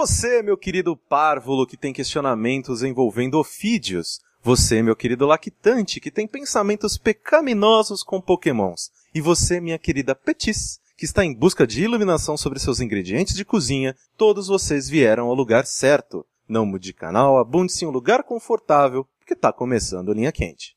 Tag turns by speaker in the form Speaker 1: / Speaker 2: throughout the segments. Speaker 1: Você, meu querido párvulo, que tem questionamentos envolvendo ofídeos. Você, meu querido lactante, que tem pensamentos pecaminosos com pokémons. E você, minha querida Petis, que está em busca de iluminação sobre seus ingredientes de cozinha. Todos vocês vieram ao lugar certo. Não mude de canal, abunde-se em um lugar confortável, porque tá começando Linha Quente.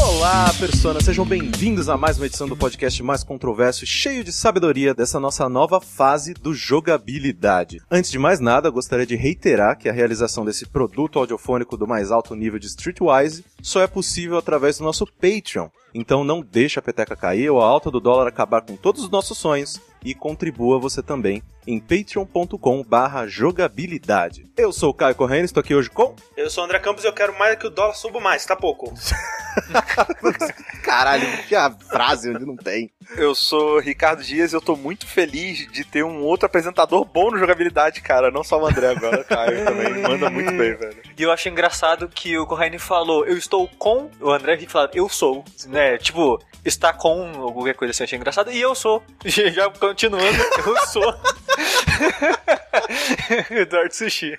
Speaker 1: Olá, Persona, sejam bem-vindos a mais uma edição do podcast mais controverso, cheio de sabedoria dessa nossa nova fase do jogabilidade. Antes de mais nada, gostaria de reiterar que a realização desse produto audiofônico do mais alto nível de Streetwise só é possível através do nosso Patreon. Então não deixe a peteca cair ou a alta do dólar acabar com todos os nossos sonhos e contribua você também em patreon.com/jogabilidade. Eu sou o Caio Corrêa, estou aqui hoje com
Speaker 2: Eu sou o André Campos e eu quero mais que o dólar suba mais, tá pouco.
Speaker 3: Caralho, que a frase onde não tem.
Speaker 4: Eu sou Ricardo Dias e eu tô muito feliz de ter um outro apresentador bom no jogabilidade, cara. Não só o André agora, o Caio também. Manda muito bem, velho.
Speaker 5: E eu acho engraçado que o Corraine falou, eu estou com. O André Henrique falou, eu sou. Né? Tipo, está com ou qualquer coisa assim, eu achei engraçado. E eu sou. Já já continuando, eu sou. Eduardo Sushi.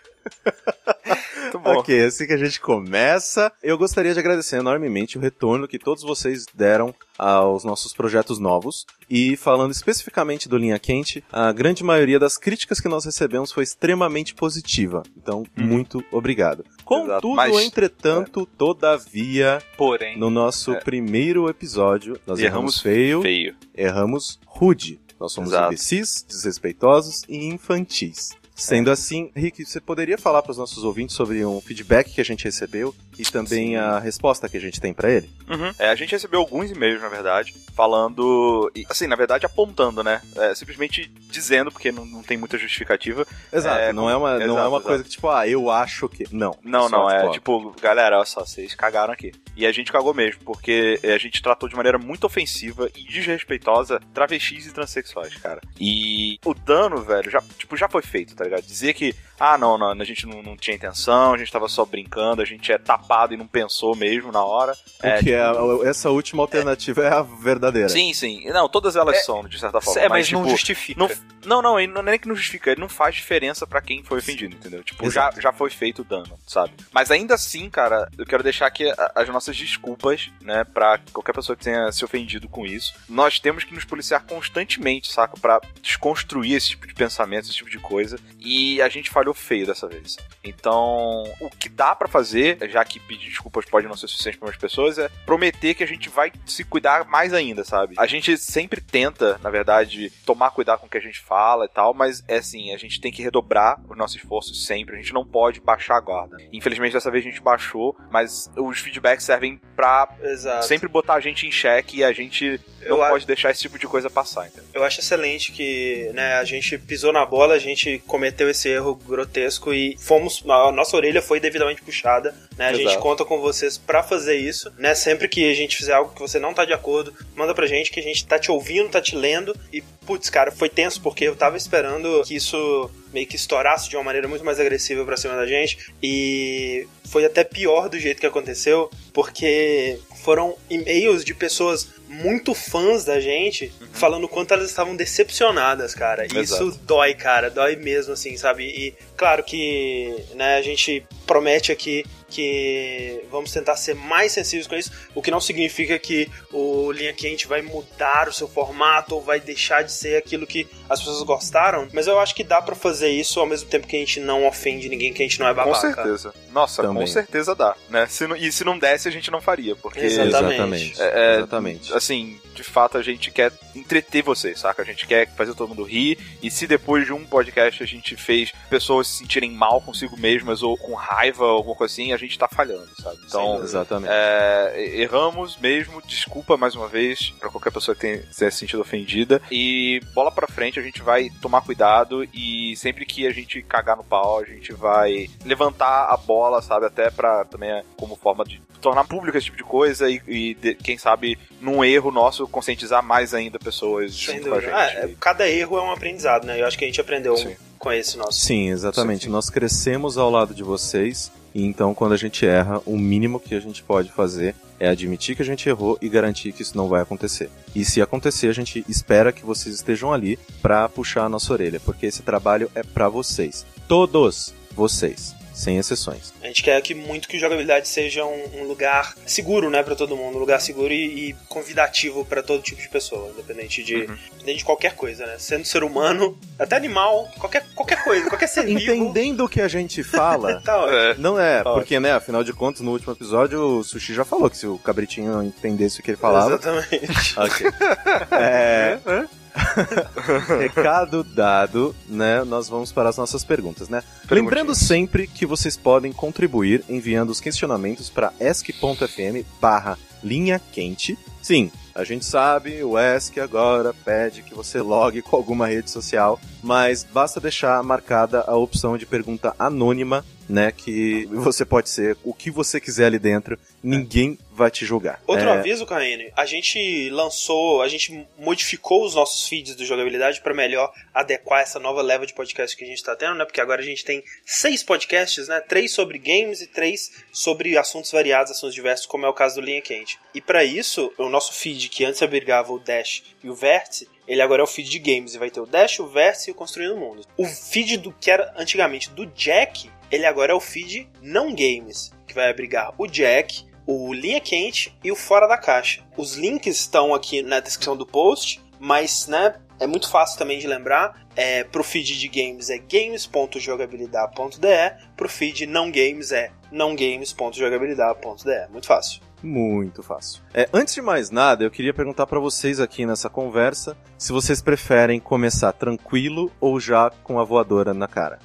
Speaker 4: Muito bom.
Speaker 1: Ok, assim que a gente começa, eu gostaria de agradecer enormemente o retorno que todos vocês deram aos nossos projetos novos. E falando especificamente do Linha Quente, a grande maioria das críticas que nós recebemos foi extremamente positiva. Então, muito obrigado. Contudo,
Speaker 4: Uhum. Mas- é.
Speaker 1: entretanto, todavia,
Speaker 5: Porém.
Speaker 1: no nosso primeiro episódio, nós erramos,
Speaker 4: Erramos
Speaker 1: feio,
Speaker 4: Feio.
Speaker 1: erramos rude. Nós somos
Speaker 4: Exato.
Speaker 1: imbecis, desrespeitosos e infantis.
Speaker 4: É.
Speaker 1: Sendo assim, Rick, você poderia falar para os nossos ouvintes sobre um feedback que a gente recebeu e também a resposta que a gente tem para ele?
Speaker 4: Uhum. É, a gente recebeu alguns e-mails, na verdade, falando. e, Assim, na verdade, apontando, né? É, simplesmente dizendo, porque não, não tem muita justificativa.
Speaker 1: Exato,
Speaker 4: É,
Speaker 1: não é uma, não é
Speaker 4: exato,
Speaker 1: uma
Speaker 4: exato.
Speaker 1: coisa que tipo, ah, eu acho que. Não.
Speaker 4: Não,
Speaker 1: Só,
Speaker 4: não, é
Speaker 1: ó,
Speaker 4: tipo, galera, olha só, vocês cagaram aqui. E a gente cagou mesmo, porque é, a gente tratou de maneira muito ofensiva e desrespeitosa travestis e transexuais, cara. E o dano, velho, já, tipo, já foi feito, tá ligado? Dizer que, ah, não, não a gente não, não tinha intenção, a gente tava só brincando, a gente é tapado e não pensou mesmo na hora.
Speaker 1: o que é, a- essa última alternativa é, a verdadeira.
Speaker 4: tipo, Sim, sim. Não, todas elas são, de certa forma.
Speaker 5: É, mas não
Speaker 4: tipo,
Speaker 5: justifica.
Speaker 4: não, não, não, ele não não é nem que não justifica, ele não faz diferença pra quem foi ofendido, entendeu? Tipo, já, já foi feito o dano, sabe? Mas ainda assim, cara, eu quero deixar aqui a- as nossas desculpas, né, pra qualquer pessoa que tenha se ofendido com isso. Nós temos que nos policiar constantemente, saca? Pra desconstruir esse tipo de pensamento, esse tipo de coisa. E a gente falhou feio dessa vez. Então, o que dá pra fazer, já que pedir desculpas pode não ser suficiente pra umas pessoas, é prometer que a gente vai se cuidar mais ainda, sabe? A gente sempre tenta, na verdade, tomar cuidado com o que a gente fala e tal, mas é assim, a gente tem que redobrar o nosso esforço sempre, a gente não pode baixar a guarda. Infelizmente dessa vez a gente baixou, mas os feedbacks servem pra
Speaker 2: Exato.
Speaker 4: sempre botar a gente em xeque e a gente
Speaker 2: Eu
Speaker 4: não
Speaker 2: acho-
Speaker 4: pode deixar esse tipo de coisa passar, entendeu?
Speaker 2: Eu acho excelente que né, a gente pisou na bola, a gente cometeu esse erro grotesco e fomos. A nossa orelha foi devidamente puxada. Né, a gente
Speaker 4: Exato.
Speaker 2: conta com vocês pra fazer isso. Né, sempre que a gente fizer algo que você não tá de acordo, manda pra gente que a gente tá te ouvindo, tá te lendo. E, putz, cara, foi tenso porque eu tava esperando que isso meio que estourasse de uma maneira muito mais agressiva pra cima da gente. E foi até pior do jeito que aconteceu, porque foram e-mails de pessoas muito fãs da gente falando o quanto elas estavam decepcionadas, cara. E
Speaker 4: Exato.
Speaker 2: isso dói, cara, dói mesmo, assim, sabe? E claro que né, a gente promete aqui que vamos tentar ser mais sensíveis com isso, o que não significa que o Linha Quente vai mudar o seu formato ou vai deixar de ser aquilo que as pessoas gostaram, mas eu acho que dá pra fazer isso ao mesmo tempo que a gente não ofende ninguém, que a gente não é babaca.
Speaker 4: Com certeza. Nossa,
Speaker 1: Também.
Speaker 4: com certeza dá, né? Se não- e se não desse, a gente não faria, porque
Speaker 1: Exatamente.
Speaker 2: Exatamente.
Speaker 4: É, é,
Speaker 1: Exatamente.
Speaker 4: assim, de fato a gente quer entreter vocês, saca? A gente quer fazer todo mundo rir. E se depois de um podcast a gente fez pessoas se sentirem mal consigo mesmas ou com raiva ou alguma coisa assim, a gente tá falhando, sabe? Então,
Speaker 1: Exatamente.
Speaker 4: é, erramos mesmo, desculpa mais uma vez pra qualquer pessoa que tenha se sentido ofendida. E bola pra frente, a gente vai tomar cuidado e sempre que a gente cagar no pau, a gente vai levantar a bola, sabe? Até pra também como forma de tornar público esse tipo de coisa e, e de- quem sabe, num erro nosso, conscientizar mais ainda pessoas
Speaker 2: Sem
Speaker 4: junto com a gente.
Speaker 2: dúvida. Ah, é, cada erro é um aprendizado, né? Eu acho que a gente aprendeu
Speaker 4: Sim.
Speaker 2: com esse nosso.
Speaker 1: Sim, exatamente. Nós crescemos ao lado de vocês, e então quando a gente erra, o mínimo que a gente pode fazer é admitir que a gente errou e garantir que isso não vai acontecer. E se acontecer, a gente espera que vocês estejam ali pra puxar a nossa orelha, porque esse trabalho é pra vocês. Todos vocês, sem exceções.
Speaker 2: A gente quer que muito que o jogabilidade seja um, um lugar seguro, né, para todo mundo, um lugar seguro e, e convidativo para todo tipo de pessoa, independente de, independente de qualquer coisa, né? Sendo ser humano, até animal, qualquer qualquer coisa, qualquer ser vivo.
Speaker 1: Entendendo o que a gente fala,
Speaker 2: Tá, ótimo.
Speaker 4: É.
Speaker 1: Não é,
Speaker 4: Ótimo.
Speaker 1: porque, né, afinal de contas, no último episódio, o Sushi já falou que se o cabritinho entendesse o que ele falava.
Speaker 2: Exatamente.
Speaker 1: Ok. É. Recado dado, né? Nós vamos para as nossas perguntas, né? Lembrando sempre que vocês podem contribuir enviando os questionamentos para esc.fm barra linha quente. Sim, a gente sabe, o ESC agora pede que você logue com alguma rede social, mas basta deixar marcada a opção de pergunta anônima, né? Que você pode ser o que você quiser ali dentro, ninguém vai te julgar.
Speaker 2: Outro
Speaker 1: É,
Speaker 2: aviso, Kaine, a gente lançou, a gente modificou os nossos feeds do jogabilidade para melhor adequar essa nova leva de podcast que a gente tá tendo, né? Porque agora a gente tem seis podcasts, né? Três sobre games e três sobre assuntos variados, assuntos diversos, como é o caso do Linha Quente. E para isso, o nosso feed, que antes abrigava o Dash e o Vértice, ele agora é o feed de games e vai ter o Dash, o Vértice e o Construindo o Mundo. O feed do que era antigamente do Jack, ele agora é o feed não games, que vai abrigar o Jack, o Linha Quente e o Fora da Caixa. Os links estão aqui na descrição do post, mas né, é muito fácil também de lembrar. É, pro feed de games é games.jogabilidade.de, pro feed não games é nãogames.jogabilidade.de. Muito fácil.
Speaker 1: Muito fácil. É, antes de mais nada, eu queria perguntar pra vocês aqui nessa conversa se vocês preferem começar tranquilo ou já com a voadora na cara.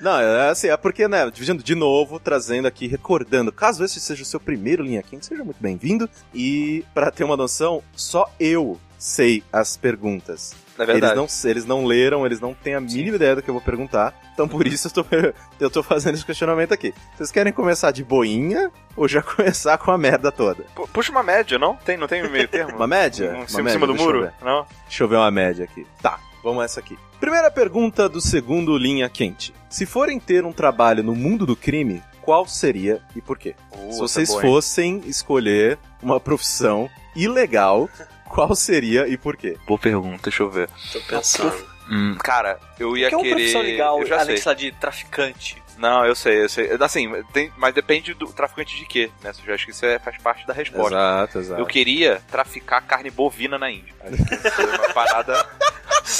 Speaker 1: Não, é assim, é porque, né, dividindo de novo, trazendo aqui, recordando, caso esse seja o seu primeiro linha quente, seja muito bem-vindo. E, pra ter uma noção, só eu sei as perguntas.
Speaker 4: Na
Speaker 1: Eles
Speaker 4: verdade.
Speaker 1: não, eles não leram, eles não têm a mínima ideia do que eu vou perguntar. Então por isso eu tô, eu tô fazendo esse questionamento aqui. Vocês querem começar de boinha ou já começar com a merda toda?
Speaker 4: Pu- Puxa uma média, não? Tem, não tem meio termo?
Speaker 1: Uma média?
Speaker 4: Um,
Speaker 1: Uma
Speaker 4: em cima
Speaker 1: média,
Speaker 4: do
Speaker 1: deixa eu
Speaker 4: muro?
Speaker 1: ver.
Speaker 4: Não?
Speaker 1: Deixa eu ver uma média aqui. Tá, vamos essa aqui. Primeira pergunta do segundo Linha Quente. Se forem ter um trabalho no mundo do crime, qual seria e por quê? Se vocês fossem escolher uma profissão ilegal, qual seria e por quê?
Speaker 4: Boa pergunta, deixa eu ver.
Speaker 2: Tô pensando.
Speaker 4: Hum, cara, eu ia
Speaker 5: que é uma
Speaker 4: querer.
Speaker 5: profissão legal,
Speaker 4: eu já
Speaker 5: além
Speaker 4: sei.
Speaker 5: sei. de traficante.
Speaker 4: Não, eu sei, eu sei. Assim, tem- mas depende do traficante de quê, né? Eu já acho que isso é- faz parte da resposta.
Speaker 1: Exato, exato.
Speaker 4: Eu queria traficar carne bovina na Índia. Acho que isso é uma parada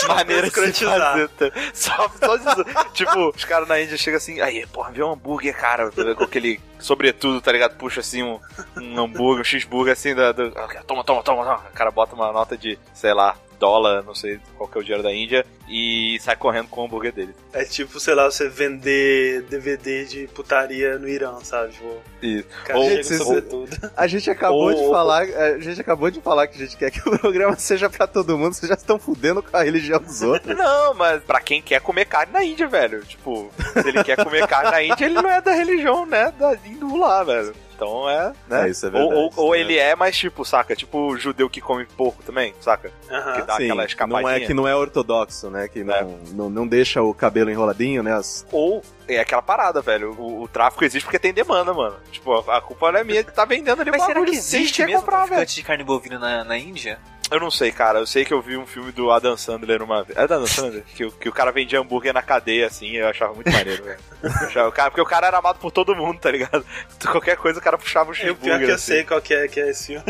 Speaker 4: maneira de se
Speaker 2: Escrotizar.
Speaker 4: fazer. tá? Só, só disso. tipo, os caras na Índia chegam assim, aí, porra, vê um hambúrguer, cara, com aquele sobretudo, tá ligado? Puxa assim um, um hambúrguer, um cheeseburger assim, da, do- toma, toma, toma, toma. O cara bota uma nota de, sei lá, dólar, não sei qual que é o dinheiro da Índia, e sai correndo com o hambúrguer dele.
Speaker 2: É tipo, sei lá, você vender DVD de putaria no Irã, sabe? Tipo,
Speaker 1: Isso.
Speaker 2: cara,
Speaker 1: Ou-
Speaker 2: chega
Speaker 1: vocês-
Speaker 2: sobretudo.
Speaker 1: A gente acabou
Speaker 4: Ou-
Speaker 1: de falar, a gente acabou de falar que a gente quer que o programa seja pra todo mundo, vocês já estão fudendo com a religião dos outros.
Speaker 4: Não, mas pra quem quer comer carne na Índia, velho. Tipo, se ele quer comer carne na Índia, ele não é da religião, né? Da hindu lá, velho. Então é, né?
Speaker 1: É, isso é
Speaker 4: Ou-
Speaker 1: verdade.
Speaker 4: ou ou
Speaker 1: É.
Speaker 4: ele é, mas tipo, saca? Tipo o judeu que come porco também, saca?
Speaker 2: Aham.
Speaker 4: Que dá aquela escapadinha.
Speaker 1: não é que não é ortodoxo, né? Que não,
Speaker 4: É.
Speaker 1: não, não deixa o cabelo enroladinho, né? As-
Speaker 4: Ou é aquela parada, velho. O, o tráfico existe porque tem demanda, mano. Tipo, a, a culpa não é minha de tá vendendo ali o
Speaker 5: Mas será
Speaker 4: bagulho. é
Speaker 5: que
Speaker 4: Quem
Speaker 5: existe
Speaker 4: quer
Speaker 5: mesmo
Speaker 4: comprar, velho.
Speaker 5: traficante de carne bovina na, na Índia?
Speaker 4: Eu não sei, cara. Eu sei que eu vi um filme do Adam Sandler uma vez. É do Adam Sandler? que, o- que o cara vendia hambúrguer na cadeia, assim. Eu achava muito maneiro, velho. Eu achava- o cara- Porque o cara era amado por todo mundo, tá ligado? Qualquer coisa o cara puxava
Speaker 2: É
Speaker 4: o
Speaker 2: o
Speaker 4: cheeseburger.
Speaker 2: pior que eu
Speaker 4: assim.
Speaker 2: sei qual que é, que é esse filme.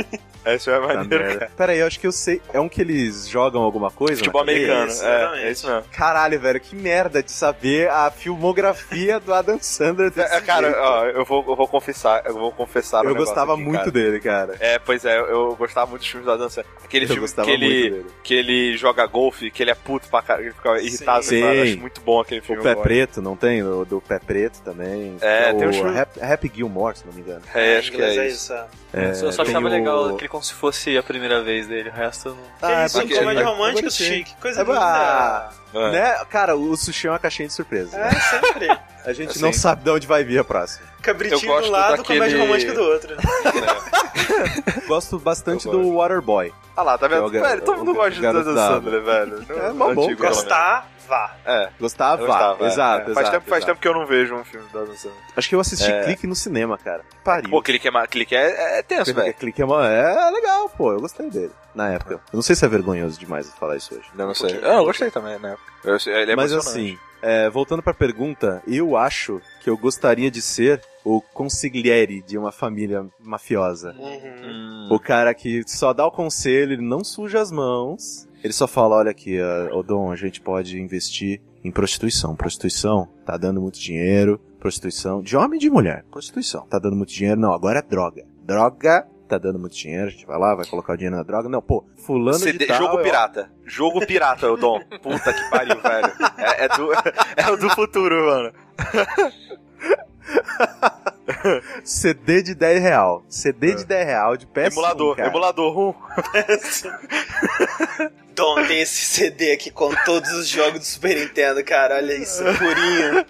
Speaker 4: É, Isso é maneiro, cara.
Speaker 1: Pera aí, eu acho que eu sei. É um que eles jogam alguma coisa?
Speaker 4: Futebol
Speaker 1: na cadeia?
Speaker 4: americano.
Speaker 2: Isso,
Speaker 4: é,
Speaker 2: exatamente.
Speaker 4: é isso mesmo.
Speaker 1: Caralho, velho, que merda de saber a filmografia do Adam Sandler desse
Speaker 4: É, cara,
Speaker 1: jeito.
Speaker 4: ó, eu vou, eu vou confessar. Eu vou confessar um
Speaker 1: eu
Speaker 4: negócio
Speaker 1: gostava
Speaker 4: aqui,
Speaker 1: muito
Speaker 4: cara.
Speaker 1: dele, cara.
Speaker 4: É, pois é, eu, eu gostava muito dos filmes do Adam Sandler. Aquele aquele
Speaker 3: Eu
Speaker 4: filme
Speaker 3: gostava
Speaker 4: que ele,
Speaker 3: muito dele.
Speaker 4: que ele joga golfe, que ele é puto pra caralho, ele fica irritado.
Speaker 1: Sim.
Speaker 4: Sim. Eu acho muito bom aquele
Speaker 1: O
Speaker 4: filme.
Speaker 1: Pé
Speaker 4: eu gosto.
Speaker 1: Preto, não tem? O do Pé Preto também.
Speaker 4: É,
Speaker 1: o
Speaker 4: tem um filme-
Speaker 1: Rap, Rap Gilmore, se não me engano.
Speaker 4: É,
Speaker 2: Em
Speaker 4: acho que
Speaker 2: inglês
Speaker 4: é isso.
Speaker 2: é.
Speaker 5: eu só
Speaker 1: tem
Speaker 5: achava
Speaker 1: o-
Speaker 5: legal aquele como se fosse a primeira vez dele, o resto eu não.
Speaker 2: Que
Speaker 1: Ah,
Speaker 2: isso,
Speaker 1: porque-
Speaker 2: um comédia
Speaker 1: é
Speaker 2: romântica,
Speaker 1: bonitinho.
Speaker 2: Sushi. Que coisa
Speaker 1: É,
Speaker 2: linda.
Speaker 1: ah,
Speaker 4: assim. É.
Speaker 1: né? Cara, o sushi é uma caixinha de surpresa.
Speaker 2: É, sempre.
Speaker 1: A gente
Speaker 4: Assim.
Speaker 1: não sabe de onde vai vir a próxima.
Speaker 2: Cabritinho
Speaker 4: Eu gosto
Speaker 2: do lado,
Speaker 4: daquele-
Speaker 2: comédia romântica do outro. né?
Speaker 4: é.
Speaker 1: Gosto bastante
Speaker 4: Eu
Speaker 1: do Waterboy.
Speaker 4: Ah lá, tá vendo?
Speaker 1: Eu-
Speaker 4: velho, todo mundo
Speaker 1: eu-
Speaker 4: gosta de
Speaker 1: eu-
Speaker 4: Dan Sandler, velho.
Speaker 1: É,
Speaker 4: No-
Speaker 1: mó
Speaker 4: no
Speaker 1: bom,
Speaker 4: antigo,
Speaker 1: cara.
Speaker 4: pelo menos.
Speaker 2: Gostar, vá.
Speaker 4: É.
Speaker 1: Gostava?
Speaker 4: eu gostava, é.
Speaker 1: exato,
Speaker 4: Faz,
Speaker 1: exato,
Speaker 4: tempo, faz
Speaker 1: exato.
Speaker 4: tempo que eu não vejo um filme da Dan Sandler.
Speaker 1: Acho que eu assisti
Speaker 4: É.
Speaker 1: clique no cinema, cara. Pariu.
Speaker 4: Pô, clique é, ma- clique é, é tenso,
Speaker 1: Porque
Speaker 4: velho.
Speaker 1: clique é, uma... é legal, pô. Eu gostei dele. Na época. Eu não sei se é vergonhoso demais falar isso hoje.
Speaker 4: Não, não
Speaker 2: sei.
Speaker 4: sei. Ah, eu gostei também, né? Eu, ele é
Speaker 1: um Mas
Speaker 4: emocionante.
Speaker 1: assim, é, voltando pra pergunta, eu acho que eu gostaria de ser o consigliere de uma família mafiosa.
Speaker 2: Uhum.
Speaker 4: Hum.
Speaker 1: O cara que só dá o conselho, ele não suja as mãos. Ele só fala, olha aqui, ah, ô Dom, a gente pode investir em prostituição. Prostituição tá dando muito dinheiro. Prostituição de homem e de mulher. Prostituição tá dando muito dinheiro. Não, agora é droga. Droga tá dando muito dinheiro. A gente vai lá, vai colocar o dinheiro na droga. Não, pô, fulano
Speaker 4: CD
Speaker 1: de tal... é
Speaker 4: jogo
Speaker 1: eu-
Speaker 4: pirata. Jogo pirata, eu dom. Puta que pariu, velho. É, é do, é o do futuro, mano.
Speaker 1: CD de 10 real. CD de 10 real de PS1,
Speaker 4: É. emulador,
Speaker 1: É cara.
Speaker 4: emulador rum.
Speaker 2: Dom, tem esse CD aqui com todos os jogos do Super Nintendo, cara. Olha isso, purinho.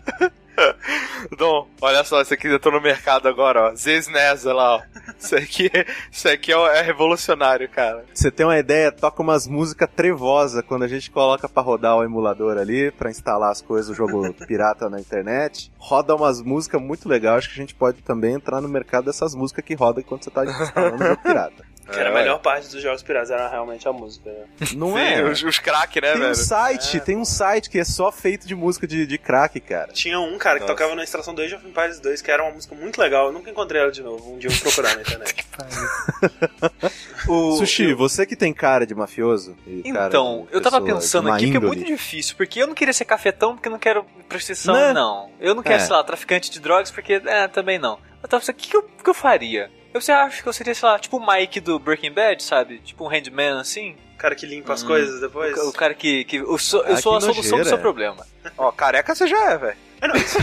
Speaker 4: Dom, olha só, isso aqui eu tô no mercado agora, ó. Zesnesa lá, ó. Isso aqui, isso aqui é, o- é revolucionário, cara.
Speaker 1: Você tem uma ideia, toca umas músicas trevosas quando a gente coloca pra rodar o emulador ali, pra instalar as coisas, o jogo pirata na internet. Roda umas músicas muito legais, acho que a gente pode também entrar no mercado dessas músicas que roda enquanto você tá instalando o jogo pirata.
Speaker 2: Que era a melhor parte dos jogos piratas, era realmente a música. né?
Speaker 1: Não
Speaker 4: Sim,
Speaker 1: é?
Speaker 4: os, os craques, né,
Speaker 1: Tem um
Speaker 4: velho?
Speaker 1: site, tem um site que é só feito de música de, de crack, cara.
Speaker 2: Tinha um cara que
Speaker 4: Nossa.
Speaker 2: tocava na extração do Age of Empires 2, que era uma música muito legal. Eu nunca encontrei ela de novo. Um dia eu vou procurar na internet.
Speaker 5: O-
Speaker 1: Sushi,
Speaker 5: eu-
Speaker 1: você que tem cara de mafioso. e cara
Speaker 5: Então,
Speaker 1: de
Speaker 5: eu tava
Speaker 1: pessoa de
Speaker 5: pensando
Speaker 1: má
Speaker 5: aqui que é
Speaker 1: índole,
Speaker 5: muito difícil, porque eu não queria ser cafetão porque eu não quero prostituição,
Speaker 1: Né?
Speaker 5: não. Eu não quero,
Speaker 1: É.
Speaker 5: sei lá, traficante de drogas porque é, também não. Eu tava pensando, o que, que, eu, o que eu faria? Eu sei, acho que eu seria, sei lá, tipo o Mike do Breaking Bad, sabe? Tipo um handman assim.
Speaker 2: O cara que limpa as
Speaker 5: Hum.
Speaker 2: coisas
Speaker 5: O,
Speaker 2: depois.
Speaker 5: ca- o cara que. que eu sou, eu
Speaker 1: Ah,
Speaker 5: sou a
Speaker 1: que
Speaker 5: solução do
Speaker 1: nojeira.
Speaker 5: seu problema.
Speaker 4: Ó, careca você já é, velho.
Speaker 2: Ah, não, isso,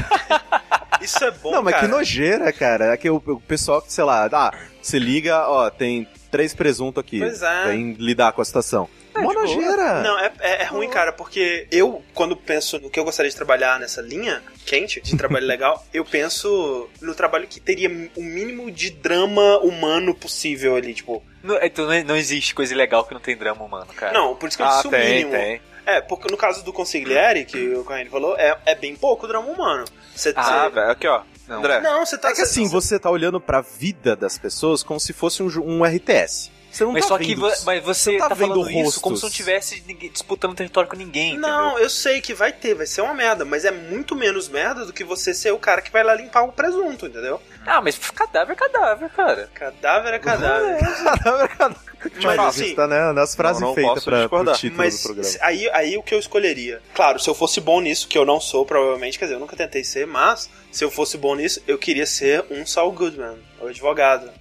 Speaker 2: isso é bom,
Speaker 1: não, mas
Speaker 2: cara.
Speaker 1: que nojeira, cara. É que o, o pessoal que, sei lá, ah, se liga, ó, tem três presunto aqui.
Speaker 2: Pois é.
Speaker 1: Vem lidar com a situação. Mó nojeira!
Speaker 2: Não, é, é- é ruim, cara, porque eu, quando penso no que eu gostaria de trabalhar nessa linha quente, de trabalho legal, eu penso no trabalho que teria o mínimo de drama humano possível ali, tipo.
Speaker 5: Não, então não, não existe coisa ilegal que não tem drama humano,
Speaker 1: É.
Speaker 5: cara.
Speaker 2: Não, por isso que eu
Speaker 4: Ah,
Speaker 2: disse o
Speaker 4: tem,
Speaker 2: mínimo.
Speaker 4: tem.
Speaker 2: É, porque no caso do Consigliere, que o Corrêa falou, é, é bem pouco drama humano. Você,
Speaker 4: Ah,
Speaker 2: você-
Speaker 4: velho, aqui, ó.
Speaker 5: Não.
Speaker 4: André,
Speaker 2: Não, você tá.
Speaker 1: É que assim, você tá olhando pra vida das pessoas como se fosse um, jo- um RTS. Você não
Speaker 5: Mas
Speaker 1: tá
Speaker 5: só que
Speaker 1: vendo...
Speaker 5: vo- mas você
Speaker 1: não tá
Speaker 5: tá,
Speaker 1: vendo
Speaker 5: falando isso como
Speaker 1: rostos.
Speaker 5: se não tivesse ninguém- disputando território com ninguém.
Speaker 2: Não, eu sei que vai ter, vai ser uma merda, mas é muito menos merda do que você ser o cara que vai lá limpar o presunto, entendeu?
Speaker 5: entendeu? Ah, mas cadáver é cadáver, cara.
Speaker 2: Cadáver é cadáver.
Speaker 1: Mas,
Speaker 2: assim,
Speaker 1: assim, tá né, nas frases
Speaker 4: não, não
Speaker 1: feitas
Speaker 4: posso
Speaker 1: pra, pro
Speaker 4: discordar.
Speaker 1: título do
Speaker 2: Mas
Speaker 1: programa.
Speaker 2: se- aí, aí o que eu escolheria? Claro, se eu fosse bom nisso, que eu não sou, provavelmente, quer dizer, eu nunca tentei ser, mas se eu fosse bom nisso, eu queria ser um Saul Goodman, o advogado.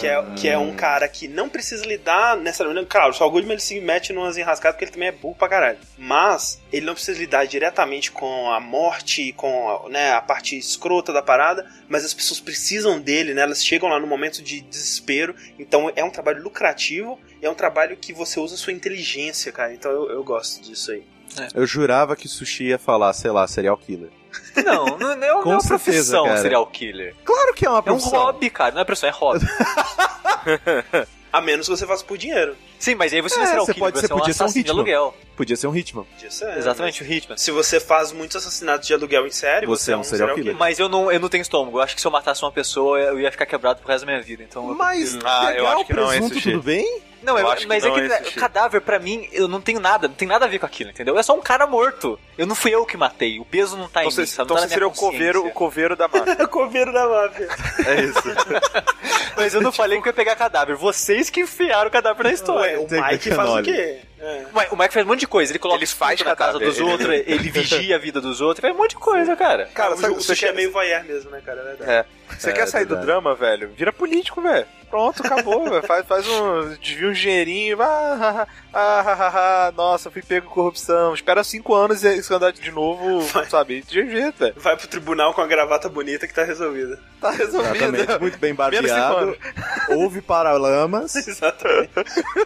Speaker 2: Que é, que é um cara que não precisa lidar nessa. Claro, o Saul Goodman ele se mete numas enrascadas porque ele também é burro pra caralho. Mas ele não precisa lidar diretamente com a morte, com a, né, a parte escrota da parada. Mas as pessoas precisam dele, né? Elas chegam lá no momento de desespero. Então é um trabalho lucrativo e é um trabalho que você usa a sua inteligência, cara. Então eu, eu gosto disso aí.
Speaker 1: Eu jurava que Sushi ia falar, sei lá, serial killer.
Speaker 5: Não, não, não é uma
Speaker 1: Com
Speaker 5: não é uma
Speaker 1: certeza,
Speaker 5: profissão
Speaker 1: cara.
Speaker 5: serial killer.
Speaker 1: Claro que é uma
Speaker 5: É um
Speaker 1: profissão.
Speaker 5: hobby, cara. Não é profissão, é hobby.
Speaker 2: A menos que você faça por dinheiro.
Speaker 5: Sim, mas aí você não
Speaker 1: É,
Speaker 5: é serial
Speaker 1: você
Speaker 5: killer,
Speaker 1: pode-
Speaker 5: você
Speaker 1: você
Speaker 5: é um
Speaker 1: podia ser um
Speaker 5: assassino de
Speaker 1: Hitman.
Speaker 5: aluguel.
Speaker 1: Podia ser um ritmo.
Speaker 2: Podia ser,
Speaker 5: Exatamente, o Hitman.
Speaker 2: mas é, né? Se você faz muitos assassinatos de aluguel em série, você, é um serial, killer.
Speaker 5: Mas eu não, eu não tenho estômago. Eu acho que se eu matasse uma pessoa, eu ia ficar quebrado pro resto da minha vida. Então eu
Speaker 1: Mas
Speaker 4: Ah, eu
Speaker 1: pegar
Speaker 4: acho
Speaker 1: o
Speaker 4: que não, hein,
Speaker 1: presunto,
Speaker 4: Sushi?
Speaker 1: tudo bem?
Speaker 5: Não, é-
Speaker 4: Eu acho que
Speaker 5: mas
Speaker 4: não
Speaker 5: é que
Speaker 4: é esse
Speaker 5: o
Speaker 4: Chico.
Speaker 5: cadáver, pra mim, eu não tenho nada, não tem nada a ver com aquilo, entendeu? É só um cara morto. Eu não fui eu que matei. O peso não tá
Speaker 4: então
Speaker 5: em
Speaker 4: você,
Speaker 5: mim, sabe?
Speaker 4: então
Speaker 5: não tá
Speaker 4: você
Speaker 5: na
Speaker 4: seria
Speaker 5: minha
Speaker 4: o
Speaker 5: consciência.
Speaker 4: coveiro, o coveiro da máfia.
Speaker 2: É o coveiro da máfia.
Speaker 4: É isso.
Speaker 5: Mas eu não
Speaker 4: Tipo-
Speaker 5: falei que eu ia pegar cadáver. Vocês que enfiaram o cadáver na história.
Speaker 2: Ué, o
Speaker 1: Tem que
Speaker 2: Mike
Speaker 1: ter
Speaker 2: faz o
Speaker 1: canole.
Speaker 2: quê? É.
Speaker 5: Ué, o Mike faz um monte de coisa. Ele coloca
Speaker 4: Ele
Speaker 5: ele
Speaker 4: faz
Speaker 5: faz na casa
Speaker 4: cadáver.
Speaker 5: dos
Speaker 4: Ele-
Speaker 5: outros, ele vigia a vida dos outros, faz um monte de coisa, cara.
Speaker 4: Cara,
Speaker 2: o,
Speaker 4: sabe-
Speaker 2: o
Speaker 4: você
Speaker 2: sushi é
Speaker 4: quer-
Speaker 2: meio voyeur mesmo, né, cara? É verdade.
Speaker 4: É. Você
Speaker 1: É,
Speaker 4: quer sair do
Speaker 1: verdade.
Speaker 4: drama, velho? Vira político, velho. Pronto, acabou. velho. faz, faz um. Desvia um dinheirinho. Ah, ah, ah, ah, ah, nossa, fui pego com corrupção. Espera cinco anos e escandar de novo, sabe? De jeito, velho.
Speaker 2: Vai pro tribunal com a gravata bonita que tá resolvida.
Speaker 4: Tá resolvido.
Speaker 1: Exatamente, muito bem
Speaker 4: Menos cinco
Speaker 1: barbeado.
Speaker 4: anos.
Speaker 1: Ouve paralamas.
Speaker 2: Exatamente.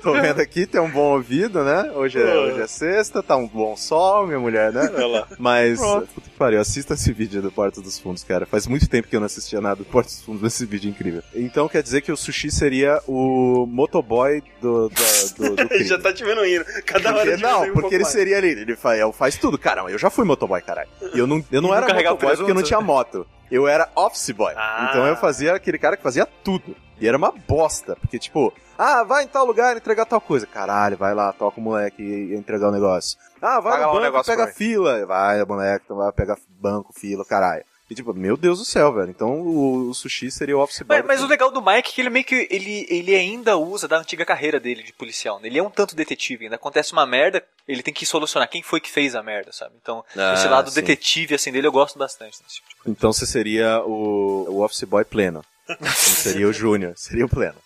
Speaker 1: Tô vendo aqui, tem um bom ouvido, né? Hoje é, hoje é sexta, tá um bom sol, minha mulher, né?
Speaker 2: Olha lá.
Speaker 1: Mas,
Speaker 4: Pronto.
Speaker 1: puta que pariu, assista esse vídeo do Porta dos Fundos, cara. Faz muito tempo que eu não assistia nada do Porta dos Fundos, mas esse vídeo é incrível. Então quer dizer que o Sushi seria o motoboy do, da- do, do crime.
Speaker 2: Ele já tá diminuindo. Cada hora
Speaker 1: Porque,
Speaker 2: diminui
Speaker 1: não,
Speaker 2: um pouco
Speaker 1: porque ele
Speaker 2: mais.
Speaker 1: seria ali, ele faz, eu faz tudo, cara. Eu já fui motoboy, caralho. E eu não, eu não
Speaker 5: E
Speaker 1: era
Speaker 5: não carregava
Speaker 1: motoboy porque eu não
Speaker 5: presunto.
Speaker 1: tinha moto. Eu era office boy.
Speaker 2: Ah.
Speaker 1: Então eu fazia aquele cara que fazia tudo. E era uma bosta, porque tipo, ah, vai em tal lugar entregar tal coisa. Caralho, vai lá, toca o moleque e entregar o negócio. Ah, vai
Speaker 4: Paga lá
Speaker 1: no
Speaker 4: o
Speaker 1: banco,
Speaker 4: negócio
Speaker 1: pega
Speaker 4: pra mim.
Speaker 1: fila. Vai, moleque, então vai pegar banco, fila, caralho. E tipo, meu Deus do céu, velho. Então o, o sushi seria o office boy.
Speaker 5: Mas, mas o legal do Mike é que ele meio que ele, ele ainda usa da antiga carreira dele de policial. né? Ele é um tanto detetive, ainda acontece uma merda, ele tem que solucionar quem foi que fez a merda, sabe? Então,
Speaker 1: Ah,
Speaker 5: esse lado
Speaker 1: sim.
Speaker 5: detetive assim dele eu gosto bastante desse tipo de coisa.
Speaker 1: Então você seria o, o office boy pleno. Não seria o Júnior, seria o pleno.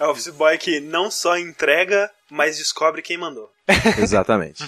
Speaker 2: É o office boy que não só entrega, mas descobre quem mandou.
Speaker 1: Exatamente.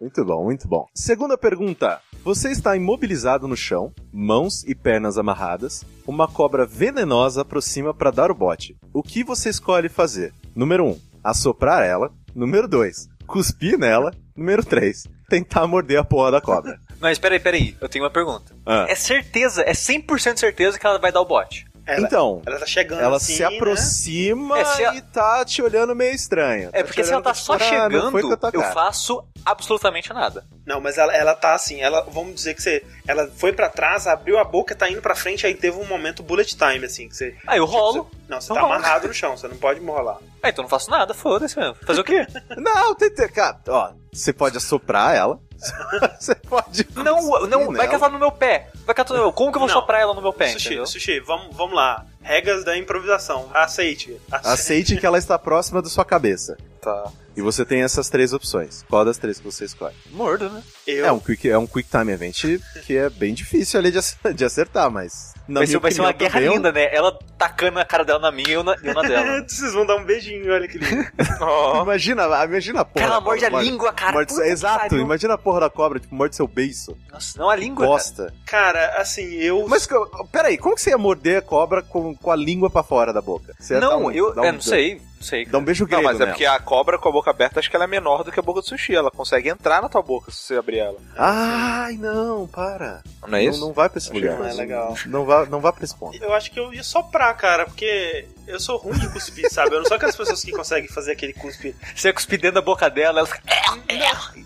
Speaker 1: muito bom, muito bom. Segunda pergunta. Você está imobilizado no chão, mãos e pernas amarradas. Uma cobra venenosa aproxima para dar o bote. O que você escolhe fazer? Número 1. Um, assoprar ela. Número 2. Cuspir nela. Número 3. Tentar morder a porra da cobra.
Speaker 5: Mas peraí, peraí, eu tenho uma pergunta.
Speaker 1: Ah.
Speaker 5: É certeza, é 100% certeza que ela vai dar o bote.
Speaker 2: Ela,
Speaker 1: então,
Speaker 2: ela tá chegando
Speaker 1: ela
Speaker 2: assim,
Speaker 1: se aproxima
Speaker 5: É, se a-
Speaker 1: e tá te olhando meio estranho.
Speaker 5: É
Speaker 1: te
Speaker 5: porque se ela
Speaker 1: olhando,
Speaker 5: tá só
Speaker 1: tipo, "Ah, não
Speaker 5: chegando,
Speaker 1: foi com a tua
Speaker 5: eu
Speaker 1: cara."
Speaker 5: faço absolutamente nada.
Speaker 2: Né? Não, mas ela, ela tá assim, ela, vamos dizer que você, ela foi pra trás, abriu a boca, tá indo pra frente, aí teve um momento bullet time, assim, que você...
Speaker 5: Aí eu
Speaker 1: Tipo,
Speaker 5: rolo.
Speaker 2: Não, você
Speaker 5: Não
Speaker 2: tá
Speaker 5: rola.
Speaker 2: amarrado no chão, você não pode rolar.
Speaker 5: Ah, então não faço nada, foda-se mesmo. Fazer o quê?
Speaker 1: Não, tem, tem, cara, ó, você pode assoprar ela. Você pode.
Speaker 5: Não, não, vai que ela tá no meu pé. Vai que ela tá no meu. Como que eu vou
Speaker 2: Não.
Speaker 5: soprar ela no meu pé,
Speaker 2: sushi,
Speaker 5: entendeu?
Speaker 2: sushi, vamos, vamos lá. Regras da improvisação. Aceite.
Speaker 1: Aceite que ela está próxima da sua cabeça.
Speaker 4: Tá.
Speaker 1: E você tem essas três opções. Qual das três que você escolhe?
Speaker 5: Mordo, né?
Speaker 2: Eu,
Speaker 1: É um quick, é um quick time event que é bem difícil ali de ac- de acertar, mas. na
Speaker 5: Vai ser,
Speaker 1: minha
Speaker 5: vai ser uma
Speaker 1: opinião,
Speaker 5: guerra
Speaker 1: também é um-
Speaker 5: linda, né? Ela tacando a cara dela na minha e eu na, eu na dela.
Speaker 2: Vocês vão dar um beijinho, olha que lindo.
Speaker 4: Ó,
Speaker 1: Imagina, imagina a porra.
Speaker 5: Ela
Speaker 1: da
Speaker 5: morde a
Speaker 1: cobra,
Speaker 5: língua, cara.
Speaker 1: morde-
Speaker 5: Puta que
Speaker 1: exato,
Speaker 5: pariu.
Speaker 1: imagina a porra da cobra, tipo, morde seu beiço.
Speaker 5: Nossa, não a língua. cara.
Speaker 1: Bosta.
Speaker 2: Cara, assim, eu.
Speaker 1: Mas co- peraí, como que você ia morder a cobra com, com a língua pra fora da boca? Você ia dar
Speaker 5: Não,
Speaker 1: um-
Speaker 5: eu
Speaker 1: dar um-
Speaker 5: é, não sei, não sei.
Speaker 1: Dá um beijo
Speaker 4: Não,
Speaker 1: grego
Speaker 4: mas é
Speaker 1: nela.
Speaker 4: porque a cobra com a boca aberta, acho que ela é menor do que a boca do sushi. Ela consegue entrar na tua boca se você abrir ela.
Speaker 1: Ai, não, para.
Speaker 4: Não é
Speaker 1: não, não vai pra esse
Speaker 4: Acho
Speaker 1: lugar.
Speaker 2: que não é legal.
Speaker 1: Não vá, não vá pra esse ponto.
Speaker 2: Eu acho que eu ia soprar, cara, porque eu sou ruim de cuspir, sabe? Eu não sou aquelas pessoas que conseguem fazer aquele cuspe.
Speaker 4: um-
Speaker 5: Você cuspir dentro da boca dela, ela fica.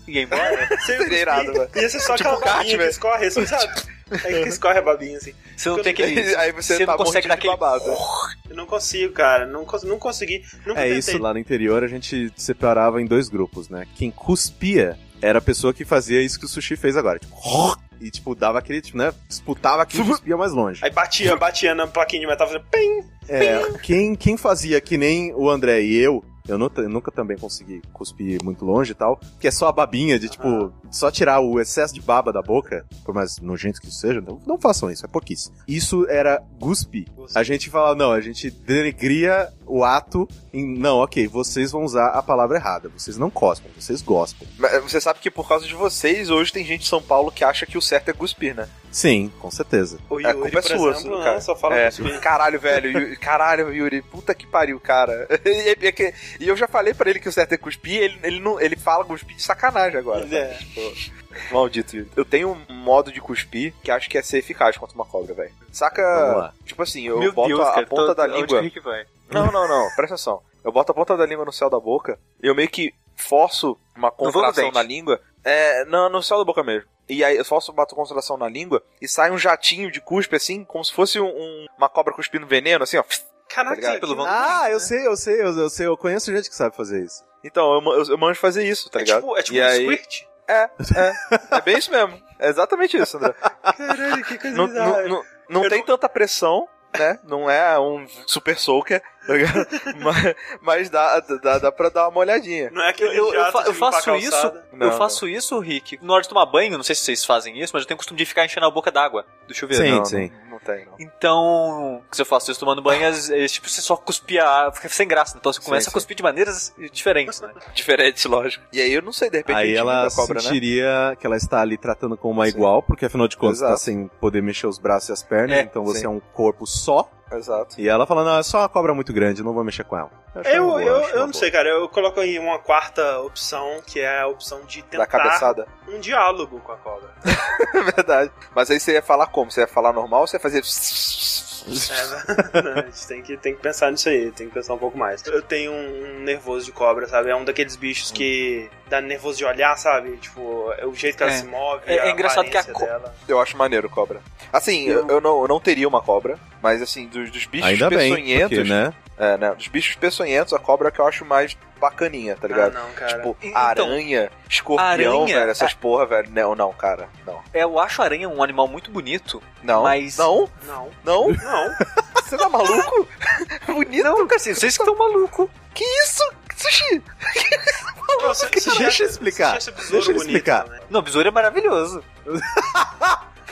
Speaker 5: E ia embora. né?
Speaker 2: Você
Speaker 4: Seria irado, velho.
Speaker 2: ia ser só
Speaker 4: Tipo
Speaker 2: aquela
Speaker 4: o Kat,
Speaker 2: babinha que
Speaker 4: velho.
Speaker 2: escorre, assim, sabe? É que escorre a babinha, assim.
Speaker 5: Você não tem aquele.
Speaker 4: Aí você,
Speaker 5: você
Speaker 4: tá
Speaker 5: não consegue dar
Speaker 4: mordido de
Speaker 5: aquele.
Speaker 4: babado.
Speaker 2: Eu não consigo, cara. Não, cons não consegui. Nunca
Speaker 1: É
Speaker 2: tentei.
Speaker 1: isso, lá no interior a gente separava em dois grupos, né? Quem cuspia era a pessoa que fazia isso que o sushi fez agora. Tipo, e tipo, dava aquele, tipo, né? Disputava quem cuspia mais longe.
Speaker 2: Aí batia, batia na plaquinha de metal, fazendo pim!
Speaker 1: É, quem, quem fazia que nem o André e eu, eu, nu- eu nunca também consegui cuspir muito longe e tal, que é só a babinha de, tipo, só tirar o excesso de baba da boca, por mais nojento que isso seja, não, não façam isso, é pouquíssimo. Isso era guspe. A gente fala, não, a gente denegria o ato em, não, ok, vocês vão usar a palavra errada, vocês não cospem, vocês gostam.
Speaker 4: Mas Você sabe que por causa de vocês, hoje tem gente de São Paulo que acha que o certo é cuspir, né?
Speaker 1: Sim, com certeza.
Speaker 2: O
Speaker 4: É, a
Speaker 2: Yuri,
Speaker 4: culpa é
Speaker 2: por
Speaker 4: sua,
Speaker 2: exemplo,
Speaker 4: sua,
Speaker 2: né,
Speaker 4: cara.
Speaker 2: só fala
Speaker 4: é.
Speaker 2: cuspir.
Speaker 4: Caralho, velho. Yuri, caralho, Yuri. Puta que pariu, cara. E, é que- e eu já falei pra ele que o certo é cuspir, ele, ele, não, ele fala cuspir de sacanagem agora. tá. sabe?
Speaker 2: É.
Speaker 4: Tipo, maldito, Yuri. Eu tenho um modo de cuspir que acho que é ser eficaz contra uma cobra, velho.
Speaker 1: Vamos
Speaker 4: Saca?
Speaker 1: lá.
Speaker 4: Tipo assim, eu boto a, a
Speaker 5: cara,
Speaker 4: ponta
Speaker 5: tô-
Speaker 4: da
Speaker 5: onde
Speaker 4: língua.
Speaker 5: que o Rick vai?
Speaker 4: Não, não, não. Presta atenção. Eu boto a ponta da língua no céu da boca e eu meio que forço uma
Speaker 5: vou no
Speaker 4: contração
Speaker 5: dente.
Speaker 4: na língua. É, não, no céu da boca mesmo. E aí eu forço uma contração na língua e sai um jatinho de cuspe, assim, como se fosse um- um- uma cobra cuspindo veneno, assim, ó.
Speaker 2: Caraca,
Speaker 4: Tá ligado?
Speaker 2: que-
Speaker 5: Pelo vão-
Speaker 1: Ah, eu sei, eu sei, eu, eu sei, eu conheço gente que sabe fazer isso.
Speaker 4: Então, eu, ma- eu, eu manjo fazer isso, tá
Speaker 2: é
Speaker 4: ligado?
Speaker 2: tipo, é tipo
Speaker 4: e
Speaker 2: um
Speaker 4: aí,
Speaker 2: squirt?
Speaker 4: É bem isso mesmo. É exatamente isso, André.
Speaker 2: Caralho, que coisa
Speaker 4: não não,
Speaker 2: bizarra.
Speaker 4: não, não
Speaker 2: Eu
Speaker 4: tem
Speaker 2: não-
Speaker 4: tanta pressão, né? Não é um super soaker, tá ligado? mas mas dá, dá, dá pra dar uma olhadinha.
Speaker 2: Não é
Speaker 5: Eu,
Speaker 2: aquele
Speaker 5: eu- eu
Speaker 2: jato
Speaker 5: fa-
Speaker 2: de
Speaker 5: eu
Speaker 2: limpar a
Speaker 5: faço isso,
Speaker 2: calçada.
Speaker 4: Não,
Speaker 5: eu faço isso, Rick, na hora de tomar banho, não sei se vocês fazem isso, mas eu tenho o costume de ficar enchendo a boca d'água do chuveiro.
Speaker 1: Sim,
Speaker 4: não,
Speaker 1: sim.
Speaker 4: Não, não tem, não.
Speaker 5: Então, se eu faço isso tomando banho, às vezes, tipo, você só cuspe a... fica sem graça, então você começa a
Speaker 4: sim.
Speaker 5: cuspir de maneiras diferentes, né?
Speaker 4: Diferente, lógico. E aí eu não sei, de repente
Speaker 1: Aí
Speaker 4: o time
Speaker 1: ela
Speaker 4: da cobra, né?
Speaker 1: sentiria que ela está ali tratando como uma
Speaker 4: Sim.
Speaker 1: igual, porque afinal de contas
Speaker 4: Exato.
Speaker 1: tá sem poder mexer os braços e as pernas,
Speaker 5: É,
Speaker 1: então você
Speaker 4: sim.
Speaker 1: é um corpo só.
Speaker 4: Exato.
Speaker 1: E ela fala, não, é só uma cobra muito grande, não vou mexer com ela. acho
Speaker 2: Eu,
Speaker 1: uma boa,
Speaker 2: eu,
Speaker 1: acho uma
Speaker 2: eu não
Speaker 1: boa.
Speaker 2: sei, cara. Eu coloco aí uma quarta opção, que é a opção de
Speaker 4: Da
Speaker 2: tentar
Speaker 4: cabeçada.
Speaker 2: um diálogo com a cobra.
Speaker 4: É verdade. Mas aí você ia falar como? Você ia falar normal ou você ia fazer.
Speaker 2: É, né? a gente tem que, tem que pensar nisso aí, tem que pensar um pouco mais. Eu tenho um, um nervoso de cobra, sabe? É um daqueles bichos que dá nervoso de olhar, sabe? Tipo, é o jeito que ela
Speaker 5: Hum. É.
Speaker 2: se move.
Speaker 5: É-
Speaker 2: a
Speaker 5: é engraçado que a
Speaker 2: aparência
Speaker 5: co-
Speaker 2: dela.
Speaker 4: Eu acho maneiro cobra. Assim, eu, eu não, eu não teria uma cobra, mas assim, dos, dos bichos
Speaker 1: Ainda bem,
Speaker 4: peçonhentos.
Speaker 1: porque, né?
Speaker 4: É, né? Dos bichos peçonhentos, a cobra é a que eu acho mais bacaninha, tá
Speaker 2: Ah,
Speaker 4: ligado?
Speaker 2: não, cara.
Speaker 4: Tipo,
Speaker 5: Então,
Speaker 4: aranha, escorpião,
Speaker 5: aranha-
Speaker 4: velho, essas porra, velho. Não, não, cara. Não.
Speaker 5: É, Eu acho a aranha um animal muito bonito,
Speaker 4: Não.
Speaker 5: Mas-
Speaker 4: Não,
Speaker 2: Não,
Speaker 4: não.
Speaker 2: não.
Speaker 4: Você tá maluco? Bonito. Não, cara, assim,
Speaker 5: vocês que estão malucos.
Speaker 4: Que isso? Sushi!
Speaker 2: Não, você- você
Speaker 1: Deixa
Speaker 2: já-
Speaker 1: eu explicar.
Speaker 2: você já acha besouro
Speaker 1: Deixa eu
Speaker 2: bonito né?
Speaker 1: explicar.
Speaker 2: também.
Speaker 5: Não, besouro é maravilhoso.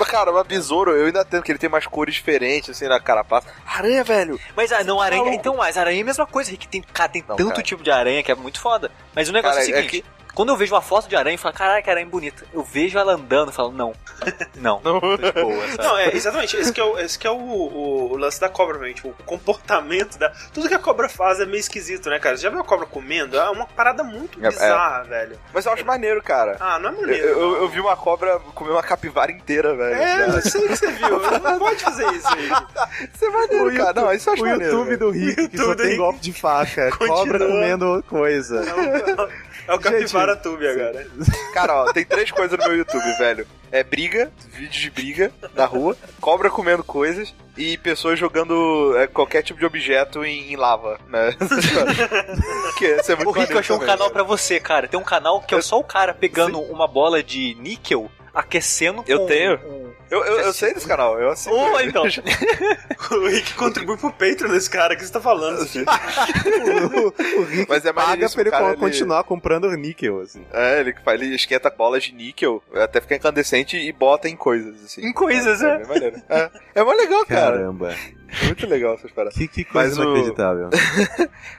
Speaker 4: Cara, mas besouro, eu ainda tento, que ele tem umas cores diferentes, assim, na carapaça. Aranha, velho!
Speaker 5: Mas ah, não, aranha.
Speaker 4: maluco.
Speaker 5: Então, mas aranha é a mesma coisa, Rick. Tem, cara, tem
Speaker 4: Não,
Speaker 5: tanto
Speaker 4: cara.
Speaker 5: tipo de aranha que é muito foda. Mas o negócio
Speaker 4: Cara,
Speaker 5: é o seguinte:
Speaker 4: é
Speaker 5: quando eu vejo uma foto de aranha, eu falo, caralho, que aranha bonita. Eu vejo ela andando e falo, não, não.
Speaker 4: Não.
Speaker 5: tô de boa, sabe?
Speaker 2: Não, é, exatamente. Esse que é, o, esse que é o, o- o lance da cobra, mesmo. Tipo, o comportamento da. Tudo que a cobra faz é meio esquisito, né, cara? Você já viu a cobra comendo? É uma parada muito
Speaker 4: É, é.
Speaker 2: bizarra, velho.
Speaker 4: Mas eu acho maneiro, cara.
Speaker 2: Ah, não é
Speaker 4: Eu,
Speaker 2: maneiro.
Speaker 4: eu- eu vi uma cobra comer uma capivara inteira, velho.
Speaker 2: É, eu
Speaker 4: Cara,
Speaker 2: sei que você viu. Não pode fazer isso aí.
Speaker 4: Isso é maneiro,
Speaker 1: O
Speaker 4: cara. Não, isso eu acho
Speaker 1: O
Speaker 4: maneiro.
Speaker 1: YouTube
Speaker 4: velho.
Speaker 1: do Rick, que
Speaker 2: YouTube
Speaker 1: só
Speaker 2: do
Speaker 1: tem
Speaker 2: Rick.
Speaker 1: golpe de faca.
Speaker 2: Continua.
Speaker 1: Cobra comendo coisa.
Speaker 2: É o, é o capivara tube agora.
Speaker 4: Cara, ó, tem três coisas no meu YouTube, velho. É briga, vídeos de briga na rua, cobra comendo coisas e pessoas jogando é, qualquer tipo de objeto em, em lava, né? que isso é muito
Speaker 5: O Rico
Speaker 4: maneiro
Speaker 5: achou um
Speaker 4: também,
Speaker 5: canal
Speaker 4: velho.
Speaker 5: pra você, cara. Tem um canal que é só o cara pegando uma bola de níquel, aquecendo
Speaker 4: Eu
Speaker 5: com... um-
Speaker 4: tenho.
Speaker 5: com-
Speaker 4: Eu, eu, eu sei desse canal, eu assisto.
Speaker 5: Oh, então.
Speaker 2: O Rick contribui pro Patreon desse cara que você tá falando.
Speaker 1: o, o Rick
Speaker 4: Mas é
Speaker 1: paga
Speaker 4: maneiríssimo,
Speaker 1: pra ele
Speaker 4: cara, ele-
Speaker 1: continuar comprando níquel, assim.
Speaker 4: É, ele, ele esquenta bolas de níquel, até fica incandescente e bota em coisas, assim.
Speaker 5: Em coisas,
Speaker 4: é.
Speaker 5: né?
Speaker 4: bem maneiro. É, é mó legal, cara.
Speaker 1: Caramba.
Speaker 4: É Muito legal essas paradas.
Speaker 1: Que, que coisa
Speaker 4: Mas o-
Speaker 1: inacreditável.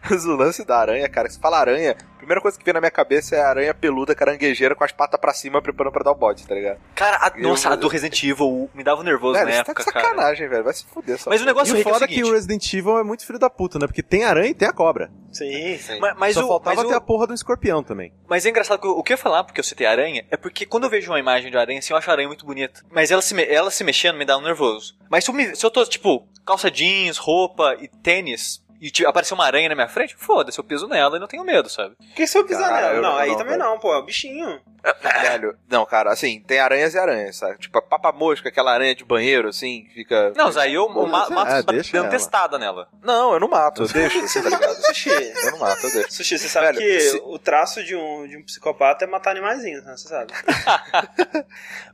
Speaker 4: Mas o lance da aranha, cara, que você fala aranha, a primeira coisa que vem na minha cabeça é a aranha peluda, caranguejeira, com as patas pra cima, preparando pra dar o bote, tá ligado?
Speaker 5: Cara, a-
Speaker 4: Eu-
Speaker 5: nossa, a do Resident Evil me dava um nervoso
Speaker 4: Velho,
Speaker 5: na
Speaker 4: você tá
Speaker 5: época,
Speaker 4: de
Speaker 5: cara.
Speaker 4: sacanagem, velho. Vai se fuder só.
Speaker 5: Mas o negócio
Speaker 1: E o
Speaker 5: Rick, é o
Speaker 1: foda é que
Speaker 5: seguinte...
Speaker 1: o Resident Evil é muito filho da puta, né? Porque tem aranha e tem a cobra.
Speaker 2: Sim.
Speaker 5: ma- Mas,
Speaker 1: Só
Speaker 5: o,
Speaker 1: faltava
Speaker 5: mas,
Speaker 1: ter a
Speaker 5: o,
Speaker 1: porra do escorpião também.
Speaker 5: mas é engraçado que o, o que eu ia falar, porque eu citei aranha, é porque quando eu vejo uma imagem de aranha, assim, eu acho a aranha muito bonita. Mas ela se, me- ela se mexendo me dá um nervoso. Mas se eu, me- se eu tô, tipo, calça jeans, roupa e tênis, e tipo, aparecer uma aranha na minha frente, foda-se, eu piso nela e não tenho medo, sabe?
Speaker 2: Por que se eu pisar
Speaker 4: Cara,
Speaker 2: nela?
Speaker 4: eu
Speaker 2: Não,
Speaker 4: não-
Speaker 2: aí
Speaker 4: não,
Speaker 2: também
Speaker 4: velho.
Speaker 2: não, pô. É o bichinho.
Speaker 4: Velho, não, cara, assim, tem aranhas e aranhas, sabe? Tipo, a papamosca, aquela aranha de banheiro, assim, que fica...
Speaker 5: Não, aí eu
Speaker 1: Pô,
Speaker 5: ma
Speaker 1: é,
Speaker 5: mato é,
Speaker 1: deixa
Speaker 5: dando
Speaker 1: ela.
Speaker 5: testada nela.
Speaker 4: Não, eu não mato, eu deixo, tá ligado?
Speaker 2: Sushi.
Speaker 4: Eu não mato, eu deixo.
Speaker 2: Sushi, você sabe
Speaker 4: Velho,
Speaker 2: que
Speaker 4: se-
Speaker 2: o traço de um, de um psicopata é matar animaizinhos, né? Você sabe.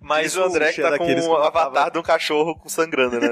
Speaker 5: Mas
Speaker 4: Diz o André que
Speaker 1: Michel
Speaker 4: tá com
Speaker 1: daqueles que
Speaker 4: o
Speaker 1: matava-
Speaker 4: avatar de um cachorro com sangrando, né?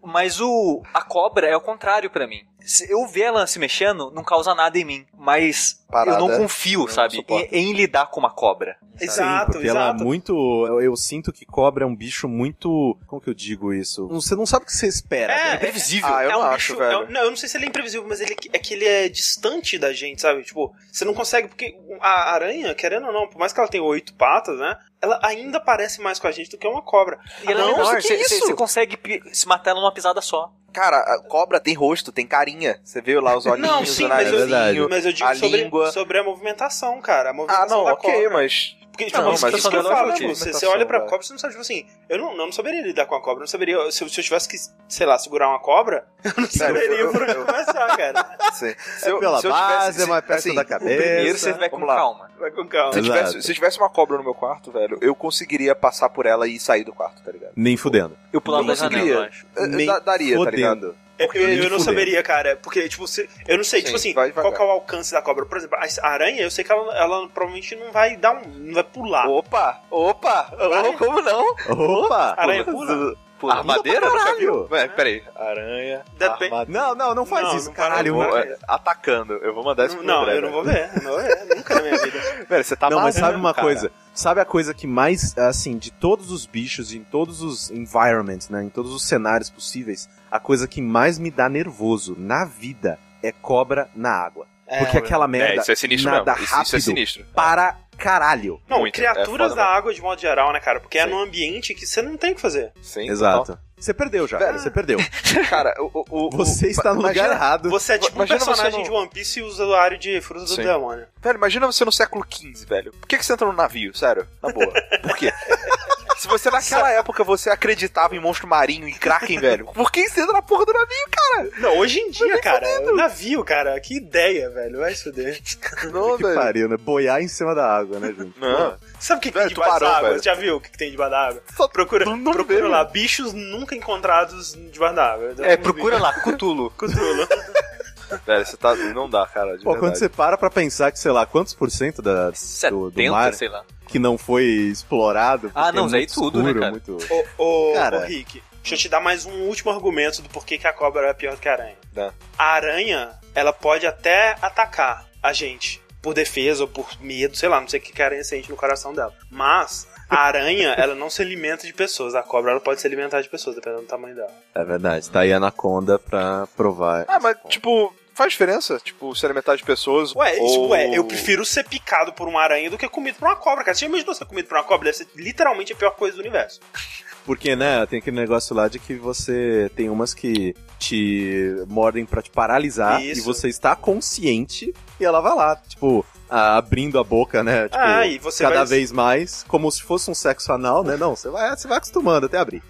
Speaker 4: No-
Speaker 5: Mas o a cobra é o contrário pra mim. Se eu ver ela se mexendo, não causa nada em mim. Mas
Speaker 4: Parada.
Speaker 5: eu não confio,
Speaker 4: não
Speaker 5: sabe,
Speaker 4: suporto.
Speaker 5: em, em lidar com uma cobra.
Speaker 2: Exato,
Speaker 1: porque ela é
Speaker 2: exato.
Speaker 1: muito. Eu, eu sinto que cobra é um bicho muito. Como que eu digo isso? Não- Você não sabe o que você espera.
Speaker 2: É,
Speaker 1: né?
Speaker 5: É imprevisível.
Speaker 4: Ah, eu
Speaker 2: é
Speaker 4: não
Speaker 2: um
Speaker 4: acho,
Speaker 2: bicho, é
Speaker 4: velho.
Speaker 2: um- não, eu não sei se ele é imprevisível, mas ele é que ele é distante da gente, sabe? Tipo, você não consegue, porque a aranha, querendo ou não, por mais que ela tenha oito patas, né? Ela ainda parece mais com a gente do que uma cobra.
Speaker 5: E ela
Speaker 4: não,
Speaker 5: é menor,
Speaker 4: que
Speaker 5: você,
Speaker 4: isso?
Speaker 5: você consegue pi- se matar ela numa pisada só.
Speaker 4: Cara, a cobra tem rosto, tem carinha. Você viu lá os olhinhos,
Speaker 2: não, sim,
Speaker 4: o
Speaker 2: mas eu,
Speaker 4: narizinho.
Speaker 1: É verdade.
Speaker 2: mas eu digo
Speaker 4: a
Speaker 2: sobre,
Speaker 4: língua.
Speaker 2: sobre a movimentação, cara. A
Speaker 4: Ah,
Speaker 2: movimentação
Speaker 4: não,
Speaker 2: da
Speaker 4: ok,
Speaker 2: cobra.
Speaker 4: mas...
Speaker 2: Porque, tipo,
Speaker 4: Não,
Speaker 2: isso,
Speaker 4: mas
Speaker 2: isso que eu
Speaker 5: isso é
Speaker 2: falo,
Speaker 5: lógico,
Speaker 2: tipo,
Speaker 4: movimentação,
Speaker 2: você, você olha pra
Speaker 4: velho.
Speaker 2: cobra, você não sabe, tipo assim, eu não, eu não saberia lidar com a cobra, eu não saberia, se eu, se eu tivesse que, sei lá, segurar uma cobra, eu não
Speaker 4: Sério,
Speaker 2: saberia
Speaker 4: eu-
Speaker 2: por onde
Speaker 4: eu-
Speaker 2: começar, cara.
Speaker 4: Sim. Se
Speaker 1: É pela
Speaker 4: se eu
Speaker 1: base,
Speaker 4: tivesse-
Speaker 1: é mais perto
Speaker 4: assim,
Speaker 1: da
Speaker 4: o
Speaker 1: cabeça.
Speaker 5: Primeiro
Speaker 1: Essa-
Speaker 5: você vai com
Speaker 4: vamos lá.
Speaker 5: calma.
Speaker 2: Vai com
Speaker 4: Se
Speaker 2: calma.
Speaker 1: Exato.
Speaker 4: tivesse, se tivesse uma cobra no meu quarto, velho, eu conseguiria passar por ela e sair do quarto, tá ligado?
Speaker 1: Nem fudendo.
Speaker 5: Eu pulava da
Speaker 4: Não
Speaker 5: janela,
Speaker 4: conseguiria.
Speaker 5: eu acho.
Speaker 4: Eu- eu
Speaker 1: Nem
Speaker 4: da- daria, tá ligado?
Speaker 1: Fodendo.
Speaker 2: Eu, eu- eu
Speaker 1: Nem
Speaker 2: não
Speaker 1: fudendo.
Speaker 2: saberia, cara, porque, tipo, se, eu não sei,
Speaker 4: Sim,
Speaker 2: tipo assim,
Speaker 4: vai devagar.
Speaker 2: qual que é o alcance da cobra. Por exemplo, a aranha, eu sei que ela, ela provavelmente não vai dar um. não vai pular.
Speaker 4: Opa, opa,
Speaker 2: Vai.
Speaker 4: oh, como não?
Speaker 1: Opa!
Speaker 2: A aranha pula?
Speaker 4: Pô, armadeira?
Speaker 1: pra
Speaker 4: Nunca
Speaker 1: caralho.
Speaker 4: viu? Ué, peraí. Aranha.
Speaker 2: Depende-
Speaker 4: armade-
Speaker 1: Não, não, não faz
Speaker 2: Ah, Não,
Speaker 1: isso,
Speaker 2: não para
Speaker 1: caralho.
Speaker 2: de
Speaker 4: Pô,
Speaker 2: boa.
Speaker 1: mano.
Speaker 4: é, atacando. Eu vou mandar isso
Speaker 2: Não,
Speaker 4: pro
Speaker 2: não,
Speaker 4: André,
Speaker 2: eu não vou
Speaker 4: velho.
Speaker 2: ver. Não vou ver, nunca na minha vida.
Speaker 4: Velho, você tá
Speaker 1: não, mas sabe
Speaker 4: maluco,
Speaker 1: uma
Speaker 4: cara.
Speaker 1: coisa? Sabe a coisa que mais, assim, de todos os bichos, em todos os environments, né? Em todos os cenários possíveis, a coisa que mais me dá nervoso na vida é cobra na água.
Speaker 2: É,
Speaker 1: Porque aquela merda
Speaker 4: É, isso é sinistro
Speaker 1: nada
Speaker 4: mesmo. Isso,
Speaker 1: rápido
Speaker 4: isso é sinistro.
Speaker 1: para caralho.
Speaker 2: Não,
Speaker 4: Muito, é
Speaker 2: criaturas
Speaker 4: foda
Speaker 2: da
Speaker 4: mesmo.
Speaker 2: água de modo geral, né, cara? Porque é
Speaker 4: Sim.
Speaker 2: num ambiente que você não tem o que fazer.
Speaker 4: Sim,
Speaker 1: Exato. Você perdeu já,
Speaker 4: Velho.
Speaker 1: você perdeu.
Speaker 4: total. Cara, o... o, o
Speaker 1: Você está no lugar
Speaker 4: imagina-
Speaker 1: errado.
Speaker 2: Você é tipo um
Speaker 4: Imagina você
Speaker 2: personagem de
Speaker 4: não-
Speaker 2: One Piece e usuário de Fruta do
Speaker 4: Sim.
Speaker 2: Demônio.
Speaker 4: Velho, imagina você no século XV, velho. Por que, que você entra no navio, sério?
Speaker 1: tá
Speaker 4: Na boa. Por quê? Se você naquela época você acreditava em monstro marinho e kraken, velho, por que você entra na porra do navio, cara?
Speaker 2: Não, hoje em dia, cara, navio, cara, que ideia, velho. Vai se fuder.
Speaker 4: Não,
Speaker 1: Que pariu, né? Boiar em cima da água, né, gente?
Speaker 4: Não.
Speaker 2: Sabe o que, que
Speaker 4: Velho,
Speaker 2: tem debaixo
Speaker 4: tubarão,
Speaker 2: da água?
Speaker 4: velho.
Speaker 2: Você já viu o que, que tem debaixo da água?
Speaker 4: Só
Speaker 2: Procura,
Speaker 4: não- não
Speaker 2: procura
Speaker 4: vejo.
Speaker 2: lá, bichos nunca encontrados debaixo da água.
Speaker 5: É, procura lá, Cutulo.
Speaker 2: Cthulhu.
Speaker 4: Velho, você tá. Não dá, cara. De
Speaker 1: Pô, quando
Speaker 4: verdade.
Speaker 1: você para pra pensar que, sei lá, quantos por cento da, do, do mar
Speaker 5: 70, sei lá.
Speaker 1: que não foi explorado?
Speaker 5: Ah,
Speaker 1: porque
Speaker 5: não,
Speaker 1: é
Speaker 5: mas aí
Speaker 1: muito
Speaker 5: tudo, né,
Speaker 1: escuro,
Speaker 5: cara?
Speaker 1: muito-
Speaker 2: Ô, ô,
Speaker 1: Cara.
Speaker 2: ô, Rick, deixa eu te dar mais um último argumento do porquê que a cobra é pior que a aranha.
Speaker 4: Dá.
Speaker 2: A aranha, ela pode até atacar a gente por defesa ou por medo, sei lá, não sei o que que a aranha sente no coração dela. Mas a aranha, ela não se alimenta de pessoas. A cobra, ela pode se alimentar de pessoas, dependendo do tamanho dela.
Speaker 1: É verdade, tá aí a Anaconda pra provar.
Speaker 4: Ah, mas tipo, faz diferença? Tipo, se alimentar de pessoas.
Speaker 2: Ué,
Speaker 4: ou...
Speaker 2: isso, ué, eu prefiro ser picado por uma aranha do que comido por uma cobra, cara. Você já imaginou ser comido por uma cobra? Deve ser literalmente a pior coisa do universo.
Speaker 1: Tipo, Porque, né, tem aquele negócio lá de que você tem umas que te mordem pra te paralisar
Speaker 2: Isso.
Speaker 1: e você está consciente e ela vai lá, tipo, a- abrindo a boca, né? Tipo,
Speaker 2: ah, e você
Speaker 1: cada
Speaker 2: vai...
Speaker 1: vez mais, como se fosse um sexo anal, né? Não, você vai, você vai acostumando até abrir.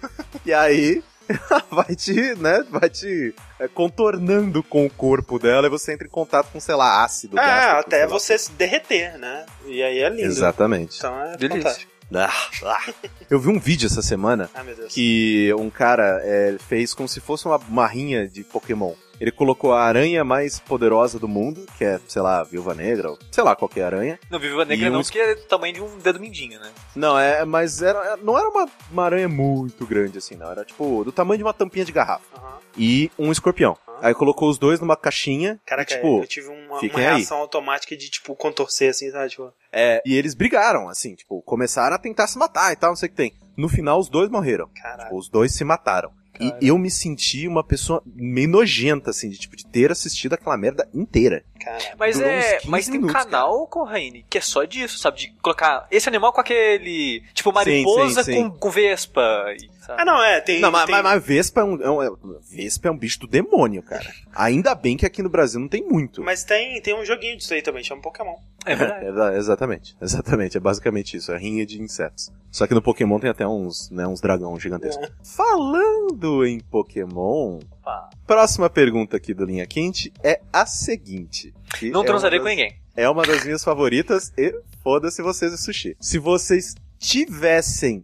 Speaker 1: E aí, ela vai te, né, vai te é, contornando com o corpo dela e você entra em contato com, sei lá, ácido. gástrico,
Speaker 2: Ah,
Speaker 1: sei
Speaker 2: até
Speaker 1: lá.
Speaker 2: você se derreter, né? E aí é lindo.
Speaker 1: Exatamente.
Speaker 2: Então é
Speaker 5: Delícia.
Speaker 2: fantástico.
Speaker 1: Ah, ah. Eu vi um vídeo essa semana
Speaker 2: Ah, meu Deus.
Speaker 1: que um cara é, fez como se fosse uma marrinha de Pokémon. Ele colocou a aranha mais poderosa do mundo, que é, sei lá, a Viúva Negra, ou sei lá, qualquer aranha.
Speaker 5: Não, Viva
Speaker 1: E
Speaker 5: Negra não,
Speaker 1: uns-
Speaker 5: porque é do tamanho de um dedo mindinho, né?
Speaker 1: Não, é, mas era, não era uma, uma aranha muito grande assim, não. Era tipo do tamanho de uma tampinha de garrafa.
Speaker 2: Aham.
Speaker 1: E um escorpião.
Speaker 2: Ah.
Speaker 1: Aí colocou os dois numa caixinha.
Speaker 2: Caraca,
Speaker 1: e, tipo,
Speaker 2: eu tive uma, uma
Speaker 1: fiquem aí.
Speaker 2: reação automática de, tipo, contorcer, assim, sabe? Tipo,
Speaker 1: é, e eles brigaram, assim, tipo, começaram a tentar se matar e tal, não sei o que tem. No final, os dois morreram. Tipo,
Speaker 2: caralho.
Speaker 1: Os dois se mataram.
Speaker 2: Cara.
Speaker 1: E eu me senti uma pessoa meio nojenta, assim, de, tipo, de ter assistido aquela merda inteira.
Speaker 2: Caralho.
Speaker 5: Mas
Speaker 1: Durou uns
Speaker 5: é.
Speaker 1: 15
Speaker 5: Mas tem
Speaker 1: minutos,
Speaker 5: canal, Corraine, que é só disso, sabe? De colocar esse animal com aquele. Tipo, mariposa
Speaker 1: sim, sim.
Speaker 5: Com, com vespa. e- sabe?
Speaker 2: Ah, não, é, tem...
Speaker 1: Não, mas,
Speaker 2: tem-
Speaker 1: mas, mas Vespa, é um, é um- é um- Vespa é um bicho do demônio, cara. Ainda bem que aqui no Brasil não tem muito.
Speaker 2: mas tem, tem um joguinho disso aí também, chama Pokémon.
Speaker 5: É verdade.
Speaker 1: É, da- exatamente, exatamente. É basicamente isso. É rinha de insetos. Só que no Pokémon tem até uns, né, uns dragão gigantescos.
Speaker 2: É.
Speaker 1: Falando em Pokémon,
Speaker 5: Pá.
Speaker 1: próxima pergunta aqui do Linha Quente é a seguinte. que
Speaker 5: Não
Speaker 1: é
Speaker 5: transarei
Speaker 1: uma
Speaker 5: com
Speaker 1: das-
Speaker 5: ninguém.
Speaker 1: É uma das minhas favoritas e foda-se vocês e sushi. Se vocês tivessem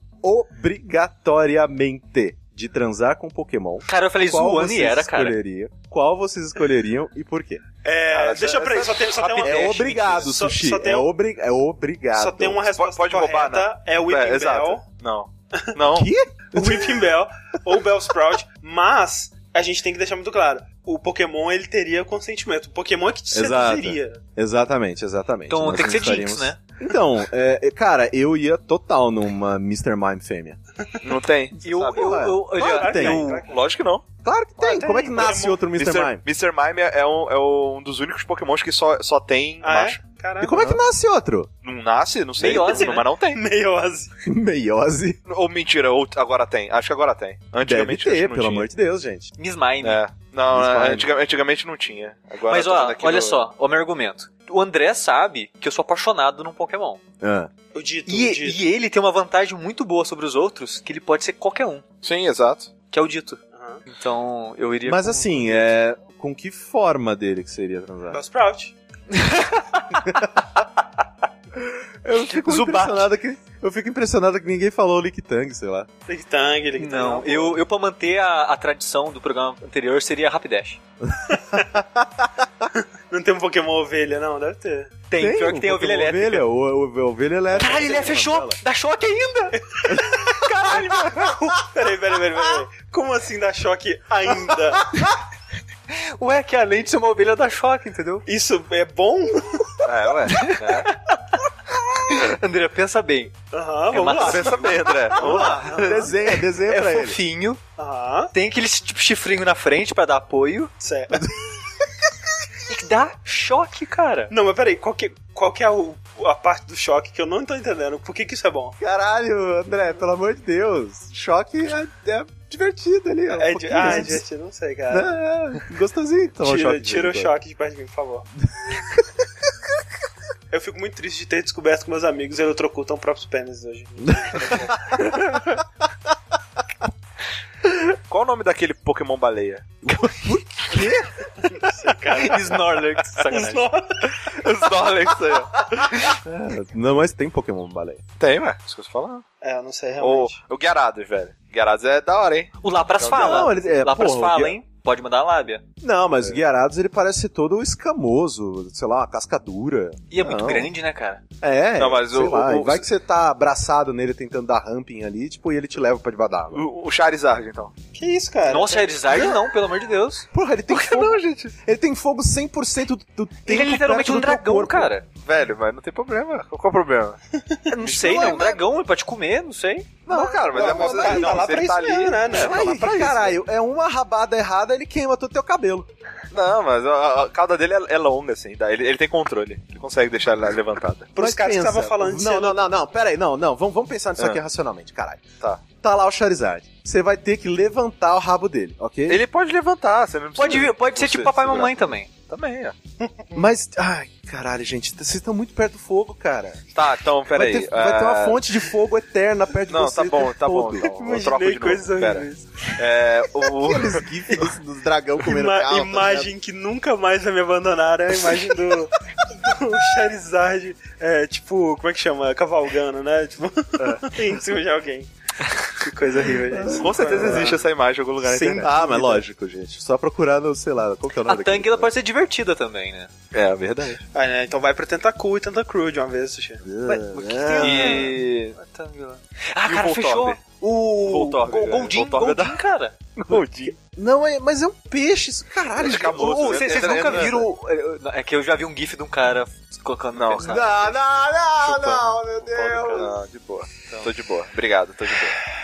Speaker 1: obrigatoriamente de transar com Pokémon,
Speaker 5: Cara, eu falei zoando e
Speaker 1: vocês
Speaker 5: era, cara.
Speaker 1: escolheriam? Qual vocês escolheriam e por quê?
Speaker 2: É,
Speaker 4: Cara,
Speaker 2: deixa
Speaker 4: essa-
Speaker 2: pra aí, só tem, só tem uma...
Speaker 5: rapidez.
Speaker 1: Ah, É
Speaker 5: Teste,
Speaker 1: obrigado,
Speaker 2: mentira. Só-
Speaker 1: sushi.
Speaker 2: só tem
Speaker 1: é,
Speaker 2: um-
Speaker 1: obri- é obrigado.
Speaker 2: Só tem um uma resposta
Speaker 4: pode roubar,
Speaker 2: correta,
Speaker 1: né?
Speaker 2: é o
Speaker 4: É,
Speaker 2: Whipping
Speaker 4: exato.
Speaker 2: Bell,
Speaker 4: Não. Não.
Speaker 1: Que?
Speaker 2: o Whipping Bell ou Bell Sprout, mas a gente tem que deixar muito claro, o Pokémon ele teria consentimento, o Pokémon é que te
Speaker 1: Exato.
Speaker 2: seduziria.
Speaker 1: Exatamente, exatamente.
Speaker 5: Então
Speaker 1: Nós
Speaker 5: tem que ser Jinx,
Speaker 1: estaríamos-
Speaker 5: né?
Speaker 1: Então, é, é, cara, eu ia total numa Mr. Mime fêmea.
Speaker 4: Não tem.
Speaker 5: Eu,
Speaker 1: sabe,
Speaker 5: eu,
Speaker 1: cara.
Speaker 5: eu,
Speaker 1: Claro
Speaker 5: olha,
Speaker 1: que tem.
Speaker 5: eu-
Speaker 4: Lógico que não.
Speaker 1: Claro que tem.
Speaker 2: tem.
Speaker 1: Como é que nasce
Speaker 2: Pokémon-
Speaker 1: outro Mr. Mime?
Speaker 4: Mr. Mime é um, é um dos únicos pokémons que só, só tem
Speaker 2: Ah,
Speaker 4: macho.
Speaker 2: é? Caralho.
Speaker 1: E como é que nasce outro?
Speaker 4: Não nasce, não sei.
Speaker 5: Meiose,
Speaker 4: não,
Speaker 5: né?
Speaker 4: Mas não tem.
Speaker 2: Meiose.
Speaker 1: Meiose?
Speaker 4: Ou mentira, ou agora tem. Acho que agora tem.
Speaker 1: Deve
Speaker 4: Antigamente acho que
Speaker 1: ter,
Speaker 4: não
Speaker 1: pelo
Speaker 4: tinha.
Speaker 1: amor de Deus, gente.
Speaker 5: Miss Mine.
Speaker 4: É. Não,
Speaker 1: Miss Mime.
Speaker 4: antiga- antigamente não tinha. Agora
Speaker 5: Mas
Speaker 4: eu tô
Speaker 5: ó,
Speaker 4: vendo aqui
Speaker 5: olha
Speaker 4: no-
Speaker 5: só, o meu argumento. O André sabe que eu sou apaixonado num Pokémon.
Speaker 1: Ah,
Speaker 2: O dito,
Speaker 5: E,
Speaker 2: o dito.
Speaker 5: e ele tem uma vantagem muito boa sobre os outros, que ele pode ser qualquer um,
Speaker 4: Sim, exato.
Speaker 5: que é o dito.
Speaker 2: Aham.
Speaker 5: Então, eu iria.
Speaker 1: Mas
Speaker 5: com-
Speaker 1: assim, é. Com que forma dele que seria transar?
Speaker 2: Bell Sprout.
Speaker 1: Eu fico
Speaker 5: Zubat.
Speaker 1: impressionado que. Eu fico impressionado que ninguém falou Lictang, sei lá.
Speaker 2: Lick Tang, Lick Tang.
Speaker 5: Não, eu, eu pra manter a, a tradição do programa anterior seria Rapidash.
Speaker 2: Não tem um Pokémon ovelha, não, deve ter.
Speaker 5: Tem, pior que tem
Speaker 1: o
Speaker 5: ovelha
Speaker 1: Pokémon Ovelha,
Speaker 5: elétrica.
Speaker 1: o, o- o ovelha elétrica.
Speaker 5: Caralho, ele é
Speaker 1: Tem o nome
Speaker 5: fechou!
Speaker 1: dela.
Speaker 5: Dá choque ainda! Caralho!
Speaker 2: Peraí, peraí, peraí, peraí. Como assim dá choque ainda?
Speaker 5: Ué, que além de ser uma ovelha dá choque, entendeu?
Speaker 2: Isso é bom?
Speaker 4: É, ué.
Speaker 5: André, pensa bem.
Speaker 2: Aham,
Speaker 5: É
Speaker 2: vamos lá.
Speaker 5: macio.
Speaker 4: Pensa bem, André.
Speaker 2: Vamos lá.
Speaker 3: Desenha, desenha
Speaker 5: É
Speaker 3: pra ele.
Speaker 5: fofinho,
Speaker 2: Aham,
Speaker 5: tem aquele tipo chifrinho na frente pra dar apoio
Speaker 2: certo.
Speaker 5: e que dá choque, cara.
Speaker 2: Não, mas peraí, qual que, qual que é o- a parte do choque que eu não tô entendendo? Por que que isso é bom?
Speaker 3: Caralho, André, pelo amor de Deus. Choque é, é divertido ali. ó, um
Speaker 2: É, di-
Speaker 3: pouquinho,
Speaker 2: ah,
Speaker 3: né?
Speaker 2: é divertido, não sei, cara.
Speaker 3: É, é, gostosinho. tomar um
Speaker 2: tira
Speaker 3: choque de
Speaker 2: tira o
Speaker 3: vez em quando.
Speaker 2: choque de perto de mim, por favor. eu fico muito triste de ter descoberto que meus amigos eletrocutam próprios pênis hoje.
Speaker 4: Qual o nome daquele Pokémon baleia?
Speaker 5: Snorlax, sacanagem.
Speaker 4: Snorlax aí, ó.
Speaker 1: É, Não, mas tem Pokémon baleia.
Speaker 4: Tem, ué. Isso que eu tô falando.
Speaker 2: É, eu não sei
Speaker 4: Ou
Speaker 2: realmente.
Speaker 4: o Gyarados, velho. Gyarados é da hora, hein?
Speaker 5: O Lapras fala.
Speaker 1: Não, ele- é,
Speaker 5: Lapras
Speaker 1: porra, o
Speaker 5: fala,
Speaker 1: Gui-
Speaker 5: hein? Pode mandar a lábia.
Speaker 1: Não, mas o
Speaker 4: É.
Speaker 1: Guiarados ele parece ser todo escamoso, sei lá, uma cascadura.
Speaker 5: E é muito
Speaker 1: Não.
Speaker 5: grande, né, cara?
Speaker 1: É,
Speaker 4: Não, mas
Speaker 1: sei
Speaker 4: o-
Speaker 1: lá,
Speaker 4: o-
Speaker 1: e vai que você tá abraçado nele tentando dar ramping ali, tipo, e ele te leva pra debaixo d'água.
Speaker 4: O, o Charizard, então.
Speaker 2: Que isso, cara?
Speaker 1: é-
Speaker 5: Nossa, Charizard não, pelo amor de Deus.
Speaker 1: Porra, ele tem fogo. Não, gente? Ele tem fogo 100% do, do tempo.
Speaker 5: Ele é
Speaker 1: prático
Speaker 5: literalmente
Speaker 1: do teu
Speaker 5: um dragão,
Speaker 1: corpo.
Speaker 5: cara.
Speaker 4: Velho, mas não tem problema. Qual, qual é o problema?
Speaker 5: Não sei,
Speaker 1: é
Speaker 5: não. Um dragão, ele pode comer, não sei.
Speaker 4: Não, cara, mas
Speaker 1: não,
Speaker 4: é uma
Speaker 1: mas aí
Speaker 4: não,
Speaker 2: tá lá
Speaker 4: se ele
Speaker 2: pra isso mesmo, né, né?
Speaker 4: é, tá lá
Speaker 1: Aí,
Speaker 4: pra isso.
Speaker 1: caralho, é uma rabada errada, ele queima todo o teu cabelo.
Speaker 4: Não, mas a, a cauda dele é, é longa, assim. dá- Ele, ele tem controle. Ele consegue deixar ela levantada.
Speaker 2: Pros
Speaker 1: Mas
Speaker 2: caras que
Speaker 1: pensa,
Speaker 2: estavam falando de
Speaker 1: Não,
Speaker 2: ser-
Speaker 1: não, não, não, pera aí, não, não, vamos, vamos pensar nisso
Speaker 4: Ah.
Speaker 1: aqui racionalmente, caralho.
Speaker 4: Tá.
Speaker 1: Tá lá o Charizard. Você vai ter que levantar o rabo dele, ok?
Speaker 4: Ele pode levantar, você não precisa.
Speaker 5: Pode, vir- pode ser
Speaker 4: Você
Speaker 5: tipo papai e
Speaker 4: segurar.
Speaker 5: mamãe também.
Speaker 4: Também, é. ó.
Speaker 1: Mas, ai, caralho, gente, vocês estão muito perto do fogo, cara.
Speaker 4: Tá, então,
Speaker 1: Vai
Speaker 4: peraí.
Speaker 1: ter, vai ter uma
Speaker 4: é,
Speaker 1: fonte de fogo eterna perto de
Speaker 4: Não,
Speaker 1: você.
Speaker 4: tá
Speaker 1: o
Speaker 4: bom,
Speaker 1: tempo
Speaker 4: tá bom.
Speaker 1: todo.
Speaker 4: Então, eu troco
Speaker 2: Imaginei
Speaker 4: de
Speaker 2: coisas
Speaker 4: novo. Pera.
Speaker 2: horríveis.
Speaker 4: É, o,
Speaker 3: Aqueles gifs dos, dos dragão comendo
Speaker 2: Ima-
Speaker 3: calça, né?
Speaker 2: imagem que nunca mais vai me abandonar é a imagem do, do Charizard, é, tipo, como é que chama? Cavalgando, né? Tipo,
Speaker 5: É.
Speaker 2: em cima de alguém. Que coisa horrível, gente.
Speaker 4: com certeza existe essa imagem em algum lugar na
Speaker 1: Sem
Speaker 4: internet.
Speaker 1: Ah, mas lógico, gente. Só procurar no, sei lá, qual que é o
Speaker 5: A
Speaker 1: nome daquele?
Speaker 5: Tang, ela pode ser divertida também, né?
Speaker 4: É, verdade.
Speaker 2: Ah, né? Então vai pra Tentacool e Tentacruel de uma vez, Sushi.
Speaker 4: E.
Speaker 5: A Tang lá. Ah,
Speaker 4: E o
Speaker 5: cara,
Speaker 4: Voltorb?
Speaker 5: fechou. O
Speaker 4: Voltorb,
Speaker 5: Go-
Speaker 4: né?
Speaker 5: Goldin,
Speaker 4: Voltorb é da-
Speaker 5: Goldin, cara.
Speaker 1: Não, é- mas é um peixe, isso, caralho. gente.
Speaker 4: Acabou.
Speaker 5: Ô,
Speaker 4: né?
Speaker 5: Vocês vocês
Speaker 4: Entra-
Speaker 5: nunca
Speaker 4: entra-
Speaker 5: viram... o- É é que eu já vi um gif de um cara colocando...
Speaker 4: Não,
Speaker 5: pensando.
Speaker 3: Não, não, não, não, meu
Speaker 4: Foda,
Speaker 3: Deus.
Speaker 4: cara. de boa. Tô de boa. Obrigado, tô de boa.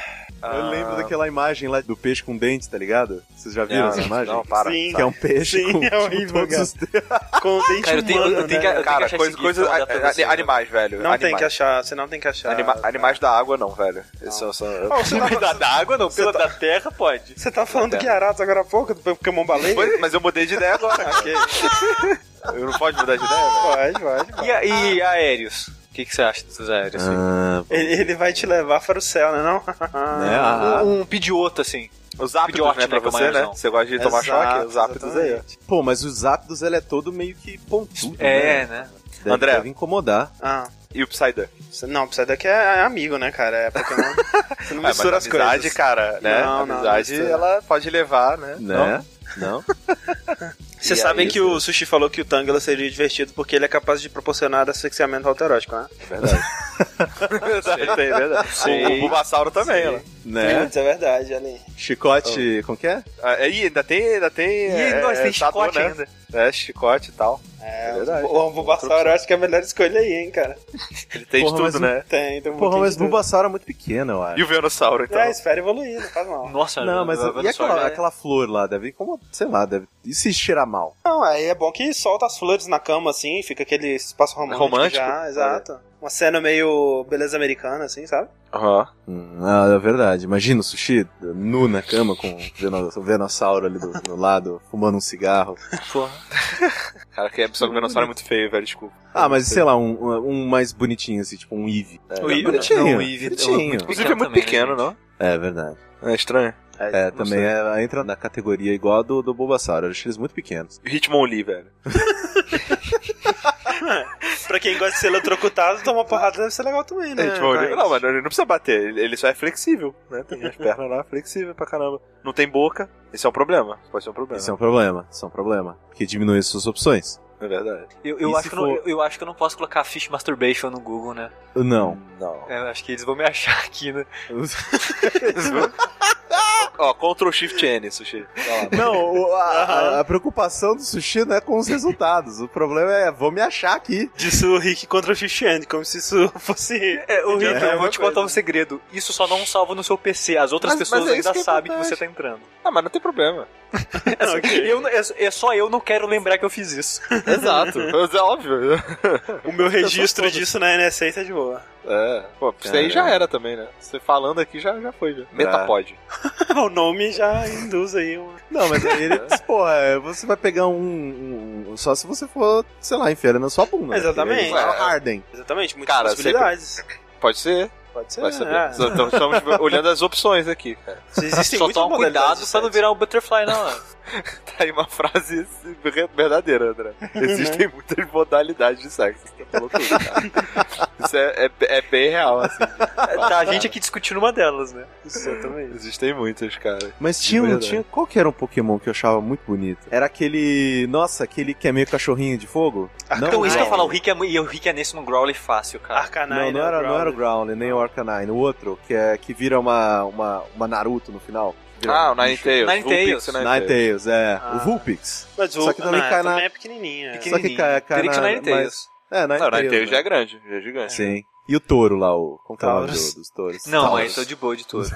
Speaker 1: Eu
Speaker 2: Ah.
Speaker 1: lembro daquela imagem lá do peixe com dente, tá ligado? Vocês já viram
Speaker 4: Não,
Speaker 1: essa imagem?
Speaker 4: Não, para.
Speaker 2: Sim.
Speaker 1: Que é um peixe
Speaker 2: Ah, Sim,
Speaker 1: com,
Speaker 2: é
Speaker 1: tipo,
Speaker 2: horrível,
Speaker 1: todos
Speaker 2: cara.
Speaker 1: os dedos.
Speaker 2: Com o dente
Speaker 5: Cara, eu tenho- eu
Speaker 2: humano,
Speaker 5: tenho que-
Speaker 2: né?
Speaker 5: eu tenho
Speaker 4: Cara,
Speaker 5: achar
Speaker 4: coisa,
Speaker 5: esse gif
Speaker 4: coisa,
Speaker 5: pra mandar pra
Speaker 4: a- a-
Speaker 5: você,
Speaker 4: animais, velho.
Speaker 2: Não tem
Speaker 4: animais.
Speaker 2: que achar, você não tem que achar.
Speaker 4: Anima- animais da água, não, velho. Eles são. são...
Speaker 2: você tava-
Speaker 5: da água não, É.
Speaker 2: pela
Speaker 4: tá-
Speaker 5: da terra pode.
Speaker 2: Você tava falando do Guiaratos agora há pouco, do Pokémon Baleia?
Speaker 4: Pois, mas eu mudei de ideia agora.
Speaker 2: Ok.
Speaker 4: Eu não pode mudar de ideia, velho.
Speaker 2: Pode, pode, pode.
Speaker 5: E, a- e aéreos? O que, que você acha desses aéreos? assim?
Speaker 1: Ah,
Speaker 2: Ele, ele vai te levar para o céu, né? Não?
Speaker 1: né? Ah,
Speaker 5: Um, um pidioto, assim.
Speaker 4: Os ápidos,
Speaker 5: Pidgeot,
Speaker 4: né,
Speaker 5: né,
Speaker 4: pra
Speaker 5: que é o
Speaker 4: você, né?
Speaker 5: maiorzão.
Speaker 4: Você gosta de tomar
Speaker 2: Exato,
Speaker 4: choque? Os ápidos aí, ó.
Speaker 1: Pô, mas os ápidos, ele é todo meio que pontudo, né?
Speaker 5: É, né?
Speaker 1: Deve,
Speaker 4: André.
Speaker 1: deve incomodar.
Speaker 2: Ah,
Speaker 4: E o Psyduck.
Speaker 2: você- não, precisa daqui é amigo, né, cara? É Pokémon. Você não
Speaker 4: Ah, mas
Speaker 2: mistura
Speaker 4: a
Speaker 2: as coisas.
Speaker 4: amizade, cara, né?
Speaker 2: Não,
Speaker 4: a
Speaker 2: não,
Speaker 4: amizade,
Speaker 2: mistura.
Speaker 4: ela pode levar, né?
Speaker 1: Né? Não?
Speaker 2: Vocês
Speaker 4: E
Speaker 2: sabem
Speaker 4: aí,
Speaker 2: que o Sushi falou que o Tangela seria divertido porque ele é capaz de proporcionar asfixiamento alterótico, né?
Speaker 4: Verdade, tem, é verdade. O, o
Speaker 5: Sei.
Speaker 4: Bulbasauro também, né?
Speaker 1: Né?
Speaker 2: Putz, é verdade, ali.
Speaker 1: Chicote,
Speaker 2: Oh.
Speaker 1: como que é?
Speaker 4: Ah, e ainda tem, ainda tem.
Speaker 5: Ih, nossa, tem
Speaker 4: tatu,
Speaker 5: chicote
Speaker 4: né?
Speaker 5: ainda.
Speaker 4: É, chicote e tal.
Speaker 2: É,
Speaker 4: verdade.
Speaker 2: O o Bulbasaur eu acho que é a melhor escolha aí, hein, cara.
Speaker 4: Ele tem
Speaker 1: Porra,
Speaker 4: de
Speaker 1: mas
Speaker 4: tudo,
Speaker 1: o-
Speaker 4: né?
Speaker 2: Tem, tem um
Speaker 1: Porra,
Speaker 2: pouquinho
Speaker 1: mas
Speaker 2: de tudo.
Speaker 1: Bulbasaur é muito pequeno, eu
Speaker 4: E
Speaker 1: acho.
Speaker 4: o Venossauro, então.
Speaker 2: É, espera evoluir, não faz mal.
Speaker 5: Nossa,
Speaker 1: Não, mas
Speaker 5: eu- eu-
Speaker 2: é
Speaker 1: e
Speaker 5: só já-
Speaker 1: aquela, aquela flor lá? Deve incomodar, sei lá, deve... E se cheirar mal?
Speaker 2: Não, aí é bom que solta as flores na cama, assim, fica aquele espaço romântico,
Speaker 4: Romântico?
Speaker 2: já, exato. Uma cena meio beleza americana, assim, sabe?
Speaker 4: Aham.
Speaker 1: Hum, Ah, é verdade. Imagina o sushi nu na cama com o veno- o venossauro ali do, do lado, fumando um cigarro.
Speaker 4: Cara, que é só que o Venossauro é muito feio, velho, desculpa.
Speaker 1: Ah, mas sei lá, um, um mais bonitinho, assim, tipo um Eve.
Speaker 4: É,
Speaker 5: O Eve-
Speaker 1: bonitinho.
Speaker 5: não, o Eve-
Speaker 1: bonitinho.
Speaker 4: Inclusive é muito
Speaker 5: também, né,
Speaker 4: pequeno,
Speaker 5: gente?
Speaker 4: não?
Speaker 1: É verdade.
Speaker 4: É estranho.
Speaker 1: É,
Speaker 4: não
Speaker 1: também
Speaker 4: sei.
Speaker 1: é- entra na categoria igual a do, do Bulbasaur. Eu acho eles muito pequenos.
Speaker 4: Hitmonlee, velho.
Speaker 2: pra quem gosta de ser eletrocutado, tomar porrada deve ser legal também, né?
Speaker 4: Hitmonlee.
Speaker 2: Mas-
Speaker 4: Não, mas É, tipo, ele não precisa bater. Ele, ele só é flexível, né? Tem as pernas lá flexíveis pra caramba. Não tem boca. Isso é um problema. Pode ser um problema.
Speaker 1: Isso é um problema. Isso é um problema. Porque diminui as suas opções.
Speaker 4: É verdade.
Speaker 5: Eu,
Speaker 1: E
Speaker 5: eu,
Speaker 1: se
Speaker 5: acho que eu não,
Speaker 1: for-
Speaker 5: eu, eu acho que eu não posso colocar fish masturbation no Google, né?
Speaker 1: Não.
Speaker 4: Não.
Speaker 5: É, eu acho que eles vão me achar aqui, né?
Speaker 4: Ó, Ctrl Shift N, Sushi. Vai lá.
Speaker 3: Não, o- a, a- a preocupação do sushi não é com os resultados. O problema é, vou me achar aqui.
Speaker 2: Disse o Rick contra o Xixi como se isso fosse.
Speaker 5: É, ô, Rick,
Speaker 2: É,
Speaker 5: eu vou te contar um segredo. Isso só não salva no seu PC. As outras
Speaker 4: Mas- mas
Speaker 5: pessoas
Speaker 4: é isso
Speaker 5: ainda
Speaker 4: que é
Speaker 5: sabem que
Speaker 4: importante.
Speaker 5: você tá entrando.
Speaker 4: Ah, mas não tem problema.
Speaker 2: Não, ok.
Speaker 5: Eu, não- é, é só eu não quero lembrar que eu fiz isso.
Speaker 4: Exato. É óbvio.
Speaker 2: O meu registro disso na NSA tá de boa.
Speaker 4: É. É. Pô, isso aí
Speaker 1: Caralho.
Speaker 4: já era também, né? Você falando aqui já, já foi, já. Metapod.
Speaker 2: o nome já induz aí um- uma.
Speaker 3: Não, mas aí ele diz, porra, é, você vai pegar um, um- Só se você for, sei lá, enfiar ele na sua bunda. né?
Speaker 2: Exatamente.
Speaker 3: Ele é o Harden.
Speaker 2: Exatamente, muitas
Speaker 4: Cara,
Speaker 2: possibilidades.
Speaker 4: Pode ser.
Speaker 2: Pode ser.
Speaker 4: Vai saber.
Speaker 2: é.
Speaker 4: Então estamos olhando as opções aqui, cara.
Speaker 2: Existem
Speaker 5: só
Speaker 2: muitas
Speaker 5: toma cuidado
Speaker 2: modalidades
Speaker 5: pra não
Speaker 2: de sexo.
Speaker 5: virar um butterfly, não. ó.
Speaker 4: Tá aí uma frase verdadeira, André. Existem muitas modalidades de sexo. Você falou tudo, cara. Isso é, é- é bem real, assim.
Speaker 5: tá a gente aqui discutindo uma delas, né?
Speaker 2: Exatamente.
Speaker 4: Existem muitas, cara.
Speaker 1: Mas tinha, um-
Speaker 4: verdade.
Speaker 1: tinha. Qual que era um Pokémon que eu achava muito bonito? Era aquele. Nossa, aquele que é meio cachorrinho de fogo? não,
Speaker 5: então, isso que
Speaker 1: Growlithe.
Speaker 5: eu ia falar, o Rick é, mu- e o Rick é nesse num Growly fácil, cara.
Speaker 4: Ah,
Speaker 2: Arcanine,
Speaker 1: Ah,
Speaker 2: né?
Speaker 1: Não, não era, não era o Growlithe, nem o Arcanine. O outro, que, é, que vira uma, uma, uma Naruto no final. Vira
Speaker 4: Ah, o
Speaker 1: um bicho.
Speaker 4: Ninetales. né?
Speaker 5: Ninetales.
Speaker 4: Vulpix e
Speaker 1: Ninetales, é.
Speaker 2: Ah.
Speaker 1: O Vulpix.
Speaker 2: Mas o
Speaker 1: Só que também
Speaker 2: ah,
Speaker 1: cai na-
Speaker 2: também é pequenininha.
Speaker 1: Só que cai, cai
Speaker 5: Direct
Speaker 1: na-
Speaker 5: Nine Tails.
Speaker 1: É,
Speaker 4: Não, o
Speaker 1: Ninetales.
Speaker 4: Ninetales já
Speaker 1: né?
Speaker 4: é grande, já é gigante.
Speaker 1: Sim. E o touro lá, o. Como que é o nome
Speaker 2: Taurus.
Speaker 1: do- dos touros?
Speaker 5: Não,
Speaker 1: Taurus.
Speaker 5: mas tô de boa de tudo.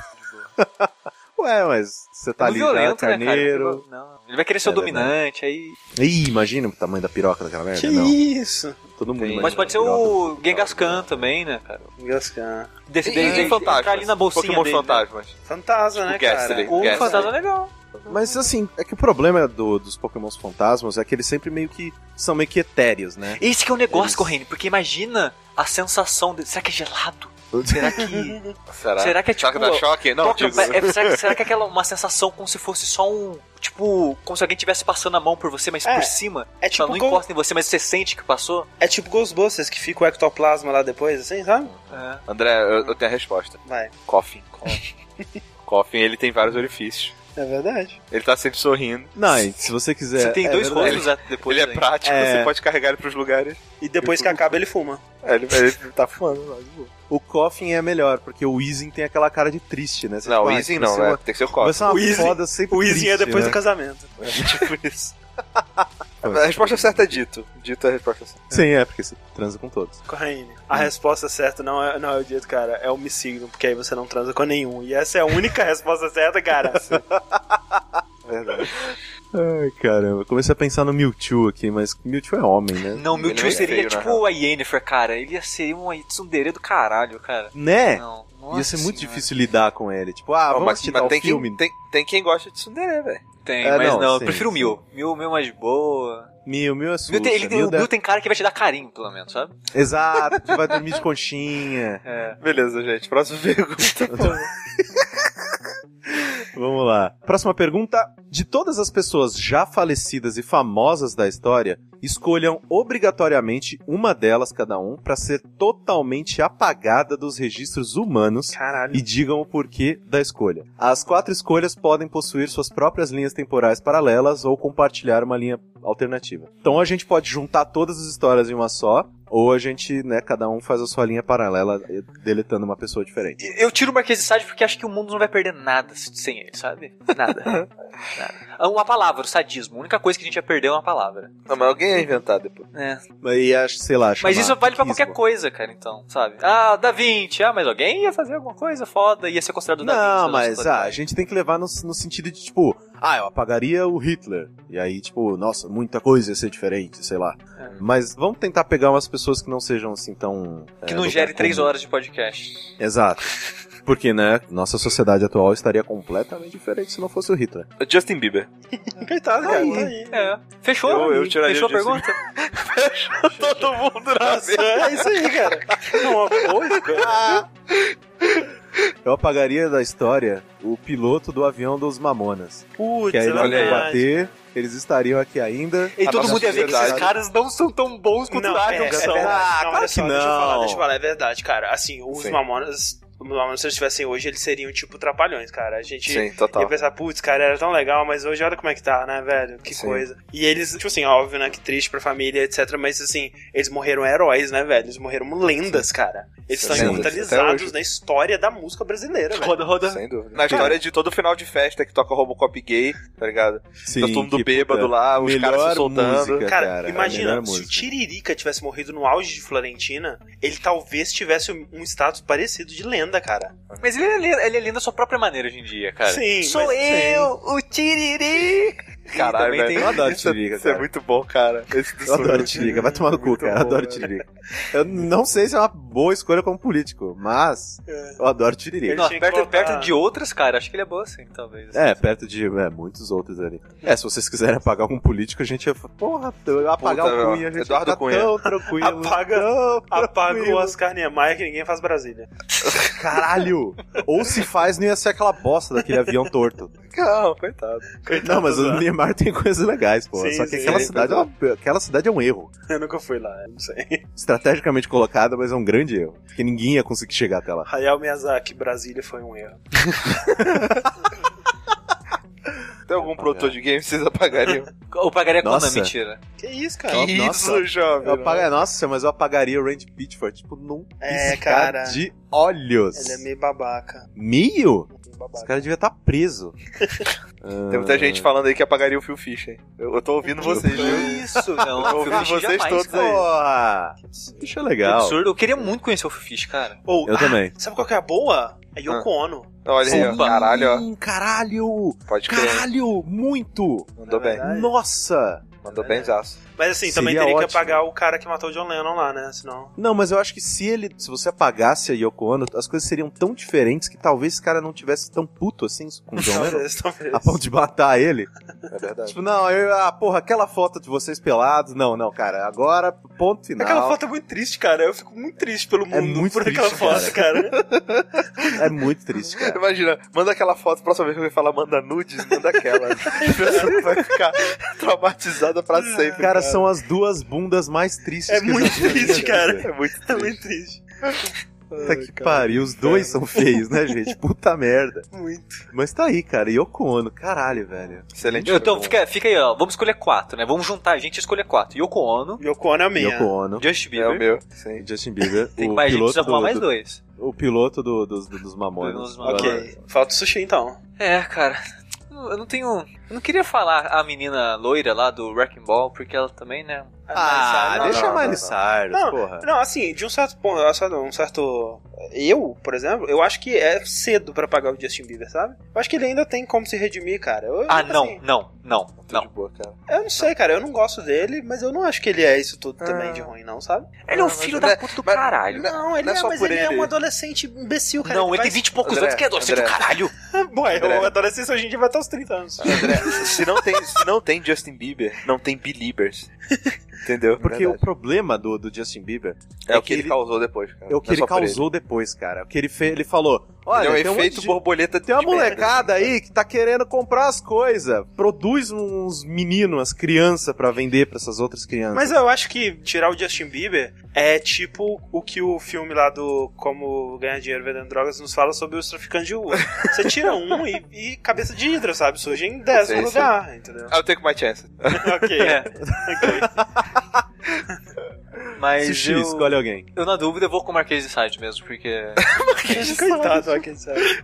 Speaker 1: Ué, mas você tá
Speaker 5: Muito
Speaker 1: ali, já,
Speaker 5: violento, né,
Speaker 1: carneiro.
Speaker 5: cara? Não, ele vai querer ser o
Speaker 1: É
Speaker 5: dominante, aí...
Speaker 1: Ih, imagina o tamanho da piroca daquela merda.
Speaker 2: Que
Speaker 1: É, não.
Speaker 2: isso?
Speaker 1: Todo mundo
Speaker 4: Mas
Speaker 1: imagina
Speaker 5: Mas pode ser
Speaker 1: a piroca.
Speaker 5: o Gengascan também, né, cara?
Speaker 2: Engascar.
Speaker 5: Desse,
Speaker 4: E,
Speaker 5: dele,
Speaker 4: e
Speaker 5: dele
Speaker 4: fantasmas.
Speaker 5: entrar ali na bolsinha
Speaker 4: Pokémon
Speaker 5: dele, né?
Speaker 4: fantasmas.
Speaker 1: Tipo
Speaker 2: Fantasma, né,
Speaker 4: O Gastly.
Speaker 2: cara?
Speaker 5: Ou um
Speaker 4: Gasly.
Speaker 5: fantasma legal.
Speaker 1: Mas assim, é que o problema do- dos Pokémons fantasmas é que eles sempre meio que são meio que etéreos, né?
Speaker 5: Esse que é o negócio,
Speaker 1: Eles-
Speaker 5: Corrêne, porque imagina a sensação de... Será que é gelado? Será que...
Speaker 4: Será?
Speaker 5: Será que é tipo...
Speaker 4: Será que dá choque? Não, tipo-
Speaker 5: toca-
Speaker 4: digo.
Speaker 5: é, será, que- será que é aquela uma sensação como se fosse só um... Tipo, como se alguém estivesse passando a mão por você, mas
Speaker 2: É.
Speaker 5: por cima.
Speaker 2: É
Speaker 5: Tipo,
Speaker 2: tipo,
Speaker 5: não
Speaker 2: Go-
Speaker 5: encosta em você, mas você sente que passou.
Speaker 2: é tipo Ghostbusters que fica o ectoplasma lá depois, assim, sabe?
Speaker 1: Uhum.
Speaker 5: É.
Speaker 4: André, eu, eu tenho a resposta.
Speaker 2: Vai.
Speaker 4: Coffin. Coffin, ele tem vários orifícios.
Speaker 2: É verdade.
Speaker 4: Ele tá sempre sorrindo.
Speaker 1: Não, e se você quiser.
Speaker 5: Você tem
Speaker 1: é
Speaker 5: dois
Speaker 1: verdade.
Speaker 5: rostos é, depois.
Speaker 4: ele é
Speaker 5: hein?
Speaker 4: prático,
Speaker 1: É.
Speaker 4: você pode carregar ele pros lugares.
Speaker 2: E depois que acaba, ele fuma.
Speaker 4: É, ele, ele tá fumando lá de boa.
Speaker 1: O Coffin é melhor, porque o Weezing tem aquela cara de triste, né? Você
Speaker 4: Não, o
Speaker 1: fala, ah,
Speaker 4: Easy
Speaker 1: vai
Speaker 4: não,
Speaker 1: ser
Speaker 4: né?
Speaker 1: uma-
Speaker 4: Tem que ser o
Speaker 1: Vai
Speaker 4: Coffin.
Speaker 1: ser uma
Speaker 2: O Weezing-
Speaker 1: foda sempre
Speaker 2: O Izzy é
Speaker 1: triste,
Speaker 2: depois
Speaker 1: né?
Speaker 2: do casamento.
Speaker 4: tipo isso. A resposta certa é dito. Dito é a resposta certa.
Speaker 1: Sim, é, porque você transa com todos.
Speaker 2: Corrine. A resposta certa não é, não é o dito, cara. É o missignum, porque aí você não transa com nenhum. E essa é a única resposta certa, cara.
Speaker 4: É Verdade.
Speaker 1: Ai, caramba. Eu comecei a pensar no Mewtwo aqui, mas Mewtwo é homem, né?
Speaker 5: Não, meu
Speaker 4: Ele
Speaker 5: tio
Speaker 4: é
Speaker 5: seria
Speaker 4: feio, na
Speaker 5: tipo a Yennefer, cara. Ele ia ser um tsundere do caralho, cara.
Speaker 1: Né?
Speaker 5: Não.
Speaker 1: Ia
Speaker 5: nossa
Speaker 1: ser muito
Speaker 5: senhora.
Speaker 1: difícil lidar com ele. Tipo, ah, vamos
Speaker 4: mas,
Speaker 1: assistir
Speaker 4: mas
Speaker 1: tal
Speaker 4: tem,
Speaker 1: filme.
Speaker 4: quem, tem, tem quem gosta de Sundere, velho.
Speaker 5: Tem,
Speaker 1: É,
Speaker 5: mas
Speaker 1: não,
Speaker 5: não, eu
Speaker 1: sim,
Speaker 5: prefiro o
Speaker 1: sim.
Speaker 5: Mil. Mil, Mil é mais de boa.
Speaker 1: Mil, Mil é
Speaker 5: Mil
Speaker 1: sujo.
Speaker 5: tem, ele tem, o
Speaker 1: Mil dá-
Speaker 5: Mil tem cara que vai te dar carinho, pelo menos, sabe?
Speaker 1: Exato, que vai dormir de conchinha.
Speaker 5: É.
Speaker 4: Beleza, gente. Próxima pergunta.
Speaker 1: Vamos lá. Próxima pergunta. De todas as pessoas já falecidas e famosas da história, escolham obrigatoriamente uma delas cada um pra ser totalmente apagada dos registros humanos
Speaker 2: Caralho.
Speaker 1: e digam o porquê da escolha. As quatro escolhas podem possuir suas próprias linhas temporais paralelas ou compartilhar uma linha alternativa. Então a gente pode juntar todas as histórias em uma só, ou a gente, né, cada um faz a sua linha paralela eh, deletando uma pessoa diferente.
Speaker 5: E Eu tiro o Marquês de Sade porque acho que o mundo não vai perder nada se- sem ele, sabe? Nada. Nada. Uma palavra, o sadismo. A única coisa que a gente ia perder é uma palavra.
Speaker 4: Não, mas alguém ia inventar depois.
Speaker 5: É.
Speaker 1: E acho, sei lá,
Speaker 5: Mas
Speaker 1: chamar
Speaker 5: isso vale pra qualquer
Speaker 1: anarquismo.
Speaker 5: coisa, cara, então, sabe? Ah, Da Vinci, ah, mas alguém ia fazer alguma coisa foda, ia né? ser considerado Da Vinci.
Speaker 1: Não,
Speaker 5: da
Speaker 1: mas
Speaker 5: nossa
Speaker 1: ah, a gente tem que levar no, no sentido de, tipo, ah, eu apagaria o Hitler. E aí, tipo, nossa, muita coisa ia ser diferente, sei lá.
Speaker 5: É.
Speaker 1: Mas vamos tentar pegar umas pessoas que não sejam assim tão.
Speaker 5: Que
Speaker 1: é,
Speaker 5: não
Speaker 1: lugar
Speaker 5: gere três
Speaker 1: comum.
Speaker 5: horas de podcast.
Speaker 1: Exato. Porque, né, nossa sociedade atual estaria completamente diferente se não fosse o Hitler.
Speaker 4: Justin Bieber.
Speaker 2: Coitado, cara.
Speaker 1: Aí.
Speaker 2: Tá aí.
Speaker 5: É. Fechou?
Speaker 4: Eu- eu tiraria
Speaker 5: Fechou a
Speaker 4: o Justin
Speaker 5: pergunta?
Speaker 4: Todo mundo na
Speaker 2: Nossa, é isso aí, cara. É uma boa escolha.
Speaker 1: Eu apagaria da história o piloto do avião dos Mamonas.
Speaker 2: Putz,
Speaker 1: que aí
Speaker 2: é
Speaker 1: não ia
Speaker 2: verdade.
Speaker 1: bater, eles estariam aqui ainda.
Speaker 5: E
Speaker 4: A
Speaker 5: todo
Speaker 4: nossa
Speaker 5: mundo ia ver que esses
Speaker 4: sociedade.
Speaker 5: caras não são tão bons quanto
Speaker 2: Não,
Speaker 5: acham
Speaker 2: é,
Speaker 5: que
Speaker 2: é
Speaker 5: são.
Speaker 2: verdade.
Speaker 1: Ah,
Speaker 2: não,
Speaker 1: claro
Speaker 2: olha só,
Speaker 1: que
Speaker 2: Deixa eu
Speaker 1: não.
Speaker 2: falar, deixa eu falar, é verdade, cara. Assim, os
Speaker 1: Sim.
Speaker 2: Mamonas Não, se eles estivessem hoje, eles seriam tipo trapalhões, cara. A gente
Speaker 4: Sim, total.
Speaker 2: ia pensar, putz, cara, era tão legal, mas hoje olha como é que tá, né, velho? Que
Speaker 4: Sim.
Speaker 2: coisa. E eles, tipo assim, óbvio, né? Que triste pra família, etc. Mas assim, eles morreram heróis, né, velho? Eles morreram lendas, cara. Eles
Speaker 4: Sim,
Speaker 2: são
Speaker 4: lendas. Até
Speaker 2: imortalizados
Speaker 4: hoje.
Speaker 2: na história da música brasileira, velho.
Speaker 5: Roda, roda.
Speaker 4: Sem dúvida. Na história de todo final de festa que toca Robocop gay, tá ligado?
Speaker 1: Sim,
Speaker 4: tá todo mundo
Speaker 1: que
Speaker 4: bêbado
Speaker 1: puta.
Speaker 4: lá, os
Speaker 1: Melhor
Speaker 4: caras se soltando.
Speaker 1: música.
Speaker 2: Cara,
Speaker 1: cara, a
Speaker 2: imagina,
Speaker 1: melhor
Speaker 2: se o
Speaker 1: música.
Speaker 2: Tiririca tivesse morrido no auge de Florentina, ele talvez tivesse um status parecido de lenda, cara.
Speaker 5: Mas ele é, lindo- ele é lindo da sua própria maneira hoje em dia, cara.
Speaker 2: Sim,
Speaker 5: Sou
Speaker 2: mas-
Speaker 5: eu, o Tiriri.
Speaker 4: Caralho,
Speaker 5: também
Speaker 4: velho.
Speaker 5: tem-
Speaker 1: Eu adoro
Speaker 4: Isso, é-
Speaker 1: Tiririca,
Speaker 4: isso é
Speaker 1: cara.
Speaker 4: muito bom, cara. Esse do
Speaker 1: Eu adoro
Speaker 4: Sonic.
Speaker 1: Tiririca, vai tomar no cu,
Speaker 4: Muito
Speaker 1: cara.
Speaker 4: bom,
Speaker 1: Eu adoro
Speaker 4: velho.
Speaker 1: Tiririca. Eu não sei se é uma boa escolha como político, mas
Speaker 2: É.
Speaker 1: eu adoro Tiririca.
Speaker 2: Ele
Speaker 5: Não,
Speaker 2: tinha que
Speaker 5: perto,
Speaker 2: botar-
Speaker 5: perto de outras, cara, acho que ele é boa assim, talvez.
Speaker 1: É, perto de é, muitos outros ali. É, se vocês quiserem apagar algum político, a gente ia. fa- Porra, eu ia apagar
Speaker 4: Puta,
Speaker 1: o Cunha, a gente
Speaker 4: Eduardo
Speaker 1: ia ficar
Speaker 4: Cunha.
Speaker 1: tão tranquilo.
Speaker 2: Apaga-
Speaker 1: tão
Speaker 2: Apaga o
Speaker 1: tranquilo.
Speaker 2: Oscar Niemeyer que ninguém faz Brasília.
Speaker 1: Caralho! Ou se faz, não ia ser aquela bosta daquele avião torto.
Speaker 4: Calma, coitado.
Speaker 1: Não, mas o Neymar tem coisas legais, pô.
Speaker 2: Sim,
Speaker 1: Só que
Speaker 2: sim,
Speaker 1: aquela
Speaker 2: sim,
Speaker 1: cidade, ela- aquela cidade é um erro.
Speaker 2: Eu nunca fui lá, eu não sei.
Speaker 1: Estrategicamente colocada, mas é um grande erro. Porque ninguém ia conseguir chegar até lá.
Speaker 2: Hayao Miyazaki, Brasília foi um erro.
Speaker 4: Tem algum produtor de game que vocês apagariam?
Speaker 5: Ou pagaria
Speaker 1: Nossa.
Speaker 5: Konami, mentira.
Speaker 2: Que isso,
Speaker 4: que
Speaker 2: cara?
Speaker 1: Nossa.
Speaker 4: isso, jovem.
Speaker 1: Eu apaga... Nossa, mas eu apagaria o Randy Pitchford, tipo, num
Speaker 2: É,
Speaker 1: piscar
Speaker 2: cara.
Speaker 1: de olhos.
Speaker 2: Ele é meio babaca.
Speaker 1: Meio?
Speaker 2: Meio
Speaker 1: Esse
Speaker 2: babaca.
Speaker 1: cara devia estar preso.
Speaker 4: Tem muita gente falando aí que apagaria o Phil Fish, hein? Eu, eu tô ouvindo vocês, viu?
Speaker 5: Isso, não.
Speaker 4: Eu
Speaker 5: o
Speaker 4: ouvi
Speaker 5: Fish
Speaker 4: vocês
Speaker 5: jamais,
Speaker 4: todos
Speaker 5: cara.
Speaker 4: aí.
Speaker 1: Porra! Bicho é
Speaker 5: Que
Speaker 1: legal.
Speaker 5: absurdo. Eu queria muito conhecer o Fish, cara.
Speaker 2: Ou,
Speaker 1: Eu também. Ah.
Speaker 2: sabe qual que é a boa? É Yoko Ono.
Speaker 4: Ah, Olha aí, ó.
Speaker 5: Opa.
Speaker 4: Caralho, ó.
Speaker 1: Hum, caralho!
Speaker 4: Pode crer.
Speaker 1: Caralho! Muito!
Speaker 4: Mandou bem.
Speaker 2: é. Verdade.
Speaker 1: Nossa!
Speaker 4: Mandou bem, zaço.
Speaker 2: Mas assim, também
Speaker 1: Seria
Speaker 2: teria que
Speaker 1: ótimo.
Speaker 2: apagar o cara que matou o John Lennon lá, né? Senão.
Speaker 1: Não, mas eu acho que se ele, se você apagasse a Yoko Ono, as coisas seriam tão diferentes que talvez esse cara não tivesse tão puto assim com o John Lennon.
Speaker 2: Talvez, talvez.
Speaker 1: A ponto de matar ele.
Speaker 4: É verdade.
Speaker 1: Tipo, não, eu, ah, porra, aquela foto de vocês pelados. Não, não, cara. Agora, ponto final.
Speaker 2: Aquela foto é muito triste, cara. Eu fico muito triste pelo mundo
Speaker 1: É muito
Speaker 2: por
Speaker 1: triste,
Speaker 2: aquela foto, cara.
Speaker 1: É muito triste, cara.
Speaker 4: Imagina, manda aquela foto, próxima vez que eu falar manda nudes, manda aquela. A pessoa vai ficar traumatizada pra sempre.
Speaker 1: Cara, são as duas bundas mais tristes
Speaker 2: É
Speaker 1: que eu já
Speaker 2: muito
Speaker 1: vi na minha
Speaker 2: triste,
Speaker 1: vida.
Speaker 2: cara.
Speaker 4: É muito
Speaker 2: É muito triste.
Speaker 1: Puta que pariu, os dois são feios, né, gente? Puta merda.
Speaker 2: Muito.
Speaker 1: Mas tá aí, cara, Yoko Ono, caralho, velho.
Speaker 4: excelente.
Speaker 5: Então,
Speaker 4: Foi
Speaker 5: fica, fica aí, ó. Vamos escolher quatro, né? Vamos juntar a gente e escolher quatro. Yoko Ono,
Speaker 2: Yoko Ono é a minha.
Speaker 1: Yoko Ono,
Speaker 5: Just
Speaker 4: bom. É o
Speaker 5: Bieber.
Speaker 4: meu. Sim.
Speaker 1: Justin Bieber,
Speaker 5: Tem
Speaker 1: o
Speaker 5: mais gente,
Speaker 1: piloto,
Speaker 5: precisa arrumar
Speaker 1: do,
Speaker 5: mais
Speaker 1: do-
Speaker 5: dois.
Speaker 1: o piloto do- dos, dos Mamonas.
Speaker 5: Dos Mamonas.
Speaker 2: Ok. Falta o sushi então.
Speaker 5: É, cara. Eu não tenho. Eu não queria falar a menina loira lá do Wrecking Ball, porque ela também, né?
Speaker 1: Ah,
Speaker 2: Não,
Speaker 1: deixa
Speaker 4: não,
Speaker 1: a Miley
Speaker 4: não.
Speaker 1: Cyrus,
Speaker 2: Não,
Speaker 1: porra.
Speaker 2: Não, assim, de um certo ponto, um certo- um certo. Eu, por exemplo, eu acho que é cedo pra pagar o Justin Bieber, sabe? Eu acho que ele ainda tem como se redimir, cara. Eu-
Speaker 5: Ah,
Speaker 2: assim,
Speaker 5: não, não, não,
Speaker 4: Tô de
Speaker 5: não.
Speaker 4: boa, cara.
Speaker 2: Eu não sei, cara. Eu não gosto dele, mas eu não acho que ele é isso tudo também de ruim, não, sabe?
Speaker 5: Ele é um
Speaker 4: Não, mas-
Speaker 5: filho da puta do
Speaker 4: mas-
Speaker 5: caralho.
Speaker 2: Não, ele
Speaker 4: não é
Speaker 2: é,
Speaker 4: só
Speaker 2: mas
Speaker 4: por
Speaker 2: ele, é
Speaker 4: ele.
Speaker 2: um adolescente imbecil, cara.
Speaker 5: Não, ele tem
Speaker 2: faz-
Speaker 5: 20 e poucos
Speaker 4: André,
Speaker 5: anos que é adolescente do
Speaker 4: André.
Speaker 5: caralho.
Speaker 2: Bom, é,
Speaker 4: André.
Speaker 2: o adolescente hoje em dia vai até os 30 anos.
Speaker 4: André, se não, tem, se não tem Justin Bieber, não tem Beliebers. Entendeu?
Speaker 1: é Porque
Speaker 4: Verdade.
Speaker 1: o problema do, do Justin Bieber
Speaker 4: é o que ele,
Speaker 1: ele-
Speaker 4: causou depois, cara.
Speaker 1: é o que
Speaker 4: Não
Speaker 1: ele
Speaker 4: só por
Speaker 1: causou depois, cara. O que ele fez, ele falou,
Speaker 4: Ele
Speaker 1: olha,
Speaker 4: é
Speaker 1: tem um
Speaker 4: um
Speaker 1: monte
Speaker 4: efeito
Speaker 1: de-
Speaker 4: borboleta
Speaker 1: Tem uma
Speaker 4: de merda.
Speaker 1: molecada aí que tá querendo comprar as coisas. Produz uns meninos, as crianças, pra vender pra essas outras crianças.
Speaker 2: Mas eu acho que tirar o Justin Bieber é tipo o que o filme lá do Como Ganhar Dinheiro Vendendo Drogas nos fala sobre os traficantes de rua. Você tira um e, e cabeça de hidra, sabe? Surgem 10
Speaker 4: Sim,
Speaker 2: no
Speaker 4: sim.
Speaker 2: lugar, entendeu?
Speaker 4: I'll take my chance.
Speaker 2: ok.
Speaker 5: É.
Speaker 2: ok.
Speaker 5: Mas
Speaker 1: Sushi,
Speaker 5: eu,
Speaker 1: escolhe alguém.
Speaker 5: eu, na dúvida, eu vou com o Marquês de Sade mesmo, porque... é
Speaker 2: Coitado, ok, sabe?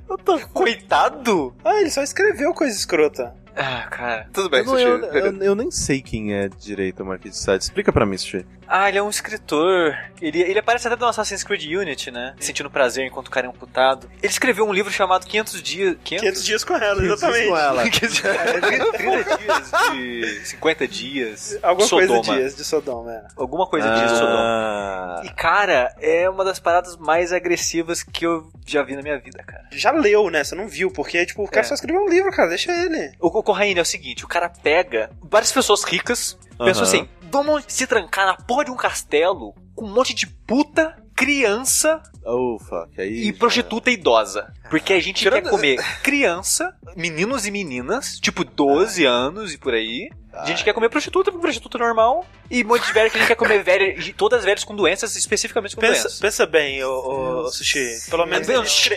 Speaker 5: Coitado!
Speaker 2: Ah, ele só escreveu coisa escrota.
Speaker 5: Ah, cara.
Speaker 4: Tudo bem,
Speaker 1: eu, não-
Speaker 4: Sushi.
Speaker 1: eu- eu- eu nem sei quem é direito o Marquês de Sade. Explica pra mim, Sushi.
Speaker 5: Ah, ele é um escritor. Ele, ele aparece até no Assassin's Creed Unity, né? Sentindo prazer enquanto o cara é amputado. Ele escreveu um livro chamado 500 dias... 500?
Speaker 2: 500 dias com ela, exatamente.
Speaker 1: com ela.
Speaker 5: 30 dias de... 50 dias.
Speaker 2: Alguma
Speaker 5: Sodoma.
Speaker 2: coisa dias de Sodoma, é.
Speaker 5: Alguma coisa de Sodoma.
Speaker 1: Ah,
Speaker 5: E, cara, é uma das paradas mais agressivas que eu já vi na minha vida, cara.
Speaker 2: Já leu, né? Você não viu, porque, tipo, o cara
Speaker 5: É.
Speaker 2: só escreveu um livro, cara, deixa ele.
Speaker 5: O, o Corraine é o seguinte, o cara pega várias pessoas ricas,
Speaker 1: Aham.
Speaker 5: pessoas assim, vamos se trancar na porra de um castelo com um monte de puta, criança
Speaker 1: ufa, que aí.
Speaker 5: e prostituta idosa. Porque a gente
Speaker 4: Tirando-
Speaker 5: quer comer criança, meninos e meninas, tipo 12 anos e por aí, A gente quer comer prostituta, prostituta normal. E um monte de velho que a gente quer comer velho, e todas velhas com doenças, especificamente com
Speaker 2: Pensa,
Speaker 5: doenças.
Speaker 2: pensa bem, o, Sushi. Pelo menos.
Speaker 5: Meu Deus,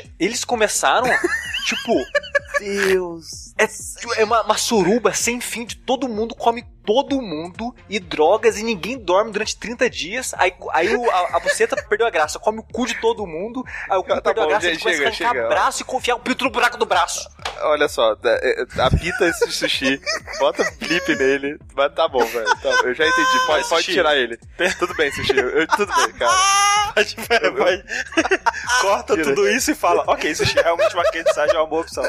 Speaker 5: eles começaram, tipo,
Speaker 1: Deus.
Speaker 5: é, é uma, uma suruba sem fim de todo mundo, come todo mundo e drogas e ninguém dorme durante 30 dias. Aí, aí o- a, a buceta perdeu a graça, come o cu de todo mundo, aí o cu
Speaker 4: Tá
Speaker 5: perdeu
Speaker 4: bom,
Speaker 5: a graça,
Speaker 4: gente,
Speaker 5: ele começa
Speaker 4: chega,
Speaker 5: a arrancar
Speaker 4: chega, ó.
Speaker 5: braço e confiar o pinto no buraco do braço.
Speaker 4: Olha só, da- é, é, apita esse sushi, bota flip nele, mas tá bom, velho. Tá bom, eu já entendi, pode,
Speaker 2: Mas,
Speaker 4: pode
Speaker 2: sushi.
Speaker 4: tirar ele. Tudo bem, sushi, eu- eu- tudo bem, cara.
Speaker 2: Pode- pode- Corta
Speaker 4: Tira.
Speaker 2: tudo isso e fala: Ok, Sushi, realmente uma quentissagem é uma boa opção.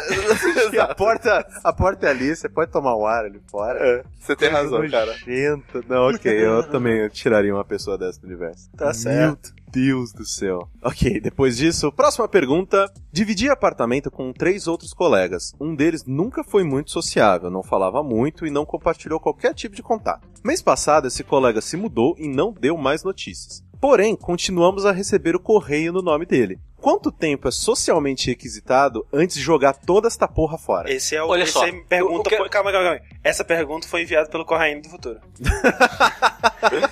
Speaker 1: E a porta, a porta é ali, você pode tomar o ar ali fora.
Speaker 4: É, você tem razão,
Speaker 1: Coisa
Speaker 4: cara.
Speaker 1: nojenta. Não, ok, eu também eu tiraria uma pessoa dessa do universo.
Speaker 2: Tá certo.
Speaker 1: Meu Deus do céu. Ok, depois disso, próxima pergunta. Dividi apartamento com três outros colegas. Um deles nunca foi muito sociável, não falava muito e não compartilhou qualquer tipo de contato. Mês passado, esse colega se mudou e não deu mais notícias. Porém, continuamos a receber o correio no nome dele. Quanto tempo é socialmente requisitado antes de jogar toda esta porra fora?
Speaker 2: Esse é o.
Speaker 5: Olha
Speaker 2: esse
Speaker 5: só,
Speaker 2: aí pergunta.
Speaker 5: eu quero-
Speaker 2: foi- Calma, calma, calma. Essa pergunta foi enviada pelo Corraine do Futuro.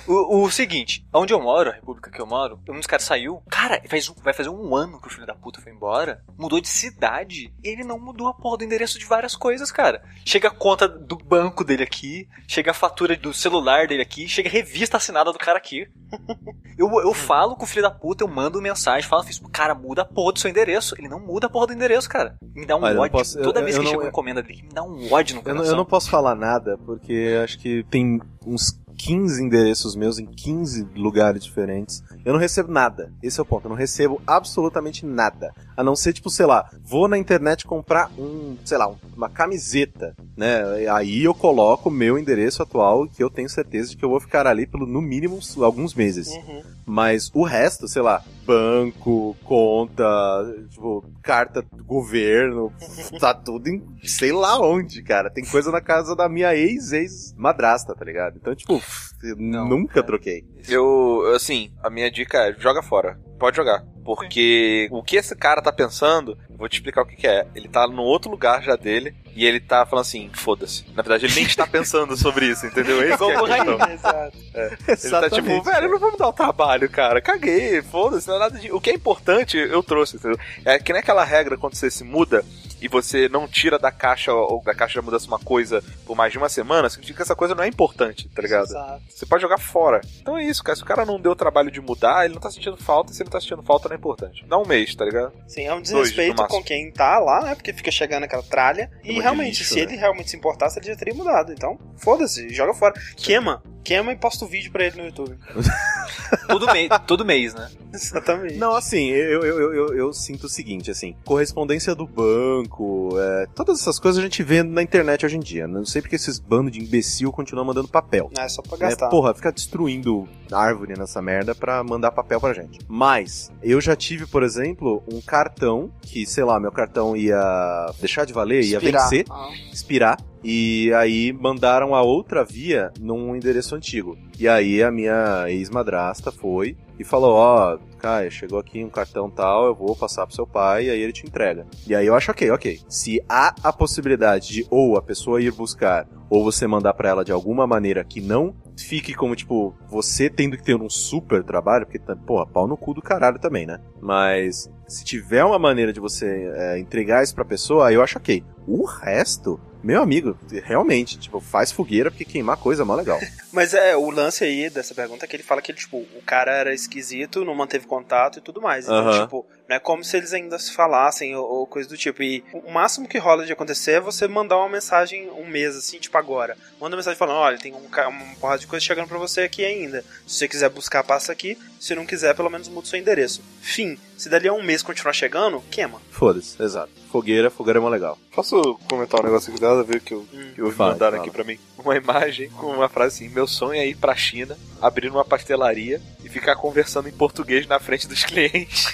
Speaker 5: O, o seguinte, onde eu moro, a república que eu moro, um dos caras saiu. Cara, faz um- vai fazer um ano que o filho da puta foi embora, mudou de cidade e ele não mudou a porra do endereço de várias coisas, cara. Chega a conta do banco dele aqui, chega a fatura do celular dele aqui, chega a revista assinada do cara aqui. Eu, eu falo com o filho da puta, eu mando mensagem, falo, fiz, cara, muda a porra do seu endereço. Ele não muda a porra do endereçero, cara. Me dá um
Speaker 1: Olha, eu não
Speaker 5: ódio.
Speaker 1: posso- eu-
Speaker 5: Toda
Speaker 1: eu-
Speaker 5: vez
Speaker 1: eu
Speaker 5: que
Speaker 1: não-
Speaker 5: chega uma encomenda dele, me dá um ódio no
Speaker 1: Eu não,
Speaker 5: coração.
Speaker 1: eu não posso falar nada, porque acho que tem uns 15 endereços meus em 15 lugares diferentes. Eu não recebo nada. Esse é o ponto. Eu não recebo absolutamente nada. A não ser, tipo, sei lá, vou na internet comprar um, sei lá, um- uma camiseta, né? Aí eu coloco o meu endereço atual, que eu tenho certeza de que eu vou ficar ali pelo, no mínimo, uns- alguns meses.
Speaker 5: Uhum.
Speaker 1: Mas o resto, sei lá, banco, conta, tipo, carta do governo, tá tudo em sei lá onde, cara. Tem coisa na casa da minha ex-ex-madrasta, tá ligado? Então, tipo, eu
Speaker 5: Não,
Speaker 1: nunca
Speaker 5: cara.
Speaker 1: troquei.
Speaker 4: Eu, assim, a minha dica é joga fora. Pode jogar. Porque o que esse cara tá pensando, eu vou te explicar o que, que é. Ele tá no outro lugar já dele e ele tá falando assim, foda-se. Na verdade, ele nem está pensando sobre isso, entendeu? Esse que é a questão.
Speaker 2: Exato.
Speaker 4: Ele tá tipo, velho, eu não vou me dar o trabalho, cara. Caguei, foda-se, não é nada de. O que é importante, eu trouxe, entendeu? É que nem aquela regra quando você se muda e você não tira da caixa ou da caixa da mudança uma coisa por mais de uma semana, significa que essa coisa não é importante, tá ligado? Você pode jogar fora. Então é isso, cara. Se o cara não deu o trabalho de mudar, ele não tá sentindo falta, e se ele não tá sentindo falta, não é importante. Dá um mês, tá ligado?
Speaker 2: Sim, é um
Speaker 4: no
Speaker 2: desrespeito com
Speaker 4: máximo.
Speaker 2: quem tá lá, né? Porque fica chegando aquela tralha. E
Speaker 4: de
Speaker 2: realmente,
Speaker 4: lixo,
Speaker 2: se
Speaker 4: né?
Speaker 2: ele realmente se importasse, ele já teria mudado. Então, foda-se, joga fora. Queima. Queima e posta o vídeo pra ele no YouTube.
Speaker 5: Todo, mês, todo mês, né?
Speaker 2: Exatamente.
Speaker 1: Não, assim, eu, eu, eu, eu, eu sinto o seguinte, assim, correspondência do banco, é, todas essas coisas a gente vê na internet hoje em dia. Não sei porque esses bandos de imbecil continuam mandando papel.
Speaker 2: Não, é só pra
Speaker 1: né?
Speaker 2: gastar.
Speaker 1: porra, fica destruindo árvore nessa merda pra mandar papel pra gente. Mas, eu já tive, por exemplo, um cartão que, sei lá, meu cartão ia deixar de valer, ia
Speaker 2: Expirar.
Speaker 1: vencer
Speaker 2: Ah.
Speaker 1: expirar. E aí mandaram a outra via num endereço antigo. E aí a minha ex-madrasta foi e falou: Ó, Caio, chegou aqui um cartão tal, eu vou passar pro seu pai e aí ele te entrega. E aí eu acho ok, ok. Se há a possibilidade de ou a pessoa ir buscar ou você mandar pra ela de alguma maneira que não fique como, tipo, você tendo que ter um super trabalho, porque, tá- porra, pau no cu do caralho também, né? Mas se tiver uma maneira de você é, entregar isso pra pessoa, aí eu acho ok. O resto, meu amigo, realmente, tipo, faz fogueira porque queimar coisa é mó legal.
Speaker 2: Mas é, o lance aí dessa pergunta é que ele fala que, tipo, o cara era esquisito, não manteve contato e tudo mais. Então,
Speaker 1: Aham.
Speaker 2: tipo, não é como se eles ainda se falassem ou, ou coisa do tipo. E o máximo que rola de acontecer é você mandar uma mensagem um mês, assim, tipo agora. Manda uma mensagem falando, olha, tem um, ca- uma porrada de coisa chegando pra você aqui ainda. Se você quiser buscar, passa aqui. Se não quiser, pelo menos muda o seu endereço. Fim. Se dali a um mês continuar chegando, queima.
Speaker 1: Foda-se, exato. Fogueira, fogueira é mó legal.
Speaker 4: Posso comentar um negócio aqui nada a ver que eu,
Speaker 2: Hum.
Speaker 4: que eu ouvi
Speaker 1: Fala,
Speaker 4: mandaram
Speaker 1: fala.
Speaker 4: aqui pra mim? Uma imagem com uma frase assim: Meu sonho é ir pra China, abrir uma pastelaria e ficar conversando em português na frente dos clientes.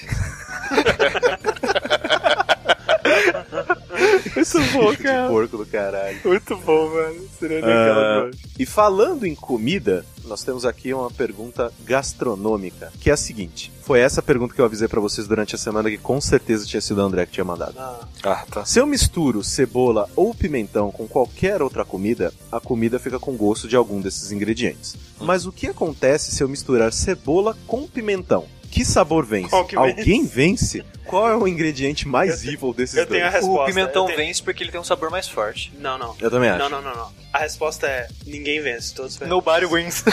Speaker 1: Isso bom, cara. porco do caralho.
Speaker 4: Muito bom, velho. Seria
Speaker 1: Ah. E falando em comida, Nós temos aqui uma pergunta gastronômica, que é a seguinte. Foi essa pergunta que eu avisei pra vocês durante a semana que com certeza tinha sido o André que tinha mandado.
Speaker 2: Ah,
Speaker 4: Ah, tá.
Speaker 1: Se eu misturo cebola ou pimentão com qualquer outra comida, a comida fica com gosto de algum desses ingredientes. Mas o que acontece se eu misturar cebola com pimentão? Que sabor vence?
Speaker 2: Qual que vence?
Speaker 1: Alguém vence? Qual é o ingrediente mais evil desses
Speaker 2: eu
Speaker 1: dois?
Speaker 2: tenho a resposta.
Speaker 5: o pimentão
Speaker 2: eu tenho-
Speaker 5: vence porque ele tem um sabor mais forte.
Speaker 2: Não, não.
Speaker 1: Eu também acho.
Speaker 2: Não, não, não, não. A resposta é ninguém vence, todos vencem.
Speaker 5: Nobody wins.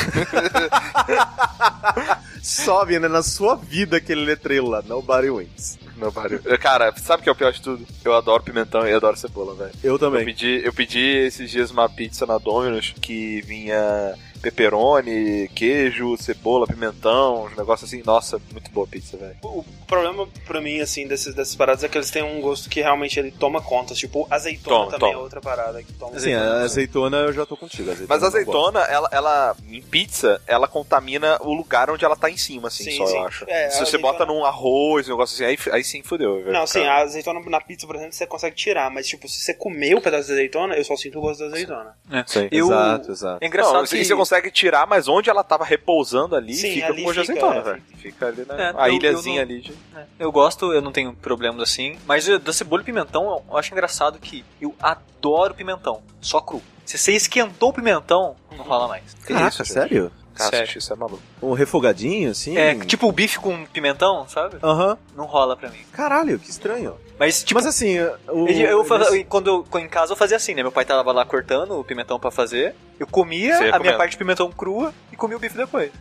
Speaker 1: Sobe, né? Na sua vida aquele letreiro lá. Nobody wins.
Speaker 4: Meu barulho. Cara, sabe o que é o pior de tudo? Eu adoro pimentão e adoro cebola, velho.
Speaker 1: Eu
Speaker 4: Eu
Speaker 1: também.
Speaker 4: pedi, eu pedi esses dias uma pizza na Domino's que vinha pepperoni, queijo, cebola, pimentão, uns negócios assim. Nossa, muito boa a pizza, velho.
Speaker 2: O problema pra mim, assim, desses, dessas paradas é que eles têm um gosto que realmente ele toma conta. Tipo, azeitona
Speaker 4: Toma,
Speaker 2: também é
Speaker 4: toma.
Speaker 2: outra parada que toma
Speaker 1: Assim, a azeitona eu já tô contigo. a Azeitona
Speaker 4: Mas a
Speaker 1: eu não gosto.
Speaker 4: azeitona, ela, ela, em pizza, ela contamina o lugar onde ela tá em cima, assim,
Speaker 2: Sim,
Speaker 4: só
Speaker 2: sim.
Speaker 4: eu acho.
Speaker 2: É,
Speaker 4: Se
Speaker 2: a
Speaker 4: você bota
Speaker 2: azeitona-
Speaker 4: num arroz, um negócio assim, aí, aí sim fodeu, velho.
Speaker 2: Não, sim, é
Speaker 4: cara.
Speaker 2: a azeitona na pizza, por exemplo, você consegue tirar, mas tipo, se você comer o pedaço de azeitona, eu só sinto o gosto da azeitona.
Speaker 4: Sim.
Speaker 5: É. Eu-
Speaker 1: Exato, exato.
Speaker 5: É engraçado
Speaker 4: não,
Speaker 5: que...
Speaker 4: e assim, você consegue tirar, mas onde ela tava repousando ali,
Speaker 2: Sim,
Speaker 4: fica
Speaker 2: ali
Speaker 4: com gosto de
Speaker 2: fica,
Speaker 4: azeitona,
Speaker 2: é,
Speaker 4: velho. Fica ali na
Speaker 5: É, eu-
Speaker 4: a
Speaker 5: eu
Speaker 4: ilhazinha
Speaker 5: não-
Speaker 4: ali de...
Speaker 5: É, Eu gosto, eu não tenho problemas assim. Mas eu- da cebola e pimentão, eu acho engraçado que eu adoro pimentão, só cru. Se você esquentou o pimentão, não rola mais.
Speaker 1: Caraca,
Speaker 4: gente?
Speaker 1: sério?
Speaker 4: Caraca,
Speaker 5: Sério.
Speaker 4: isso é maluco.
Speaker 1: Um refogadinho, assim?
Speaker 5: É, tipo o bife com pimentão, sabe?
Speaker 1: Aham.
Speaker 5: Não rola pra mim.
Speaker 1: Caralho, que estranho.
Speaker 5: Mas, tipo,
Speaker 1: Mas assim, o...
Speaker 5: eu, eu fa-
Speaker 1: nesse-
Speaker 5: quando eu quando em casa eu fazia assim, né? Meu pai tava lá cortando o pimentão pra fazer. Eu comia
Speaker 4: Você ia
Speaker 5: a minha
Speaker 4: comendo.
Speaker 5: parte de pimentão crua e comia o bife depois.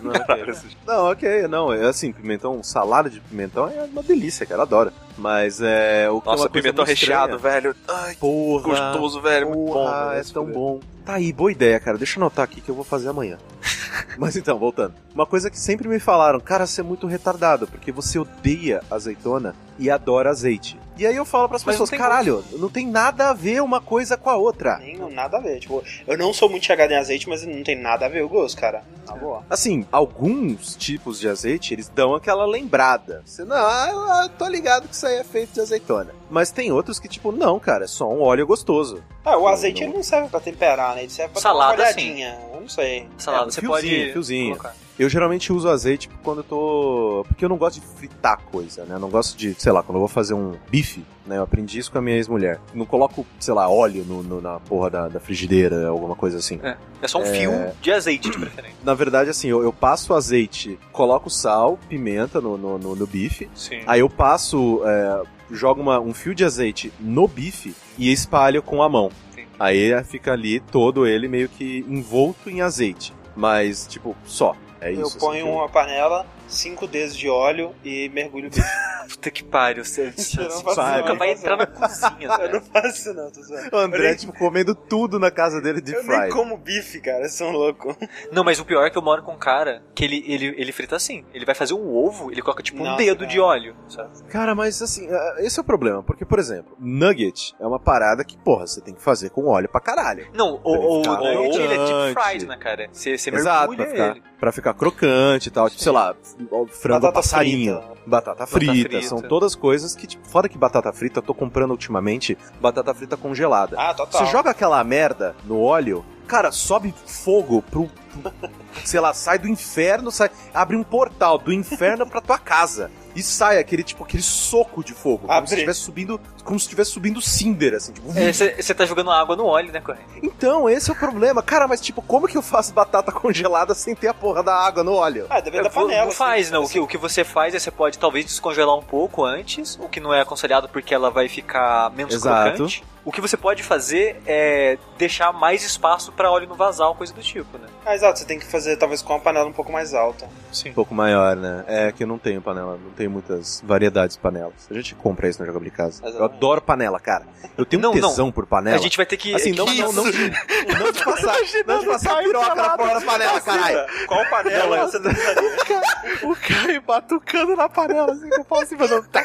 Speaker 1: Não,
Speaker 4: né?
Speaker 1: ok. Não, ok, não, é assim, pimentão, salada de pimentão é uma delícia, cara, eu adoro. Mas é o que é
Speaker 4: Nossa,
Speaker 1: uma coisa
Speaker 4: pimentão
Speaker 1: muito
Speaker 4: recheado,
Speaker 1: estranha.
Speaker 4: velho. Ai,
Speaker 1: Porra,
Speaker 4: gostoso, velho.
Speaker 1: porra,
Speaker 4: muito bom. velho,
Speaker 1: é
Speaker 4: se
Speaker 1: tão
Speaker 4: fuder.
Speaker 1: bom. Tá aí, boa ideia, cara. Deixa eu anotar aqui que eu vou fazer amanhã. Mas então, voltando. Uma coisa que sempre me falaram, cara, você é muito retardado, porque você odeia azeitona e adora azeite. E aí eu falo pras
Speaker 5: Mas não
Speaker 1: pessoas,
Speaker 5: tem
Speaker 1: caralho, não tem nada a ver uma coisa com a outra.
Speaker 2: Nem nada a ver. Tipo, eu não sou muito chegado em azeite, mas não tem nada a ver o gosto, cara. Na boa.
Speaker 1: Assim, alguns tipos de azeite, eles dão aquela lembrada. Você, não, ah, eu tô ligado que isso aí é feito de azeitona. Mas tem outros que, tipo, não, cara, é só um óleo gostoso.
Speaker 2: Ah, o
Speaker 1: Não,
Speaker 2: azeite
Speaker 1: não.
Speaker 2: ele não serve pra temperar, né? Ele serve pra
Speaker 5: Salada,
Speaker 2: dar uma
Speaker 5: sim.
Speaker 2: olhadinha. Eu não sei.
Speaker 5: Salada,
Speaker 1: um
Speaker 5: Tá você
Speaker 1: fiozinho,
Speaker 5: pode
Speaker 1: fiozinho.
Speaker 5: colocar.
Speaker 1: Eu geralmente uso azeite quando eu tô... Porque eu não gosto de fritar coisa, né? Eu não gosto de, sei lá, quando eu vou fazer um bife, né? Eu aprendi isso com a minha ex-mulher. Não coloco, sei lá, óleo no- no- na porra da, da frigideira, alguma coisa assim.
Speaker 5: É só um
Speaker 1: É.
Speaker 5: fio de azeite, de preferência.
Speaker 1: Na verdade, assim, eu, eu passo azeite, coloco sal, pimenta no- no- no, no bife,
Speaker 5: Sim.
Speaker 1: Aí eu passo, é, jogo uma- um fio de azeite no bife e espalho com a mão.
Speaker 5: Entendi.
Speaker 1: Aí é, fica ali todo ele meio que envolto em azeite. Mas, tipo, só. É
Speaker 2: eu
Speaker 1: isso.
Speaker 2: ponho
Speaker 1: assim,
Speaker 2: uma panela, cinco dedos de óleo e mergulho o bife.
Speaker 5: Puta que pariu, você, é
Speaker 2: Eu não
Speaker 5: você
Speaker 2: faço
Speaker 1: sabe.
Speaker 2: isso,
Speaker 5: nunca
Speaker 2: não.
Speaker 5: vai entrar na cozinha,
Speaker 2: Eu
Speaker 5: velho.
Speaker 2: não faço isso, não, tô zoando.
Speaker 1: que eu- O André,
Speaker 2: eu nem-
Speaker 1: tipo, comendo tudo na casa dele de
Speaker 2: Eu
Speaker 1: fry.
Speaker 2: nem como bife, cara, vocês são loucos.
Speaker 5: Não, mas o pior é que eu moro com um cara que ele, ele, ele frita assim. Ele vai fazer um ovo, ele coloca tipo um
Speaker 2: Nossa,
Speaker 5: dedo
Speaker 2: cara.
Speaker 5: de óleo, sabe?
Speaker 1: Cara, mas assim, é, esse é o problema. Porque, por exemplo, nugget é uma parada que, porra, você tem que fazer com óleo pra caralho.
Speaker 5: Não, o, o,
Speaker 1: Pra ele ficar
Speaker 5: o nugget, ele é deep
Speaker 1: crocante.
Speaker 5: fried, né, cara? Você, você
Speaker 1: Exato, pra
Speaker 5: mergulha
Speaker 1: ficar,
Speaker 5: ele.
Speaker 1: pra ficar crocante e tal. Tipo, sei lá, frango
Speaker 2: Batata
Speaker 1: passarinho.
Speaker 2: frita.
Speaker 1: Batata frita,
Speaker 5: frita.
Speaker 1: são todas coisas que, tipo, fora que batata frita, eu tô comprando ultimamente batata frita congelada.
Speaker 2: Ah, total.
Speaker 1: Você joga aquela merda no óleo, cara, sobe fogo pro. pro- sei lá, sai do inferno, sai, abre um portal do inferno pra tua casa. E sai aquele, tipo, aquele soco de fogo. Como
Speaker 2: Abre.
Speaker 1: se estivesse subindo. Como se estivesse subindo cinder, assim, tipo.
Speaker 5: É, Você você tá jogando água no óleo, né, corrente?
Speaker 1: Então, esse é o problema. Cara, mas tipo, como que eu faço batata congelada sem ter a porra da água no óleo?
Speaker 2: Ah, depende da
Speaker 5: Não-
Speaker 2: panela.
Speaker 5: não
Speaker 2: assim.
Speaker 5: É, faz, não. O que, o que você faz é você pode talvez descongelar um pouco antes, o que não é aconselhado porque ela vai ficar menos
Speaker 1: Exato.
Speaker 5: crocante. O que você pode fazer é deixar mais espaço pra óleo não vazar, ou coisa do tipo, né?
Speaker 2: Ah, exato, você tem que fazer talvez com uma panela um pouco mais alta.
Speaker 1: Um pouco maior, né? É que eu não tenho panela, não tenho muitas variedades de panelas. A gente compra isso no Jogabilidade de Casa. Eu
Speaker 2: Exatamente.
Speaker 1: adoro panela, cara. Eu tenho um
Speaker 5: Não, não.
Speaker 1: tesão por
Speaker 2: Né,
Speaker 1: panela.
Speaker 5: A gente vai ter que.
Speaker 1: Assim, não,
Speaker 5: que-
Speaker 1: não, não, não, de passar, não de passar piroca na porra da panela,
Speaker 5: Assim,
Speaker 1: caralho.
Speaker 2: Qual panela você tá
Speaker 1: O cara batucando na panela, assim, que eu falo assim, mas não...
Speaker 4: Velho,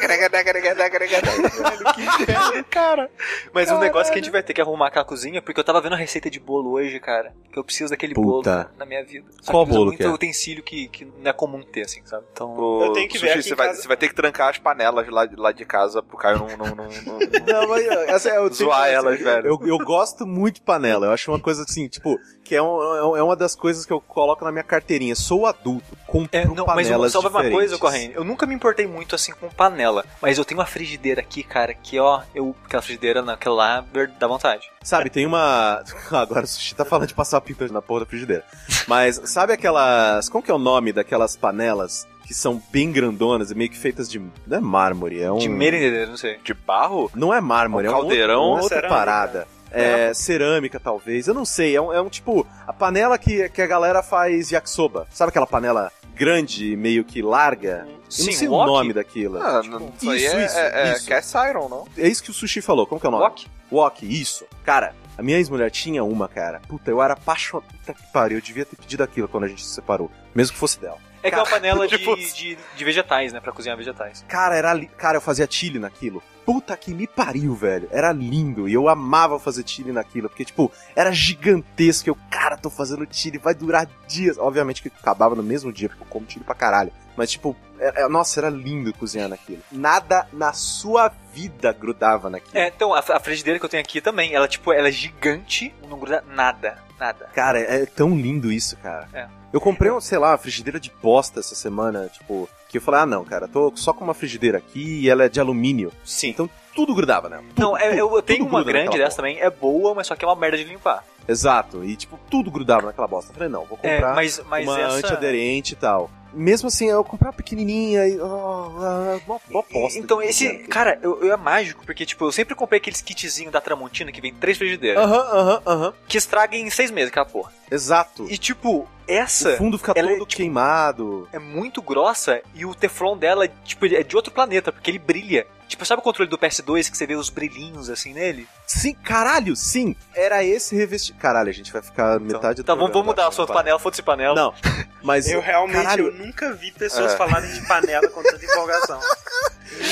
Speaker 4: que inferno, cara. Mas
Speaker 5: Mas um negócio que a gente vai ter que arrumar com a cozinha, porque eu tava vendo a receita de bolo hoje, cara. Que eu preciso daquele
Speaker 1: Puta.
Speaker 5: bolo na minha vida. Só
Speaker 1: Qual
Speaker 5: que usa
Speaker 1: bolo
Speaker 5: muito
Speaker 1: que é?
Speaker 5: utensílio que, que não é comum ter, assim, sabe? Então.
Speaker 4: Ô,
Speaker 2: Eu tenho que ver aqui
Speaker 4: você,
Speaker 2: em
Speaker 4: vai,
Speaker 2: casa.
Speaker 4: você vai ter que trancar as panelas lá, de- lá de casa pro Caio não, não, não, não-
Speaker 1: Não, mas essa é o
Speaker 4: zoar elas, velho.
Speaker 1: Eu, eu gosto muito de panela. Eu acho uma coisa assim, tipo, que é, um- é um- é uma das coisas que eu coloco na minha carteirinha. Sou adulto, compro
Speaker 5: É, não, mas
Speaker 1: panelas
Speaker 5: só uma
Speaker 1: diferentes.
Speaker 5: coisa, Corrêa. Eu nunca me importei muito assim com panela. Mas eu tenho uma frigideira aqui, cara, que ó, eu. Aquela frigideira naquela lá ver- dá vontade.
Speaker 1: Sabe, tem uma. Agora o sushi tá falando de passar pinta na porra da frigideira. Mas sabe aquelas. Como que é o nome daquelas panelas que são bem grandonas e meio que feitas de. Não é mármore, é um.
Speaker 5: De merendeira, não sei.
Speaker 4: De barro?
Speaker 1: Não é mármore, é
Speaker 4: Um
Speaker 1: um outro-
Speaker 4: caldeirão.
Speaker 1: uma outra
Speaker 2: Cerâmica.
Speaker 1: parada. É, cerâmica, talvez. Eu não sei. É um, é um tipo. A panela que, que a galera faz yakisoba. Sabe aquela panela grande, meio que larga? Eu não sei o
Speaker 5: um wok?
Speaker 1: nome daquilo.
Speaker 4: Ah, não- isso, aí
Speaker 1: isso,
Speaker 4: é,
Speaker 1: isso,
Speaker 4: é,
Speaker 1: isso.
Speaker 4: é cast iron, não?
Speaker 1: É isso que o Sushi falou. Como que é o nome?
Speaker 5: Wok?
Speaker 1: Wok, isso. Cara, a minha ex-mulher tinha uma, cara. Puta, eu era apaixonado. Puta que pariu. Eu devia ter pedido aquilo quando a gente se separou. Mesmo que fosse dela.
Speaker 5: É que é uma panela de,
Speaker 4: tipo-
Speaker 5: de, de vegetais, né? Pra cozinhar vegetais.
Speaker 1: Cara, era li... Cara, eu fazia chile naquilo. Puta que me pariu, velho. Era lindo. E eu amava fazer chile naquilo. Porque, tipo, era gigantesco. Eu, cara, tô fazendo chile, vai durar dias. Obviamente que acabava no mesmo dia, porque eu como chile pra caralho. Mas, tipo, é- é- nossa, era lindo cozinhar naquilo. Nada na sua vida grudava naquilo.
Speaker 5: É, então, a, a frigideira que eu tenho aqui também, ela, tipo, ela é gigante, não gruda nada, nada.
Speaker 1: Cara, é tão lindo isso, cara.
Speaker 5: É.
Speaker 1: Eu comprei, um, sei lá, uma frigideira de bosta essa semana, tipo, que eu falei, ah, não, cara, tô só com uma frigideira aqui e ela é de alumínio.
Speaker 5: Sim.
Speaker 1: Então tudo grudava nela. Tudo,
Speaker 5: Não, é- eu, eu
Speaker 1: tudo
Speaker 5: tenho uma
Speaker 1: gruda
Speaker 5: grande
Speaker 1: naquela
Speaker 5: dessa também, é boa, mas só que é uma merda de limpar.
Speaker 1: porra. Exato, e tipo, tudo grudava naquela bosta. Eu falei, não, vou
Speaker 5: É,
Speaker 1: comprar
Speaker 5: mas, mas
Speaker 1: uma
Speaker 5: essa...
Speaker 1: antiaderente e tal. Mesmo assim, eu comprar uma pequenininha e. Oh, ah, uma uma bosta.
Speaker 5: Então,
Speaker 1: de
Speaker 5: esse.
Speaker 1: frigideira.
Speaker 5: Cara, eu, eu é mágico, porque, tipo, eu sempre comprei aqueles kitzinhos da Tramontina que vem três frigideiras,
Speaker 1: Aham, aham, aham.
Speaker 5: que estraga em seis meses aquela porra.
Speaker 1: Exato.
Speaker 5: E, tipo,
Speaker 1: O
Speaker 5: essa
Speaker 1: fundo fica
Speaker 5: ela é,
Speaker 1: todo queimado.
Speaker 5: é muito grossa e o Teflon dela, tipo, ele é de outro planeta, porque ele brilha. Tipo, sabe o controle do PS2 que você vê os brilhinhos assim nele?
Speaker 1: Sim, caralho, sim. Era esse revestimento. Caralho, a gente vai ficar metade do
Speaker 5: Então, vamos,
Speaker 1: programa
Speaker 5: vamos mudar a
Speaker 1: batendo
Speaker 5: sua
Speaker 1: panela.
Speaker 5: panela, foda-se panela.
Speaker 1: Não, mas.
Speaker 2: Eu realmente
Speaker 1: Caralho.
Speaker 2: eu nunca vi pessoas
Speaker 4: É.
Speaker 2: falarem de panela com tanta empolgação.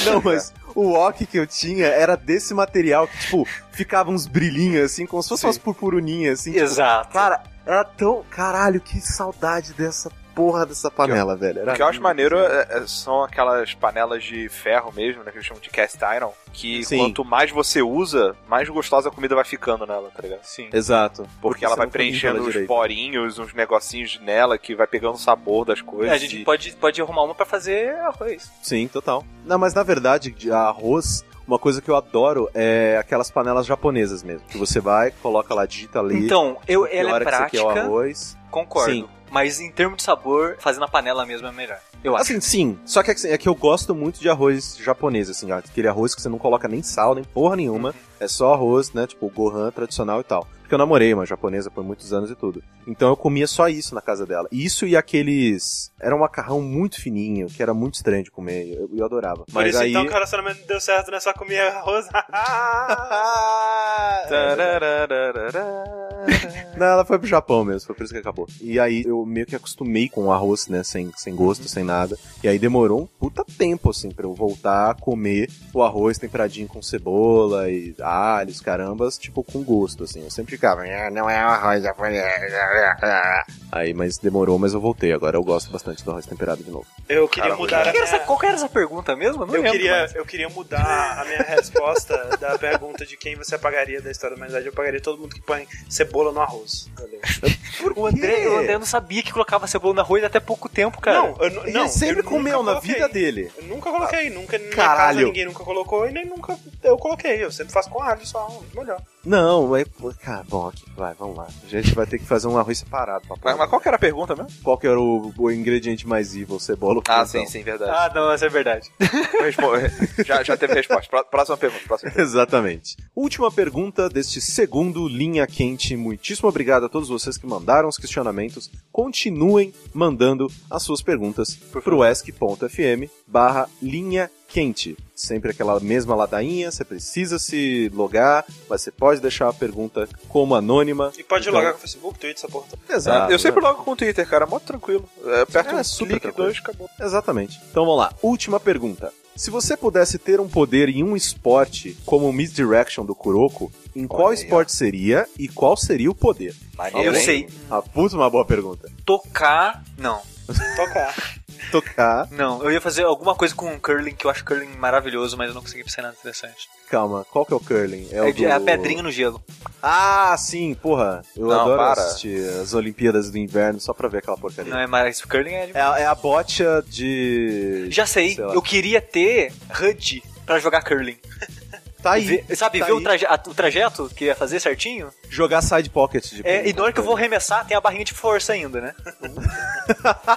Speaker 1: Não, mas o wok que eu tinha era desse material que, tipo, ficava uns brilhinhos, assim, como se fossem umas purpuruninhas, assim. tipo,
Speaker 5: Exato.
Speaker 1: cara, era tão. Caralho, que saudade dessa porra dessa panela, velho. Era
Speaker 4: O que eu acho
Speaker 1: lindo,
Speaker 4: maneiro
Speaker 1: assim.
Speaker 4: é- é- são aquelas panelas de ferro mesmo, né? Que eles chamam de cast iron. Que
Speaker 1: Sim.
Speaker 4: quanto mais você usa, mais gostosa a comida vai ficando nela, tá ligado? Sim.
Speaker 1: Exato.
Speaker 4: Porque ela
Speaker 1: você
Speaker 4: vai
Speaker 1: não limpa ela
Speaker 4: preenchendo uns
Speaker 1: direito.
Speaker 4: porinhos, uns negocinhos nela que vai pegando o sabor das coisas.
Speaker 5: a gente
Speaker 4: e-
Speaker 5: pode, pode arrumar uma pra fazer arroz.
Speaker 1: Sim, total. Não, mas na verdade, de arroz, uma coisa que eu adoro é aquelas panelas japonesas mesmo. Que você vai, coloca lá, digita ali.
Speaker 5: Então, eu,
Speaker 1: que
Speaker 5: ela é
Speaker 1: hora que você quer o
Speaker 5: prática,
Speaker 1: arroz.
Speaker 5: concordo.
Speaker 1: Sim.
Speaker 5: Mas em termos de sabor, fazendo a panela mesmo é melhor. Eu acho.
Speaker 1: Assim, sim. Só que assim, é que eu gosto muito de arroz japonês, assim, ó, aquele arroz que você não coloca nem sal, nem porra nenhuma. É só arroz, né? Tipo, gohan tradicional e tal. Porque eu namorei uma japonesa por muitos anos e tudo. Então eu comia só isso na casa dela. Isso e aqueles. Era um macarrão muito fininho, que era muito estranho de comer. Eu, eu adorava.
Speaker 2: Por
Speaker 1: Mas
Speaker 2: isso
Speaker 1: aí.
Speaker 2: então que o relacionamento não deu certo, né? Só comia arroz.
Speaker 4: é,
Speaker 1: é, Não, ela foi pro Japão mesmo, foi por isso que acabou. E aí eu meio que acostumei com o arroz, né? Sem, sem gosto, sem nada. E aí demorou um puta tempo, assim, pra eu voltar a comer o arroz temperadinho com cebola e alhos, carambas, tipo, com gosto, assim. Eu sempre ficava, "Ah, não é arroz, é arroz, é arroz." Aí, mas demorou, mas eu voltei. Agora eu gosto bastante do arroz temperado de novo.
Speaker 2: Eu queria
Speaker 4: Cara,
Speaker 2: mudar a
Speaker 5: Qual que
Speaker 2: minha...
Speaker 5: era essa, qual que era essa pergunta mesmo? é. Eu não
Speaker 2: Eu
Speaker 5: lembro
Speaker 2: queria,
Speaker 5: mais.
Speaker 2: eu queria mudar a minha resposta da pergunta de quem você apagaria da história da humanidade. Eu apagaria todo mundo que põe cebola no arroz. Valeu.
Speaker 5: O André, o André não sabia que colocava cebola no arroz até pouco tempo, cara.
Speaker 2: Não, eu, n-
Speaker 1: Ele
Speaker 2: não,
Speaker 1: sempre
Speaker 2: eu nunca
Speaker 1: comeu na
Speaker 2: coloquei.
Speaker 1: vida dele.
Speaker 2: Eu nunca coloquei, nunca na
Speaker 1: Ah, Caralho.
Speaker 2: casa ninguém nunca colocou e nem nunca eu coloquei. Eu sempre faço com alho só, muito melhor.
Speaker 1: Não, mas. pô, Cara, bom, aqui, vai, vamos lá. A gente vai ter que fazer um arroz separado pra
Speaker 4: Mas, mas qual que era a pergunta mesmo?
Speaker 1: Qual que era o, o ingrediente mais evil? Cebola ou
Speaker 4: Ah,
Speaker 1: pimentão?
Speaker 4: sim, sim, verdade.
Speaker 5: Ah, não, essa é verdade.
Speaker 4: Respo- já, já teve resposta. Pró- Próxima pergunta, próxima pergunta.
Speaker 1: Exatamente. Última pergunta deste segundo Linha Quente. Muitíssimo obrigado a todos vocês que mandaram os questionamentos. Continuem mandando as suas perguntas pro esc.fm barra linha quente. Sempre aquela mesma ladainha, você precisa se logar, mas você pode deixar a pergunta como anônima. Ah,
Speaker 2: E pode
Speaker 1: Então-
Speaker 2: logar com o Facebook, Twitter, essa porra. toda.
Speaker 1: Exato.
Speaker 4: Ah, eu sempre logo com o Twitter, cara, mó tranquilo. É, aperta
Speaker 1: É,
Speaker 4: um
Speaker 1: super
Speaker 4: clique,
Speaker 1: tranquilo.
Speaker 4: dois, acabou.
Speaker 1: Exatamente. Então vamos lá. Última pergunta. Se você pudesse ter um poder em um esporte como o Misdirection do Kuroko, em qual
Speaker 4: Olha aí, ó.
Speaker 1: esporte seria e qual seria o poder?
Speaker 5: Eu
Speaker 4: Maneiro, hein?
Speaker 5: sei.
Speaker 1: Ah, puta, uma boa pergunta.
Speaker 5: Tocar. Não.
Speaker 2: Tocar.
Speaker 1: Tocar.
Speaker 5: Não, eu ia fazer alguma coisa com curling, que eu acho curling maravilhoso, mas eu não consegui pensar em nada interessante.
Speaker 1: Calma, qual que é o curling?
Speaker 5: É,
Speaker 1: o
Speaker 5: de- é a
Speaker 1: do-
Speaker 5: pedrinha no gelo.
Speaker 1: Ah, sim, porra. Eu
Speaker 4: Não,
Speaker 1: adoro
Speaker 4: para.
Speaker 1: assistir as Olimpíadas do Inverno só pra ver aquela porcaria.
Speaker 5: Não é mais curling, é... de-
Speaker 1: É, a- é a bocha de.
Speaker 5: Já sei,
Speaker 1: Sei lá.
Speaker 5: eu queria ter HUD pra jogar curling.
Speaker 1: Tá aí.
Speaker 5: Ver- sabe,
Speaker 1: tá
Speaker 5: ver o,
Speaker 1: aí.
Speaker 5: traje- a- o trajeto que ia fazer certinho?
Speaker 1: Jogar side pocket de
Speaker 5: É, e na hora que eu vou arremessar, tem a barrinha de força ainda, né?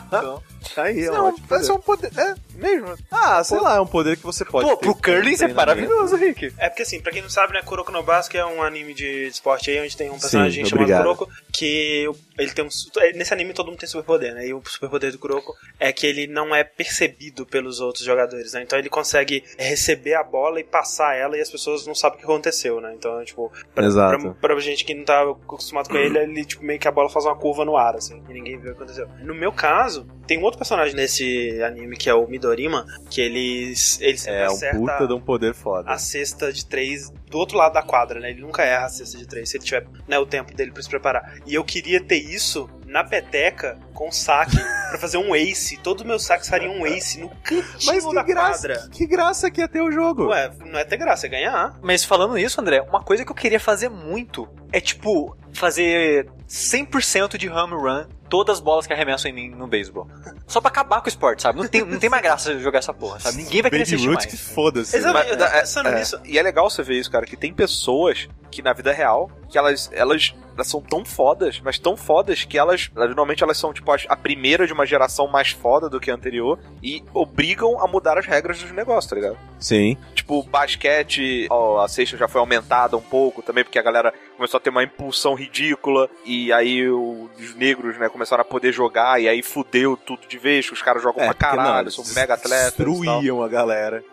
Speaker 5: Então,
Speaker 1: Tá aí, é um
Speaker 4: Não,
Speaker 1: ótimo
Speaker 4: mas é
Speaker 1: poder.
Speaker 4: um poder. É, mesmo.
Speaker 1: Ah, sei lá, é um poder que você pode. ter
Speaker 5: pô,
Speaker 1: né,
Speaker 5: pro
Speaker 1: com
Speaker 5: curling isso é
Speaker 1: treinamento.
Speaker 5: maravilhoso, Rick.
Speaker 2: É porque assim, pra quem não sabe, né, Kuroko no Basque é um anime de esporte aí, onde tem um personagem
Speaker 1: Sim,
Speaker 2: chamado
Speaker 1: obrigado.
Speaker 2: Kuroko, que o- ele tem um. su- é, Nesse anime todo mundo tem superpoder, né? E o superpoder do Kuroko é que ele não é percebido pelos outros jogadores, né? Então ele consegue receber a bola e passar ela e as pessoas não sabem o que aconteceu, né? Então, tipo, pra,
Speaker 1: Exato.
Speaker 2: pra- pra gente que não tá acostumado com ele, ele tipo, meio que a bola faz uma curva no ar, assim, e ninguém vê o que aconteceu. No meu caso, tem um outro personagem nesse anime que é o Midorima, que eles. eles
Speaker 1: É um puta de um poder foda.
Speaker 2: a cesta de três do outro lado da quadra, né? Ele nunca erra a cesta de três se ele tiver né, o tempo dele pra se preparar. E eu queria ter isso na peteca com saque pra fazer um ace. Todos os meus saques fariam um ace no cantinho
Speaker 1: Mas
Speaker 2: da
Speaker 1: que graça,
Speaker 2: quadra.
Speaker 1: que graça que ia ter o jogo.
Speaker 2: Ué, não é ter graça, é ganhar.
Speaker 5: Mas falando nisso, André, uma coisa que eu queria fazer muito é, tipo, fazer 100% de home run todas as bolas que arremessam em mim no beisebol. Só pra acabar com o esporte, sabe? Não tem, não tem mais graça de jogar essa porra, sabe? Ninguém vai querer
Speaker 1: Baby
Speaker 5: assistir
Speaker 1: Root,
Speaker 5: mais.
Speaker 1: que foda-se.
Speaker 2: Exatamente.
Speaker 4: Mas, é,
Speaker 2: pensando
Speaker 4: é.
Speaker 2: nisso-
Speaker 4: E é legal você ver isso, cara, que tem pessoas que na vida real, que elas, elas, elas são tão fodas, mas tão fodas que elas, elas- normalmente elas são tipo as- a primeira de uma geração mais foda do que a anterior e obrigam a mudar as regras dos negócios, tá ligado?
Speaker 1: Sim.
Speaker 4: Tipo, basquete, ó, a cesta já foi aumentada um pouco também, porque a galera começou a ter uma impulsão ridícula, e aí o- os negros, né, começaram a poder jogar, e aí fudeu tudo de vez, que os caras jogam pra
Speaker 1: É, porque,
Speaker 4: caralho,
Speaker 1: não,
Speaker 4: são mega atletas. e tal.
Speaker 1: Destruíam a galera.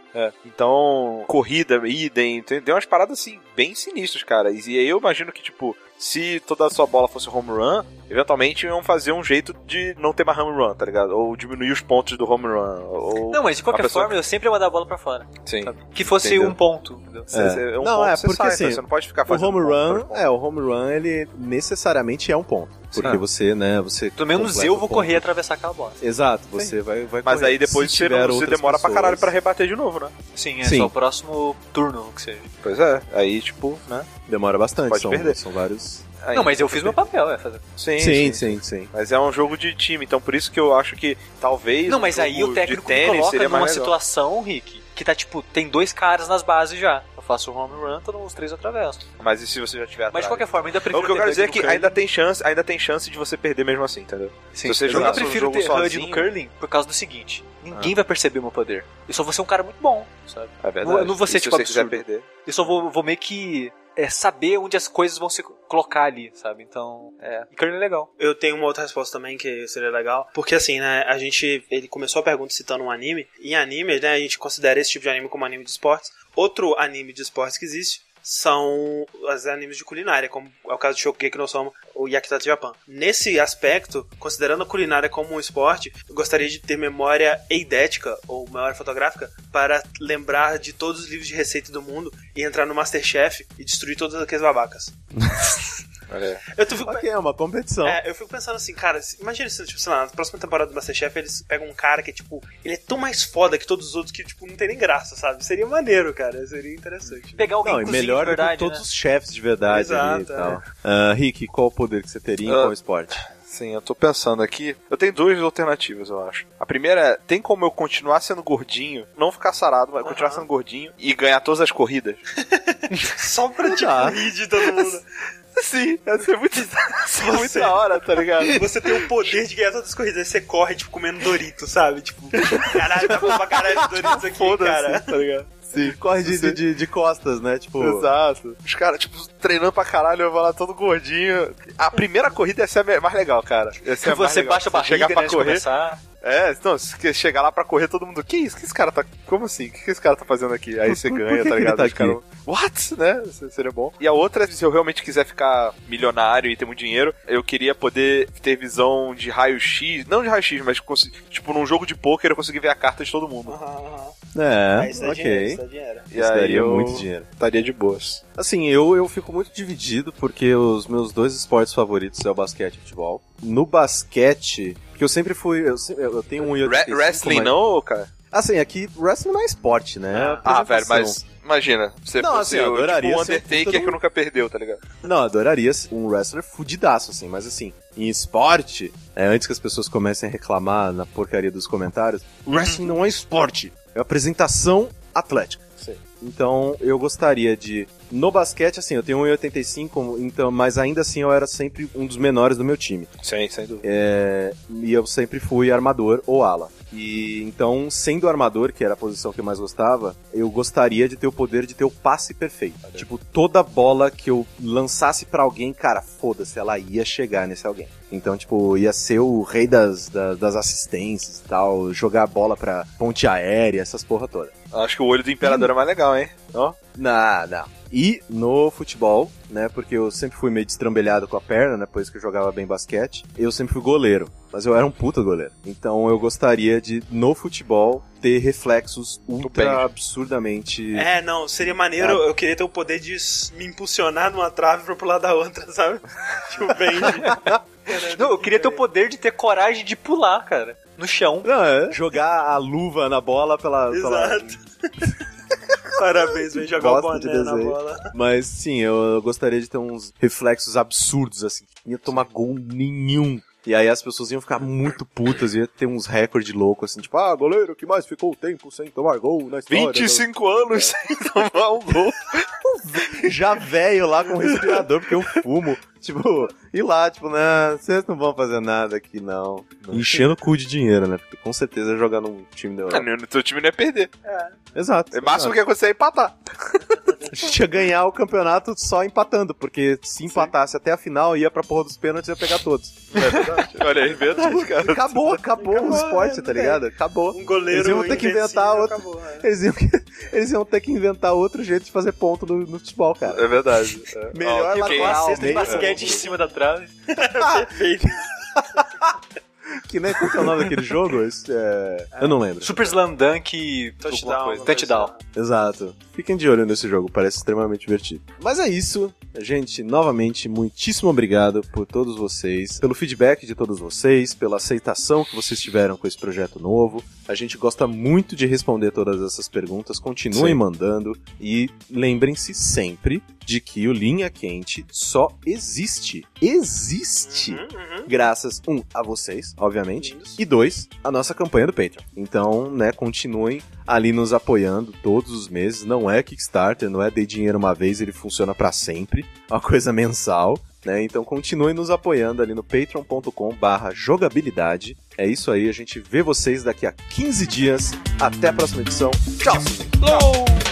Speaker 4: Então, corrida, idem, tem tem umas paradas assim, bem sinistras, cara. E aí eu imagino que, tipo, se toda a sua bola fosse home run, eventualmente iam fazer um jeito de não ter mais home run, tá ligado? Ou diminuir os pontos do home run. Ou...
Speaker 5: Não, mas de
Speaker 4: A
Speaker 5: qualquer
Speaker 4: pessoa-
Speaker 5: forma, eu sempre ia mandar a bola pra fora.
Speaker 4: Sim.
Speaker 5: Que fosse
Speaker 4: Entendeu?
Speaker 5: um ponto. entendeu?
Speaker 1: É.
Speaker 4: Cê- cê- um
Speaker 1: Não,
Speaker 4: ponto
Speaker 1: é,
Speaker 4: cê
Speaker 1: porque
Speaker 4: sai,
Speaker 1: assim,
Speaker 4: tá? Você não pode ficar
Speaker 1: O
Speaker 4: fazendo
Speaker 1: home
Speaker 4: ponto, tá? dois
Speaker 1: run,
Speaker 4: pontos.
Speaker 1: é, o home run, ele necessariamente é um ponto. Porque
Speaker 4: Sim.
Speaker 1: você, né, você...
Speaker 5: Pelo menos
Speaker 1: completa
Speaker 5: eu
Speaker 1: o
Speaker 5: vou
Speaker 1: ponto.
Speaker 5: correr e atravessar aquela bola.
Speaker 1: Exato, você vai, vai
Speaker 4: Mas
Speaker 1: correr.
Speaker 4: aí depois
Speaker 1: Se
Speaker 4: você,
Speaker 1: tiver
Speaker 4: não- você
Speaker 1: outras
Speaker 4: demora pra caralho pra
Speaker 1: pessoas-
Speaker 4: rebater de novo, né?
Speaker 5: Sim, é
Speaker 1: Sim.
Speaker 5: só o próximo turno que seja.
Speaker 4: Pois é, aí tipo, né?
Speaker 1: Demora bastante,
Speaker 4: Pode
Speaker 1: são,
Speaker 4: perder.
Speaker 1: são vários...
Speaker 4: Aí-
Speaker 5: Não, mas eu fiz meu papel, é fazer.
Speaker 4: Sim,
Speaker 1: Sim,
Speaker 4: sim.
Speaker 1: sim, sim.
Speaker 4: Mas é um jogo de time, então por isso que eu acho que talvez.
Speaker 5: Não,
Speaker 4: um
Speaker 5: mas aí
Speaker 4: jogo
Speaker 5: o
Speaker 4: de
Speaker 5: técnico me
Speaker 4: tênis
Speaker 5: coloca
Speaker 4: seria
Speaker 5: numa
Speaker 4: mais legal.
Speaker 5: situação, Rick, que tá tipo, tem dois caras nas bases já. Eu faço o home run, todo os três atravessam.
Speaker 4: Mas e se você já tiver
Speaker 5: Mas
Speaker 4: atrás?
Speaker 5: de qualquer forma, ainda prefiro
Speaker 4: O que eu
Speaker 5: ter
Speaker 4: quero
Speaker 5: HUD
Speaker 4: dizer é
Speaker 5: no
Speaker 4: que
Speaker 5: curling.
Speaker 4: ainda tem chance, ainda tem chance de você perder mesmo assim, entendeu?
Speaker 5: Sim,
Speaker 4: se você
Speaker 5: eu
Speaker 4: jogar
Speaker 5: ainda
Speaker 4: só um
Speaker 5: prefiro
Speaker 4: jogo
Speaker 5: ter HUD
Speaker 4: sozinho-
Speaker 5: no curling por causa do seguinte. Ninguém vai perceber meu poder. Eu só vou ser um cara muito bom, sabe?
Speaker 4: É
Speaker 5: Não- não vou ser,
Speaker 4: E se
Speaker 5: tipo,
Speaker 4: você quiser
Speaker 5: absurdo.
Speaker 4: perder.
Speaker 5: Eu só vou, vou meio que é, saber onde as coisas vão se colocar ali, sabe? Então, é. E curling é legal.
Speaker 2: Eu tenho uma outra resposta também que seria legal. Porque assim, né, a gente. Ele começou a pergunta citando um anime. Em anime, né, a gente considera esse tipo de anime como anime de esportes. Outro anime de esportes que existe são os animes de culinária, como é o caso de Shokugeki no Soma ou Yakitate Japan. Nesse aspecto, considerando a culinária como um esporte, eu gostaria de ter memória eidética, ou memória fotográfica, para lembrar de todos os livros de receita do mundo e entrar no Masterchef e destruir todas aquelas babacas.
Speaker 4: Olha.
Speaker 2: Eu tô,
Speaker 1: Ok, é uma competição.
Speaker 2: é, eu fico pensando assim, cara, se- imagina se, tipo, sei lá, na próxima temporada do Masterchef eles pegam um cara que, tipo, ele é tão mais foda que todos os outros que, tipo, não tem nem graça, sabe? Seria maneiro, cara, seria interessante.
Speaker 5: Pegar alguém
Speaker 1: Não, e
Speaker 5: que cozinha
Speaker 1: melhor
Speaker 5: de verdade,
Speaker 1: do que todos
Speaker 5: né?
Speaker 1: os chefes de verdade ali e
Speaker 2: Exato,
Speaker 1: tal. Ah, Rick, qual o poder que você teria em
Speaker 4: é. Ah.
Speaker 1: qual esporte?
Speaker 4: Sim, eu tô pensando aqui. Eu tenho duas alternativas, eu acho. A primeira é, tem como eu continuar sendo gordinho, não ficar sarado, mas continuar
Speaker 2: Aham.
Speaker 4: sendo gordinho e ganhar todas as corridas?
Speaker 2: Só pra te
Speaker 1: Tá.
Speaker 2: rir de todo mundo.
Speaker 4: Sim, ia
Speaker 5: é
Speaker 4: ser muito, ia ser muito
Speaker 2: Você-
Speaker 4: da hora, tá ligado?
Speaker 2: Você tem o poder de ganhar todas as corridas, aí você corre, tipo, comendo Dorito, sabe? Tipo, caralho, tá com pra caralho de Doritos aqui, cara.
Speaker 4: tá ligado? Sim.
Speaker 1: Corre de, de, de- de costas, né? Tipo,
Speaker 4: Exato. Os caras, tipo, treinando pra caralho, eu vou lá todo gordinho. A primeira corrida ia ser a me- mais legal, cara. Ia ser a é mais
Speaker 5: Você
Speaker 4: legal.
Speaker 5: baixa a barriga,
Speaker 4: chegar pra
Speaker 5: né, de
Speaker 4: correr.
Speaker 5: começar.
Speaker 4: É, não, se que- chegar lá pra correr, todo mundo. Que isso? Que esse cara tá. Como assim? O que que esse cara tá fazendo aqui? Aí
Speaker 1: Por-
Speaker 4: você
Speaker 1: por- por
Speaker 4: ganha,
Speaker 1: que
Speaker 4: tá
Speaker 1: que ele
Speaker 4: ligado?
Speaker 1: tá
Speaker 4: Os caras, What? Né? Se- Seria bom. E a outra, é se eu realmente quiser ficar milionário e ter muito dinheiro, eu queria poder ter visão de raio-x. Não de raio-x, mas, consi- tipo, num jogo de pôquer eu conseguir ver a carta de todo mundo.
Speaker 2: Aham, aham.
Speaker 1: É,
Speaker 2: Aí Ah, isso dá dinheiro,
Speaker 1: ok.
Speaker 2: isso é dá dinheiro.
Speaker 4: E
Speaker 1: Isso
Speaker 4: aí
Speaker 1: daria
Speaker 4: eu
Speaker 1: muito dinheiro.
Speaker 4: estaria de boas.
Speaker 1: Assim, eu, eu fico muito dividido porque os meus dois esportes favoritos é o basquete e o futebol. No basquete, porque eu sempre fui. Eu, se- eu tenho um e eu
Speaker 4: Re- wrestling não, cara?
Speaker 1: Assim, aqui, wrestling não é esporte, né? É
Speaker 4: Ah,
Speaker 1: apresentação.
Speaker 4: velho, mas imagina, você
Speaker 1: Não,
Speaker 4: fosse
Speaker 1: assim, eu
Speaker 4: o,
Speaker 1: adoraria
Speaker 4: tipo, o
Speaker 1: ser um
Speaker 4: Undertaker
Speaker 1: lutador.
Speaker 4: que nunca perdeu, tá ligado?
Speaker 1: Não, eu adoraria um wrestler fudidaço, assim, mas assim, em esporte, é, antes que as pessoas comecem a reclamar na porcaria dos comentários, wrestling não é esporte, é apresentação atlética. Então, eu gostaria de. No basquete, assim, eu tenho 1,85, então, mas ainda assim eu era sempre um dos menores do meu time.
Speaker 4: Sim, sem dúvida.
Speaker 1: E eu sempre fui armador ou ala. E então, sendo armador, que era a posição que eu mais gostava, eu gostaria de ter o poder de ter o passe perfeito. Tipo, toda bola que eu lançasse pra alguém, cara, foda-se, ela ia chegar nesse alguém. Então, tipo, ia ser o rei das, da- das, assistências e tal, jogar a bola pra ponte aérea, essas porra toda.
Speaker 4: Acho que o olho do imperador é mais legal, hein?
Speaker 1: Não, não. E no futebol, né? Porque eu sempre fui meio destrambelhado com a perna, né? Por isso que eu jogava bem basquete. Eu sempre fui goleiro, mas eu era um puta goleiro. Então eu gostaria de, no futebol, ter reflexos ultra
Speaker 4: pênalti.
Speaker 1: absurdamente.
Speaker 2: É, não, seria maneiro. Eu queria ter o poder de s- me impulsionar numa trave pra pular da outra, sabe? Tipo, bem.
Speaker 5: Não, eu queria ter o poder de ter coragem de pular, cara. No chão.
Speaker 1: Não, é jogar a luva na bola pela. pela...
Speaker 2: Exato. Parabéns, vem jogar o
Speaker 1: Gosto de
Speaker 2: boné na
Speaker 1: desenho.
Speaker 2: bola.
Speaker 1: Mas sim, eu gostaria de ter uns reflexos absurdos, assim, que não ia tomar gol nenhum. E aí as pessoas iam ficar muito putas, ia ter uns recordes loucos, assim, tipo, ah, goleiro, que mais ficou o tempo sem tomar gol na história?
Speaker 4: 25 anos sem tomar um gol.
Speaker 1: já velho lá com respirador, porque eu fumo. Tipo, e lá, tipo, não, vocês não vão fazer nada aqui, não. Enchendo o cu de dinheiro, né? Porque com certeza jogar num time da
Speaker 4: Ah,
Speaker 1: Europa.
Speaker 4: não, no teu time não ia perder.
Speaker 1: Exato.
Speaker 4: O máximo que ia acontecer é empatar.
Speaker 1: A gente ia ganhar o campeonato só empatando, porque se empatasse até a final, ia pra porra dos pênaltis e ia pegar todos.
Speaker 4: Olha aí, verdade, cara.
Speaker 1: Acabou, acabou, o esporte,
Speaker 2: é,
Speaker 1: tá ligado? Acabou.
Speaker 2: Um goleiro.
Speaker 1: Eles iam ter que inventar
Speaker 2: invencível,
Speaker 1: outro.
Speaker 2: acabou, né?
Speaker 1: Eles iam, eles iam ter que inventar outro jeito de fazer ponto no, no futebol, cara.
Speaker 4: É verdade. É.
Speaker 1: Melhor
Speaker 4: Ó,
Speaker 1: marcar
Speaker 4: quem-
Speaker 1: uma
Speaker 5: Uma
Speaker 1: cesta
Speaker 5: cesta
Speaker 1: de
Speaker 5: de
Speaker 1: basquete
Speaker 5: basquete em cima da trave.
Speaker 2: Perfeito.
Speaker 1: Ah! Que nem qual que é o nome daquele jogo? Esse, é, Eu não lembro.
Speaker 5: Super Slam Dunk. alguma coisa. assim. Touchdown.
Speaker 1: Exato. Fiquem de olho nesse jogo, parece extremamente divertido. Mas é isso. Gente, novamente, muitíssimo obrigado por todos vocês, pelo feedback de todos vocês, pela aceitação que vocês tiveram com esse projeto novo. A gente gosta muito de responder todas essas perguntas, continuem mandando e lembrem-se sempre de que o Linha Quente só existe. Existe!
Speaker 2: Hum?
Speaker 1: graças, um, a vocês, obviamente, e dois, a nossa campanha do Patreon. Então, né, continuem ali nos apoiando todos os meses. Não é Kickstarter, não é dei dinheiro uma vez, ele funciona pra sempre. É uma coisa mensal. Né? Então continuem nos apoiando ali no patreon.com barra jogabilidade. É isso aí, a gente vê vocês daqui a 15 dias. Até a próxima edição. Tchau! seus lindos.
Speaker 5: Blow!